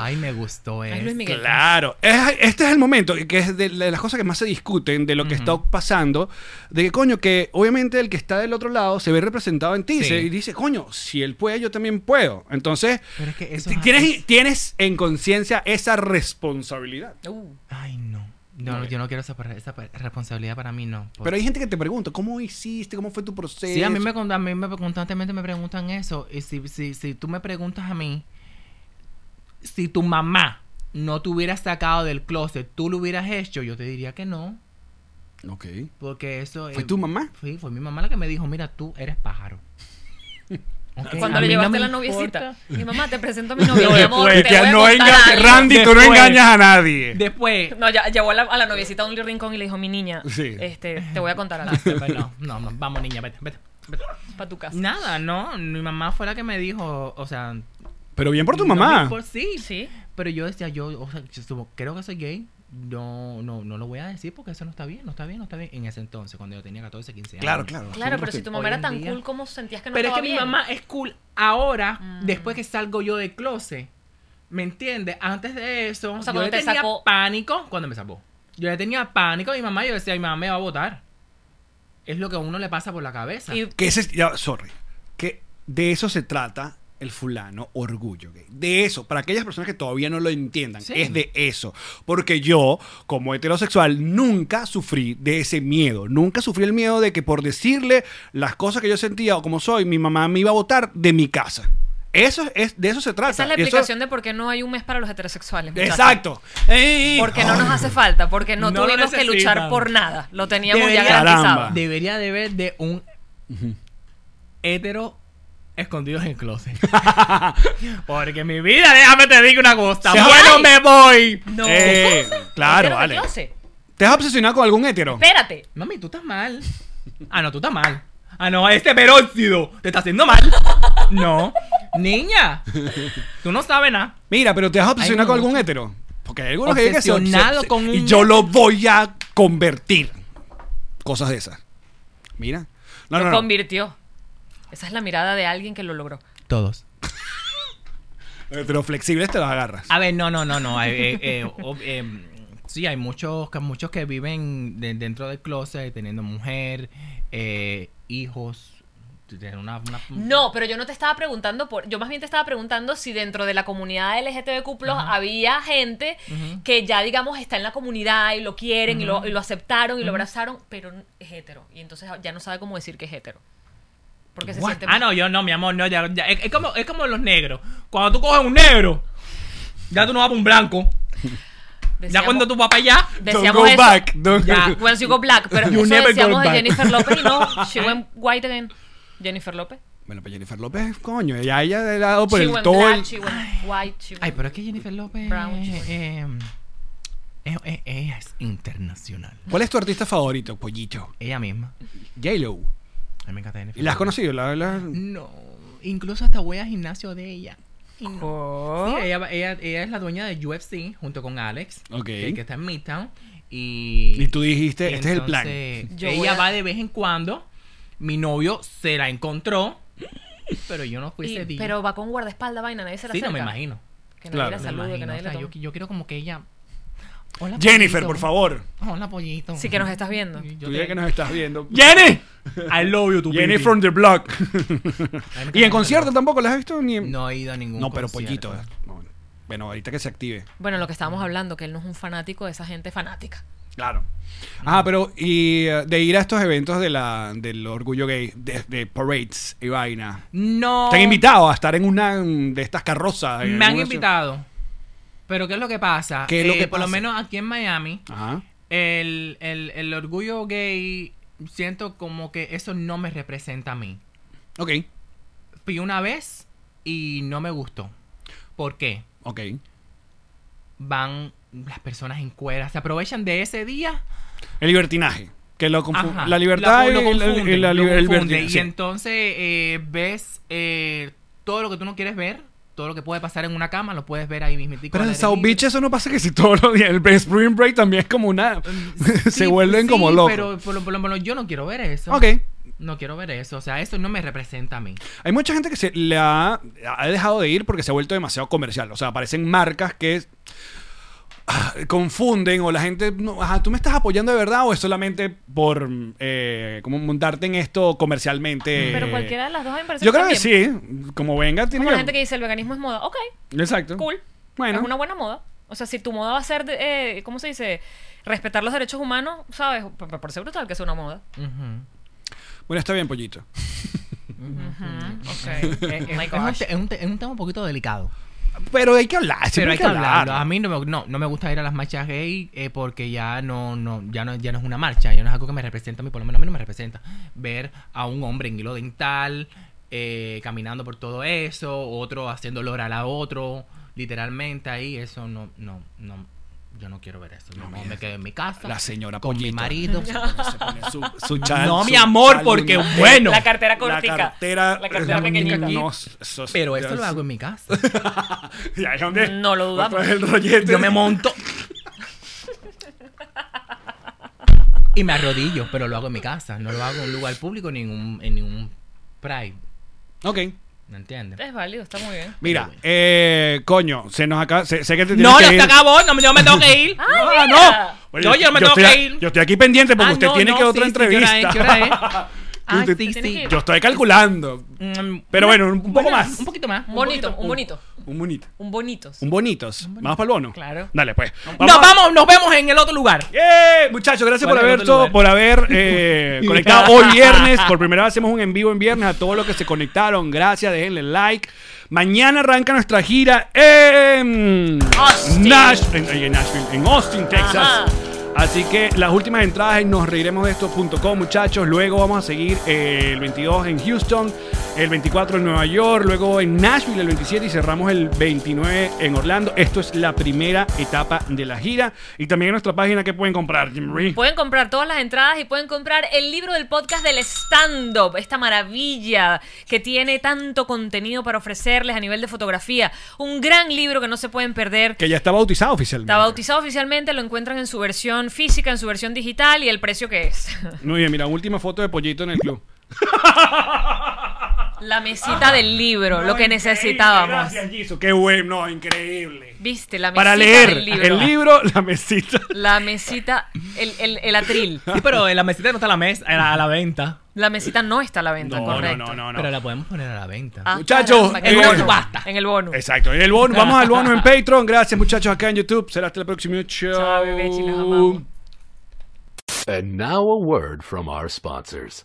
[SPEAKER 6] Ay, me gustó este.
[SPEAKER 5] Ay,
[SPEAKER 6] eso.
[SPEAKER 5] Luis Miguel.
[SPEAKER 4] claro. Es- este es el momento que es de, de las cosas que más se discuten, de lo que está pasando, de que, coño, que obviamente el que está del otro lado se ve representado en ti
[SPEAKER 6] Sí.
[SPEAKER 4] se- y dice, coño, si él puede, yo también puedo. Entonces,
[SPEAKER 6] Pero es que eso
[SPEAKER 4] Ti-
[SPEAKER 6] es-
[SPEAKER 4] Tienes,
[SPEAKER 6] es-
[SPEAKER 4] tienes en conciencia esa responsabilidad.
[SPEAKER 5] Uh,
[SPEAKER 6] Ay, no. No,
[SPEAKER 4] Ok.
[SPEAKER 6] yo no quiero esa, par- esa par- responsabilidad para mí, no. por-
[SPEAKER 4] Pero hay gente que te pregunta, ¿cómo hiciste? ¿Cómo fue tu proceso?
[SPEAKER 6] sí, a mí, me, con- a mí me- constantemente me preguntan eso. Y si, si, si tú me preguntas a mí, si tu mamá no te hubiera sacado del closet, ¿tú lo hubieras hecho? Yo te diría que no.
[SPEAKER 4] Ok.
[SPEAKER 6] Porque eso.
[SPEAKER 4] ¿Fue
[SPEAKER 6] eh,
[SPEAKER 4] tu mamá?
[SPEAKER 6] Sí, fue mi mamá la que me dijo: Mira, tú eres pájaro. Ok,
[SPEAKER 5] Cuando
[SPEAKER 6] Eh, a
[SPEAKER 5] le
[SPEAKER 6] mí no
[SPEAKER 5] llevaste
[SPEAKER 6] me
[SPEAKER 5] la noviecita.
[SPEAKER 6] importa.
[SPEAKER 5] Mi mamá, te presento a mi novia, mi amor.
[SPEAKER 4] Después,
[SPEAKER 5] te
[SPEAKER 4] ya
[SPEAKER 5] voy a
[SPEAKER 4] Pues no
[SPEAKER 5] contar
[SPEAKER 4] engañas-
[SPEAKER 5] algo.
[SPEAKER 4] Randy, tú no
[SPEAKER 6] Después.
[SPEAKER 4] engañas a nadie.
[SPEAKER 6] Después.
[SPEAKER 5] No, ya, llevó a la, a la noviecita a un rincón y le dijo, mi niña,
[SPEAKER 4] Sí.
[SPEAKER 5] este, te voy a contar algo
[SPEAKER 6] Después, Ah, no, no, no, vamos niña, vete, vete. vete.
[SPEAKER 5] para tu casa.
[SPEAKER 6] Nada, no, mi mamá fue la que me dijo, o sea...
[SPEAKER 4] Pero bien por tu
[SPEAKER 6] no
[SPEAKER 4] mamá.
[SPEAKER 6] me- por sí,
[SPEAKER 5] Sí.
[SPEAKER 6] Pero yo decía, yo, o sea, yo supo- creo que soy gay, no, no, no lo voy a decir porque eso no está bien, no está bien, no está bien. En ese entonces, cuando yo tenía 14, 15 años.
[SPEAKER 5] Claro, pero si tu mamá
[SPEAKER 6] Hoy
[SPEAKER 5] era
[SPEAKER 6] en
[SPEAKER 5] tan
[SPEAKER 6] día-
[SPEAKER 5] cool, ¿cómo sentías que no Mm.
[SPEAKER 6] Pero es
[SPEAKER 5] estaba
[SPEAKER 6] que mi
[SPEAKER 5] bien?
[SPEAKER 6] mamá es cool ahora, después que salgo yo del closet. ¿Me entiendes? Antes de eso,
[SPEAKER 5] O sea,
[SPEAKER 6] yo
[SPEAKER 5] cuando
[SPEAKER 6] le
[SPEAKER 5] te
[SPEAKER 6] tenía
[SPEAKER 5] sacó-
[SPEAKER 6] pánico. Cuando me sacó. Yo le tenía pánico a mi mamá. Yo decía, mi mamá me va a votar. Es lo que a uno le pasa por la cabeza.
[SPEAKER 5] Y-
[SPEAKER 4] Que ese, es- ya, sorry. Que de eso se trata el fulano orgullo gay. De eso, para aquellas personas que todavía no lo entiendan,
[SPEAKER 6] Sí.
[SPEAKER 4] es de eso. Porque yo, como heterosexual, nunca sufrí de ese miedo. Nunca sufrí el miedo de que por decirle las cosas que yo sentía o como soy, mi mamá me iba a votar de mi casa. Eso es, de eso se trata.
[SPEAKER 5] Esa es la
[SPEAKER 4] Y eso-
[SPEAKER 5] explicación de por qué no hay un mes para los heterosexuales. muchachos.
[SPEAKER 4] Exacto. Ey,
[SPEAKER 5] Porque no nos hace falta, porque no,
[SPEAKER 6] No lo
[SPEAKER 5] tuvimos que luchar
[SPEAKER 6] necesitan.
[SPEAKER 5] por nada. Lo teníamos ya
[SPEAKER 6] Debería-
[SPEAKER 5] garantizado.
[SPEAKER 4] Caramba.
[SPEAKER 6] Debería de ver de un hétero escondidos en closet. Porque mi vida, déjame te digo una cosa.
[SPEAKER 4] Se
[SPEAKER 6] Bueno,
[SPEAKER 4] van.
[SPEAKER 6] me voy.
[SPEAKER 5] No.
[SPEAKER 4] Eh, claro,
[SPEAKER 5] Hetero de
[SPEAKER 4] vale.
[SPEAKER 5] closet.
[SPEAKER 4] ¿Te has obsesionado con algún hétero?
[SPEAKER 5] Espérate.
[SPEAKER 6] Mami, tú estás mal. Ah, no, tú estás mal. Ah, no, este peróxido te está haciendo mal. No. Niña, tú no sabes nada.
[SPEAKER 4] Mira, pero ¿te has obsesionado
[SPEAKER 6] no,
[SPEAKER 4] con algún hétero? Porque hay algunos que llegan se
[SPEAKER 6] Obsesionado
[SPEAKER 4] obses-
[SPEAKER 6] con
[SPEAKER 4] Y
[SPEAKER 6] un
[SPEAKER 4] yo lo voy a convertir. Cosas de esas. Mira. No, no,
[SPEAKER 5] lo
[SPEAKER 4] no.
[SPEAKER 5] convirtió. Esa es la mirada de alguien que lo logró.
[SPEAKER 6] Todos.
[SPEAKER 4] Eh, Pero flexibles te los agarras.
[SPEAKER 6] A ver, no, no, no, no. eh, eh, eh, ob- em, sí, hay muchos, que- muchos que viven de- dentro del closet, teniendo mujer, eh, hijos. tienen Una, una-
[SPEAKER 4] Mm.
[SPEAKER 5] No, pero yo no te estaba preguntando por. Yo más bien te estaba preguntando si dentro de la comunidad LGTBQ había gente que ya, digamos, está en la comunidad y lo quieren y, lo, y lo aceptaron y lo abrazaron, pero es hetero. Y entonces ya no sabe cómo decir que es hetero. Porque se
[SPEAKER 6] What?
[SPEAKER 5] siente.
[SPEAKER 6] Ah, no, yo no, mi amor, no, ya, ya, es, es como, es como los negros. Cuando tú coges un negro, ya tú no vas para un blanco. ya
[SPEAKER 5] decíamos-
[SPEAKER 6] cuando tú vas para allá,
[SPEAKER 5] decíamos
[SPEAKER 4] go
[SPEAKER 5] eso.
[SPEAKER 4] back. Don't-
[SPEAKER 6] Ya.
[SPEAKER 5] Once you go black, pero
[SPEAKER 4] You
[SPEAKER 5] eso
[SPEAKER 4] never go
[SPEAKER 5] decíamos de
[SPEAKER 4] back.
[SPEAKER 5] Jennifer López y no, she went white again. Jennifer López.
[SPEAKER 4] Bueno, pues Jennifer López, coño, ella, ella le ha dado por
[SPEAKER 5] She
[SPEAKER 4] el
[SPEAKER 5] went
[SPEAKER 4] todo.
[SPEAKER 5] black,
[SPEAKER 4] el-
[SPEAKER 5] she went white, she went-
[SPEAKER 6] Ay, pero es que Jennifer López
[SPEAKER 5] Brown.
[SPEAKER 6] eh, es, es- ella es internacional.
[SPEAKER 4] ¿Cuál es tu artista favorito, pollito?
[SPEAKER 6] Ella misma.
[SPEAKER 4] J-Lo.
[SPEAKER 6] A mí me encanta Jennifer
[SPEAKER 4] ¿La has
[SPEAKER 6] López.
[SPEAKER 4] conocido? La, la-
[SPEAKER 6] No, incluso hasta voy al gimnasio de ella. Y no. Sí,
[SPEAKER 5] Oh.
[SPEAKER 6] ella, va- ella, ella es la dueña de UFC junto con Alex,
[SPEAKER 4] Ok.
[SPEAKER 6] que, que está en Midtown. Y,
[SPEAKER 4] Y tú dijiste,
[SPEAKER 6] y
[SPEAKER 4] este es el plan.
[SPEAKER 6] entonces,
[SPEAKER 5] Yo voy
[SPEAKER 6] ella
[SPEAKER 5] a-
[SPEAKER 6] va de vez en cuando. Mi novio se la encontró, pero yo no fui
[SPEAKER 5] Y-
[SPEAKER 6] ese día.
[SPEAKER 5] pero va con guardaespaldas, vaina, nadie se la
[SPEAKER 6] sí, no me
[SPEAKER 5] acerca.
[SPEAKER 6] imagino.
[SPEAKER 5] Que nadie
[SPEAKER 4] Claro. Me
[SPEAKER 5] la
[SPEAKER 6] Me
[SPEAKER 5] salude, que
[SPEAKER 6] imagino,
[SPEAKER 5] nadie
[SPEAKER 6] o
[SPEAKER 5] la
[SPEAKER 6] sea, yo,
[SPEAKER 5] tome.
[SPEAKER 6] yo quiero como que ella. Hola,
[SPEAKER 4] Jennifer,
[SPEAKER 6] pollito.
[SPEAKER 4] por favor.
[SPEAKER 6] Hola, pollito.
[SPEAKER 5] Sí, que nos estás viendo.
[SPEAKER 6] Yo
[SPEAKER 4] Tú
[SPEAKER 6] te-
[SPEAKER 4] ya que nos estás viendo.
[SPEAKER 6] ¡Jenny! I love you, tu
[SPEAKER 4] Jenny
[SPEAKER 6] baby.
[SPEAKER 4] from the block.
[SPEAKER 6] Ay, me
[SPEAKER 4] y en
[SPEAKER 6] encanta
[SPEAKER 4] concierto
[SPEAKER 6] Jennifer.
[SPEAKER 4] tampoco la has visto ni. en-
[SPEAKER 6] No he ido a ningún
[SPEAKER 4] No, pero
[SPEAKER 6] concierto.
[SPEAKER 4] pollito. eh. No, Bueno, ahorita que se active.
[SPEAKER 5] Bueno, lo que estábamos hablando, que él no es un fanático de esa gente fanática.
[SPEAKER 4] Claro. Ah, pero y eh, de ir a estos eventos de la, del orgullo gay, de, de parades y vaina.
[SPEAKER 6] No.
[SPEAKER 4] ¿Te han invitado a estar en una mm, de estas carrozas? en
[SPEAKER 6] Me han
[SPEAKER 4] alguna
[SPEAKER 6] invitado. Pero ¿qué es lo que pasa?
[SPEAKER 4] ¿Qué es lo
[SPEAKER 6] Eh,
[SPEAKER 4] que
[SPEAKER 6] Por lo
[SPEAKER 4] pasa?
[SPEAKER 6] menos aquí en Miami,
[SPEAKER 4] ciudad? Ajá.
[SPEAKER 6] el, el- el orgullo gay, siento como que eso no me representa a mí.
[SPEAKER 4] Ok,
[SPEAKER 6] Fui una vez y no me gustó. ¿Por qué?
[SPEAKER 4] ok.
[SPEAKER 6] Van las personas en cueras, se aprovechan de ese día.
[SPEAKER 4] El libertinaje. Que lo confu-
[SPEAKER 6] Ajá,
[SPEAKER 4] La libertad
[SPEAKER 6] lo
[SPEAKER 4] y, la-
[SPEAKER 6] confunden,
[SPEAKER 4] y la
[SPEAKER 6] lo
[SPEAKER 4] liber- el
[SPEAKER 6] confunden.
[SPEAKER 4] libertinaje.
[SPEAKER 6] Y entonces eh, ves eh, todo lo que tú no quieres ver, todo lo que puede pasar en una cama, lo puedes ver ahí mismo.
[SPEAKER 4] Pero en South Beach eso no pasa que si todos los días. El Spring Break también es como una... se
[SPEAKER 6] Sí,
[SPEAKER 4] vuelven
[SPEAKER 6] sí,
[SPEAKER 4] como locos.
[SPEAKER 6] Pero por lo, por lo menos yo no quiero ver eso.
[SPEAKER 4] Ok.
[SPEAKER 6] No quiero ver eso. O sea, eso no me representa a mí.
[SPEAKER 4] Hay mucha gente que se le ha, ha dejado de ir porque se ha vuelto demasiado comercial. O sea, aparecen marcas que ah, confunden o la gente, no, ajá, ¿tú me estás apoyando de verdad o es solamente por eh, como montarte en esto comercialmente?
[SPEAKER 5] Pero
[SPEAKER 4] eh?
[SPEAKER 5] cualquiera de las dos me parece
[SPEAKER 4] Yo creo que
[SPEAKER 5] también.
[SPEAKER 4] sí, como venga, tiene
[SPEAKER 5] Como la
[SPEAKER 4] que-
[SPEAKER 5] gente que dice el veganismo es moda. Ok,
[SPEAKER 4] Exacto.
[SPEAKER 5] cool.
[SPEAKER 4] Bueno.
[SPEAKER 5] Es una buena moda. O sea, si tu moda va a ser, de, eh, ¿cómo se dice? Respetar los derechos humanos, ¿sabes? Por, por- por ser brutal que es una moda.
[SPEAKER 4] Bueno, está bien, pollito.
[SPEAKER 5] Ujú, ok. Oh my
[SPEAKER 6] Es un
[SPEAKER 5] gosh.
[SPEAKER 6] te- es, un te- es un tema un poquito delicado.
[SPEAKER 4] Ah, Pero hay que hablar, siempre
[SPEAKER 6] Pero hay que hablarlo. A
[SPEAKER 4] hablar.
[SPEAKER 6] mí no me, no, no me gusta ir a las marchas gay eh, porque ya no, no, ya no, ya no es una marcha, ya no es algo que me representa a mí, por lo menos a mí no me representa. Ver a un hombre en hilo dental, eh, caminando por todo eso, otro haciendo olor a la otro, literalmente ahí, eso no, no, no, yo no quiero ver eso. Yo mejor me quedo en mi casa.
[SPEAKER 4] La señora
[SPEAKER 6] con mi
[SPEAKER 4] pollito.
[SPEAKER 6] marido.
[SPEAKER 4] Se pone su- su chal-
[SPEAKER 6] No,
[SPEAKER 4] su
[SPEAKER 6] mi amor,
[SPEAKER 4] chal
[SPEAKER 6] porque
[SPEAKER 4] unisex.
[SPEAKER 6] bueno.
[SPEAKER 5] La cartera
[SPEAKER 4] La
[SPEAKER 5] cortica.
[SPEAKER 4] cartera,
[SPEAKER 5] La cartera
[SPEAKER 4] eh,
[SPEAKER 5] pequeñita.
[SPEAKER 4] no, eso-
[SPEAKER 6] Pero eso
[SPEAKER 4] ya
[SPEAKER 6] lo
[SPEAKER 4] es-
[SPEAKER 6] hago en mi casa.
[SPEAKER 4] Y ahí es donde-
[SPEAKER 5] No lo dudamos.
[SPEAKER 4] otra vez el rollete.
[SPEAKER 6] Yo me monto. Y me arrodillo, pero lo hago en mi casa. No lo hago en un lugar público ni en, un, en ningún pride.
[SPEAKER 4] Ok.
[SPEAKER 6] ¿Me entiendes?
[SPEAKER 5] Es válido, está muy bien.
[SPEAKER 4] Mira, eh, coño, se nos acaba. Sé, sé que te tienes
[SPEAKER 6] No,
[SPEAKER 4] que
[SPEAKER 6] no
[SPEAKER 4] ir.
[SPEAKER 6] se acabó. No, yo me tengo que ir.
[SPEAKER 4] no.
[SPEAKER 5] ¡Ah, mira!
[SPEAKER 4] Oye,
[SPEAKER 6] No, yo me tengo
[SPEAKER 4] estoy,
[SPEAKER 6] que ir.
[SPEAKER 4] Yo estoy aquí pendiente porque
[SPEAKER 6] Ah,
[SPEAKER 4] usted
[SPEAKER 6] no,
[SPEAKER 4] tiene
[SPEAKER 6] no,
[SPEAKER 4] que otra
[SPEAKER 6] sí, sí, ¿qué hora
[SPEAKER 4] entrevista.
[SPEAKER 6] es? ¿Qué hora es? Ah,
[SPEAKER 4] Te-
[SPEAKER 6] sí,
[SPEAKER 5] tienes
[SPEAKER 6] sí.
[SPEAKER 5] que-
[SPEAKER 4] Yo estoy calculando.
[SPEAKER 6] Mm,
[SPEAKER 4] Pero
[SPEAKER 6] una-
[SPEAKER 4] bueno, un poco
[SPEAKER 6] una-
[SPEAKER 4] más.
[SPEAKER 6] Un poquito más.
[SPEAKER 5] Un bonito, un bonito.
[SPEAKER 4] Un bonito.
[SPEAKER 5] Un bonitos.
[SPEAKER 4] Un bonitos. Vamos para el bono.
[SPEAKER 5] Claro.
[SPEAKER 4] Dale, pues.
[SPEAKER 6] Nos vamos, nos vemos en el otro lugar.
[SPEAKER 4] ¡Eh! Muchachos, gracias por
[SPEAKER 6] Vale,
[SPEAKER 4] haber,
[SPEAKER 6] otro
[SPEAKER 4] todo-
[SPEAKER 6] lugar.
[SPEAKER 4] por haber eh, conectado hoy viernes. Por primera vez hacemos un en vivo en viernes a todos los que se conectaron. Gracias, déjenle like. Mañana arranca nuestra gira en
[SPEAKER 5] Austin.
[SPEAKER 4] Nash- en, en Nashville, en Austin, Texas.
[SPEAKER 5] Ajá.
[SPEAKER 4] Así que las últimas entradas en nosreiremosdeesto.com, muchachos. Luego vamos a seguir eh, el 22 en Houston, el 24 en Nueva York, luego en Nashville el 27 y cerramos el 29 en Orlando. Esto es la primera etapa de la gira. Y también en nuestra página que pueden comprar, Jim Reed?
[SPEAKER 5] Pueden comprar todas las entradas y pueden comprar el libro del podcast del stand-up, esta maravilla que tiene tanto contenido para ofrecerles a nivel de fotografía. Un gran libro que no se pueden perder.
[SPEAKER 4] Que ya está bautizado oficialmente.
[SPEAKER 5] Está bautizado oficialmente, lo encuentran en su versión física, en su versión digital y el precio que es.
[SPEAKER 4] Muy bien, mira, última foto de Pollito en el club.
[SPEAKER 5] La mesita del libro, lo que
[SPEAKER 4] Increíble,
[SPEAKER 5] necesitábamos.
[SPEAKER 4] Ah. Gracias, Giso. Qué bueno, no, increíble.
[SPEAKER 5] ¿Viste? La mesita
[SPEAKER 4] Para leer
[SPEAKER 5] del libro.
[SPEAKER 4] el libro, la mesita.
[SPEAKER 5] La mesita, el, el, el atril.
[SPEAKER 6] Sí, pero en la mesita no está la mesa, a la, a la venta.
[SPEAKER 5] La mesita no está a la venta,
[SPEAKER 4] No, no,
[SPEAKER 5] correcto.
[SPEAKER 4] no, no, no.
[SPEAKER 6] Pero la podemos poner a la venta.
[SPEAKER 5] Ah,
[SPEAKER 4] Muchachos, eh,
[SPEAKER 5] caramba, qué
[SPEAKER 4] el
[SPEAKER 5] bueno.
[SPEAKER 4] bono.
[SPEAKER 6] Basta.
[SPEAKER 5] En el bono.
[SPEAKER 4] Exacto. En el bono, vamos al bono en Patreon. Gracias, muchachos, acá en YouTube. Será hasta la próxima.
[SPEAKER 5] Chao, bebé, si los amamos.
[SPEAKER 7] And now a word from our sponsors.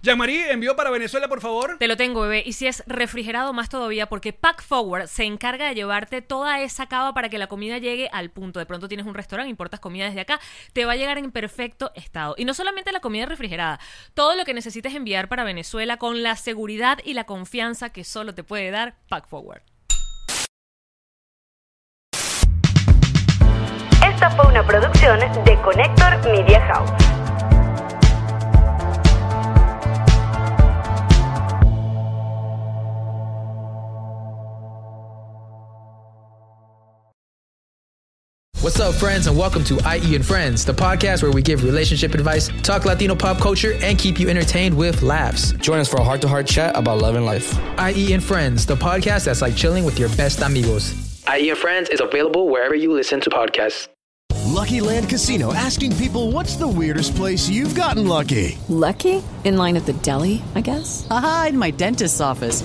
[SPEAKER 4] Ya, Marí, envío para Venezuela, por favor.
[SPEAKER 5] Te lo tengo, bebé. Y si es refrigerado, más todavía, porque Pack Forward se encarga de llevarte toda esa cava para que la comida llegue al punto. De pronto tienes un restaurante, importas comida desde acá, te va a llegar en perfecto estado. Y no solamente la comida refrigerada, todo lo que necesites enviar para Venezuela con la seguridad y la confianza que solo te puede dar Pack Forward.
[SPEAKER 2] Esta fue una producción de Connector Media House.
[SPEAKER 8] What's up, friends, and welcome to IE and Friends, the podcast where we give relationship advice, talk Latino pop culture, and keep you entertained with laughs.
[SPEAKER 9] Join us for a heart to heart chat about love and life.
[SPEAKER 8] IE and Friends, the podcast that's like chilling with your best amigos.
[SPEAKER 9] IE E and Friends is available wherever you listen to podcasts.
[SPEAKER 10] Lucky Land Casino asking people what's the weirdest place you've gotten lucky?
[SPEAKER 11] Lucky? In line at the deli, I guess?
[SPEAKER 12] Aha, in my dentist's office.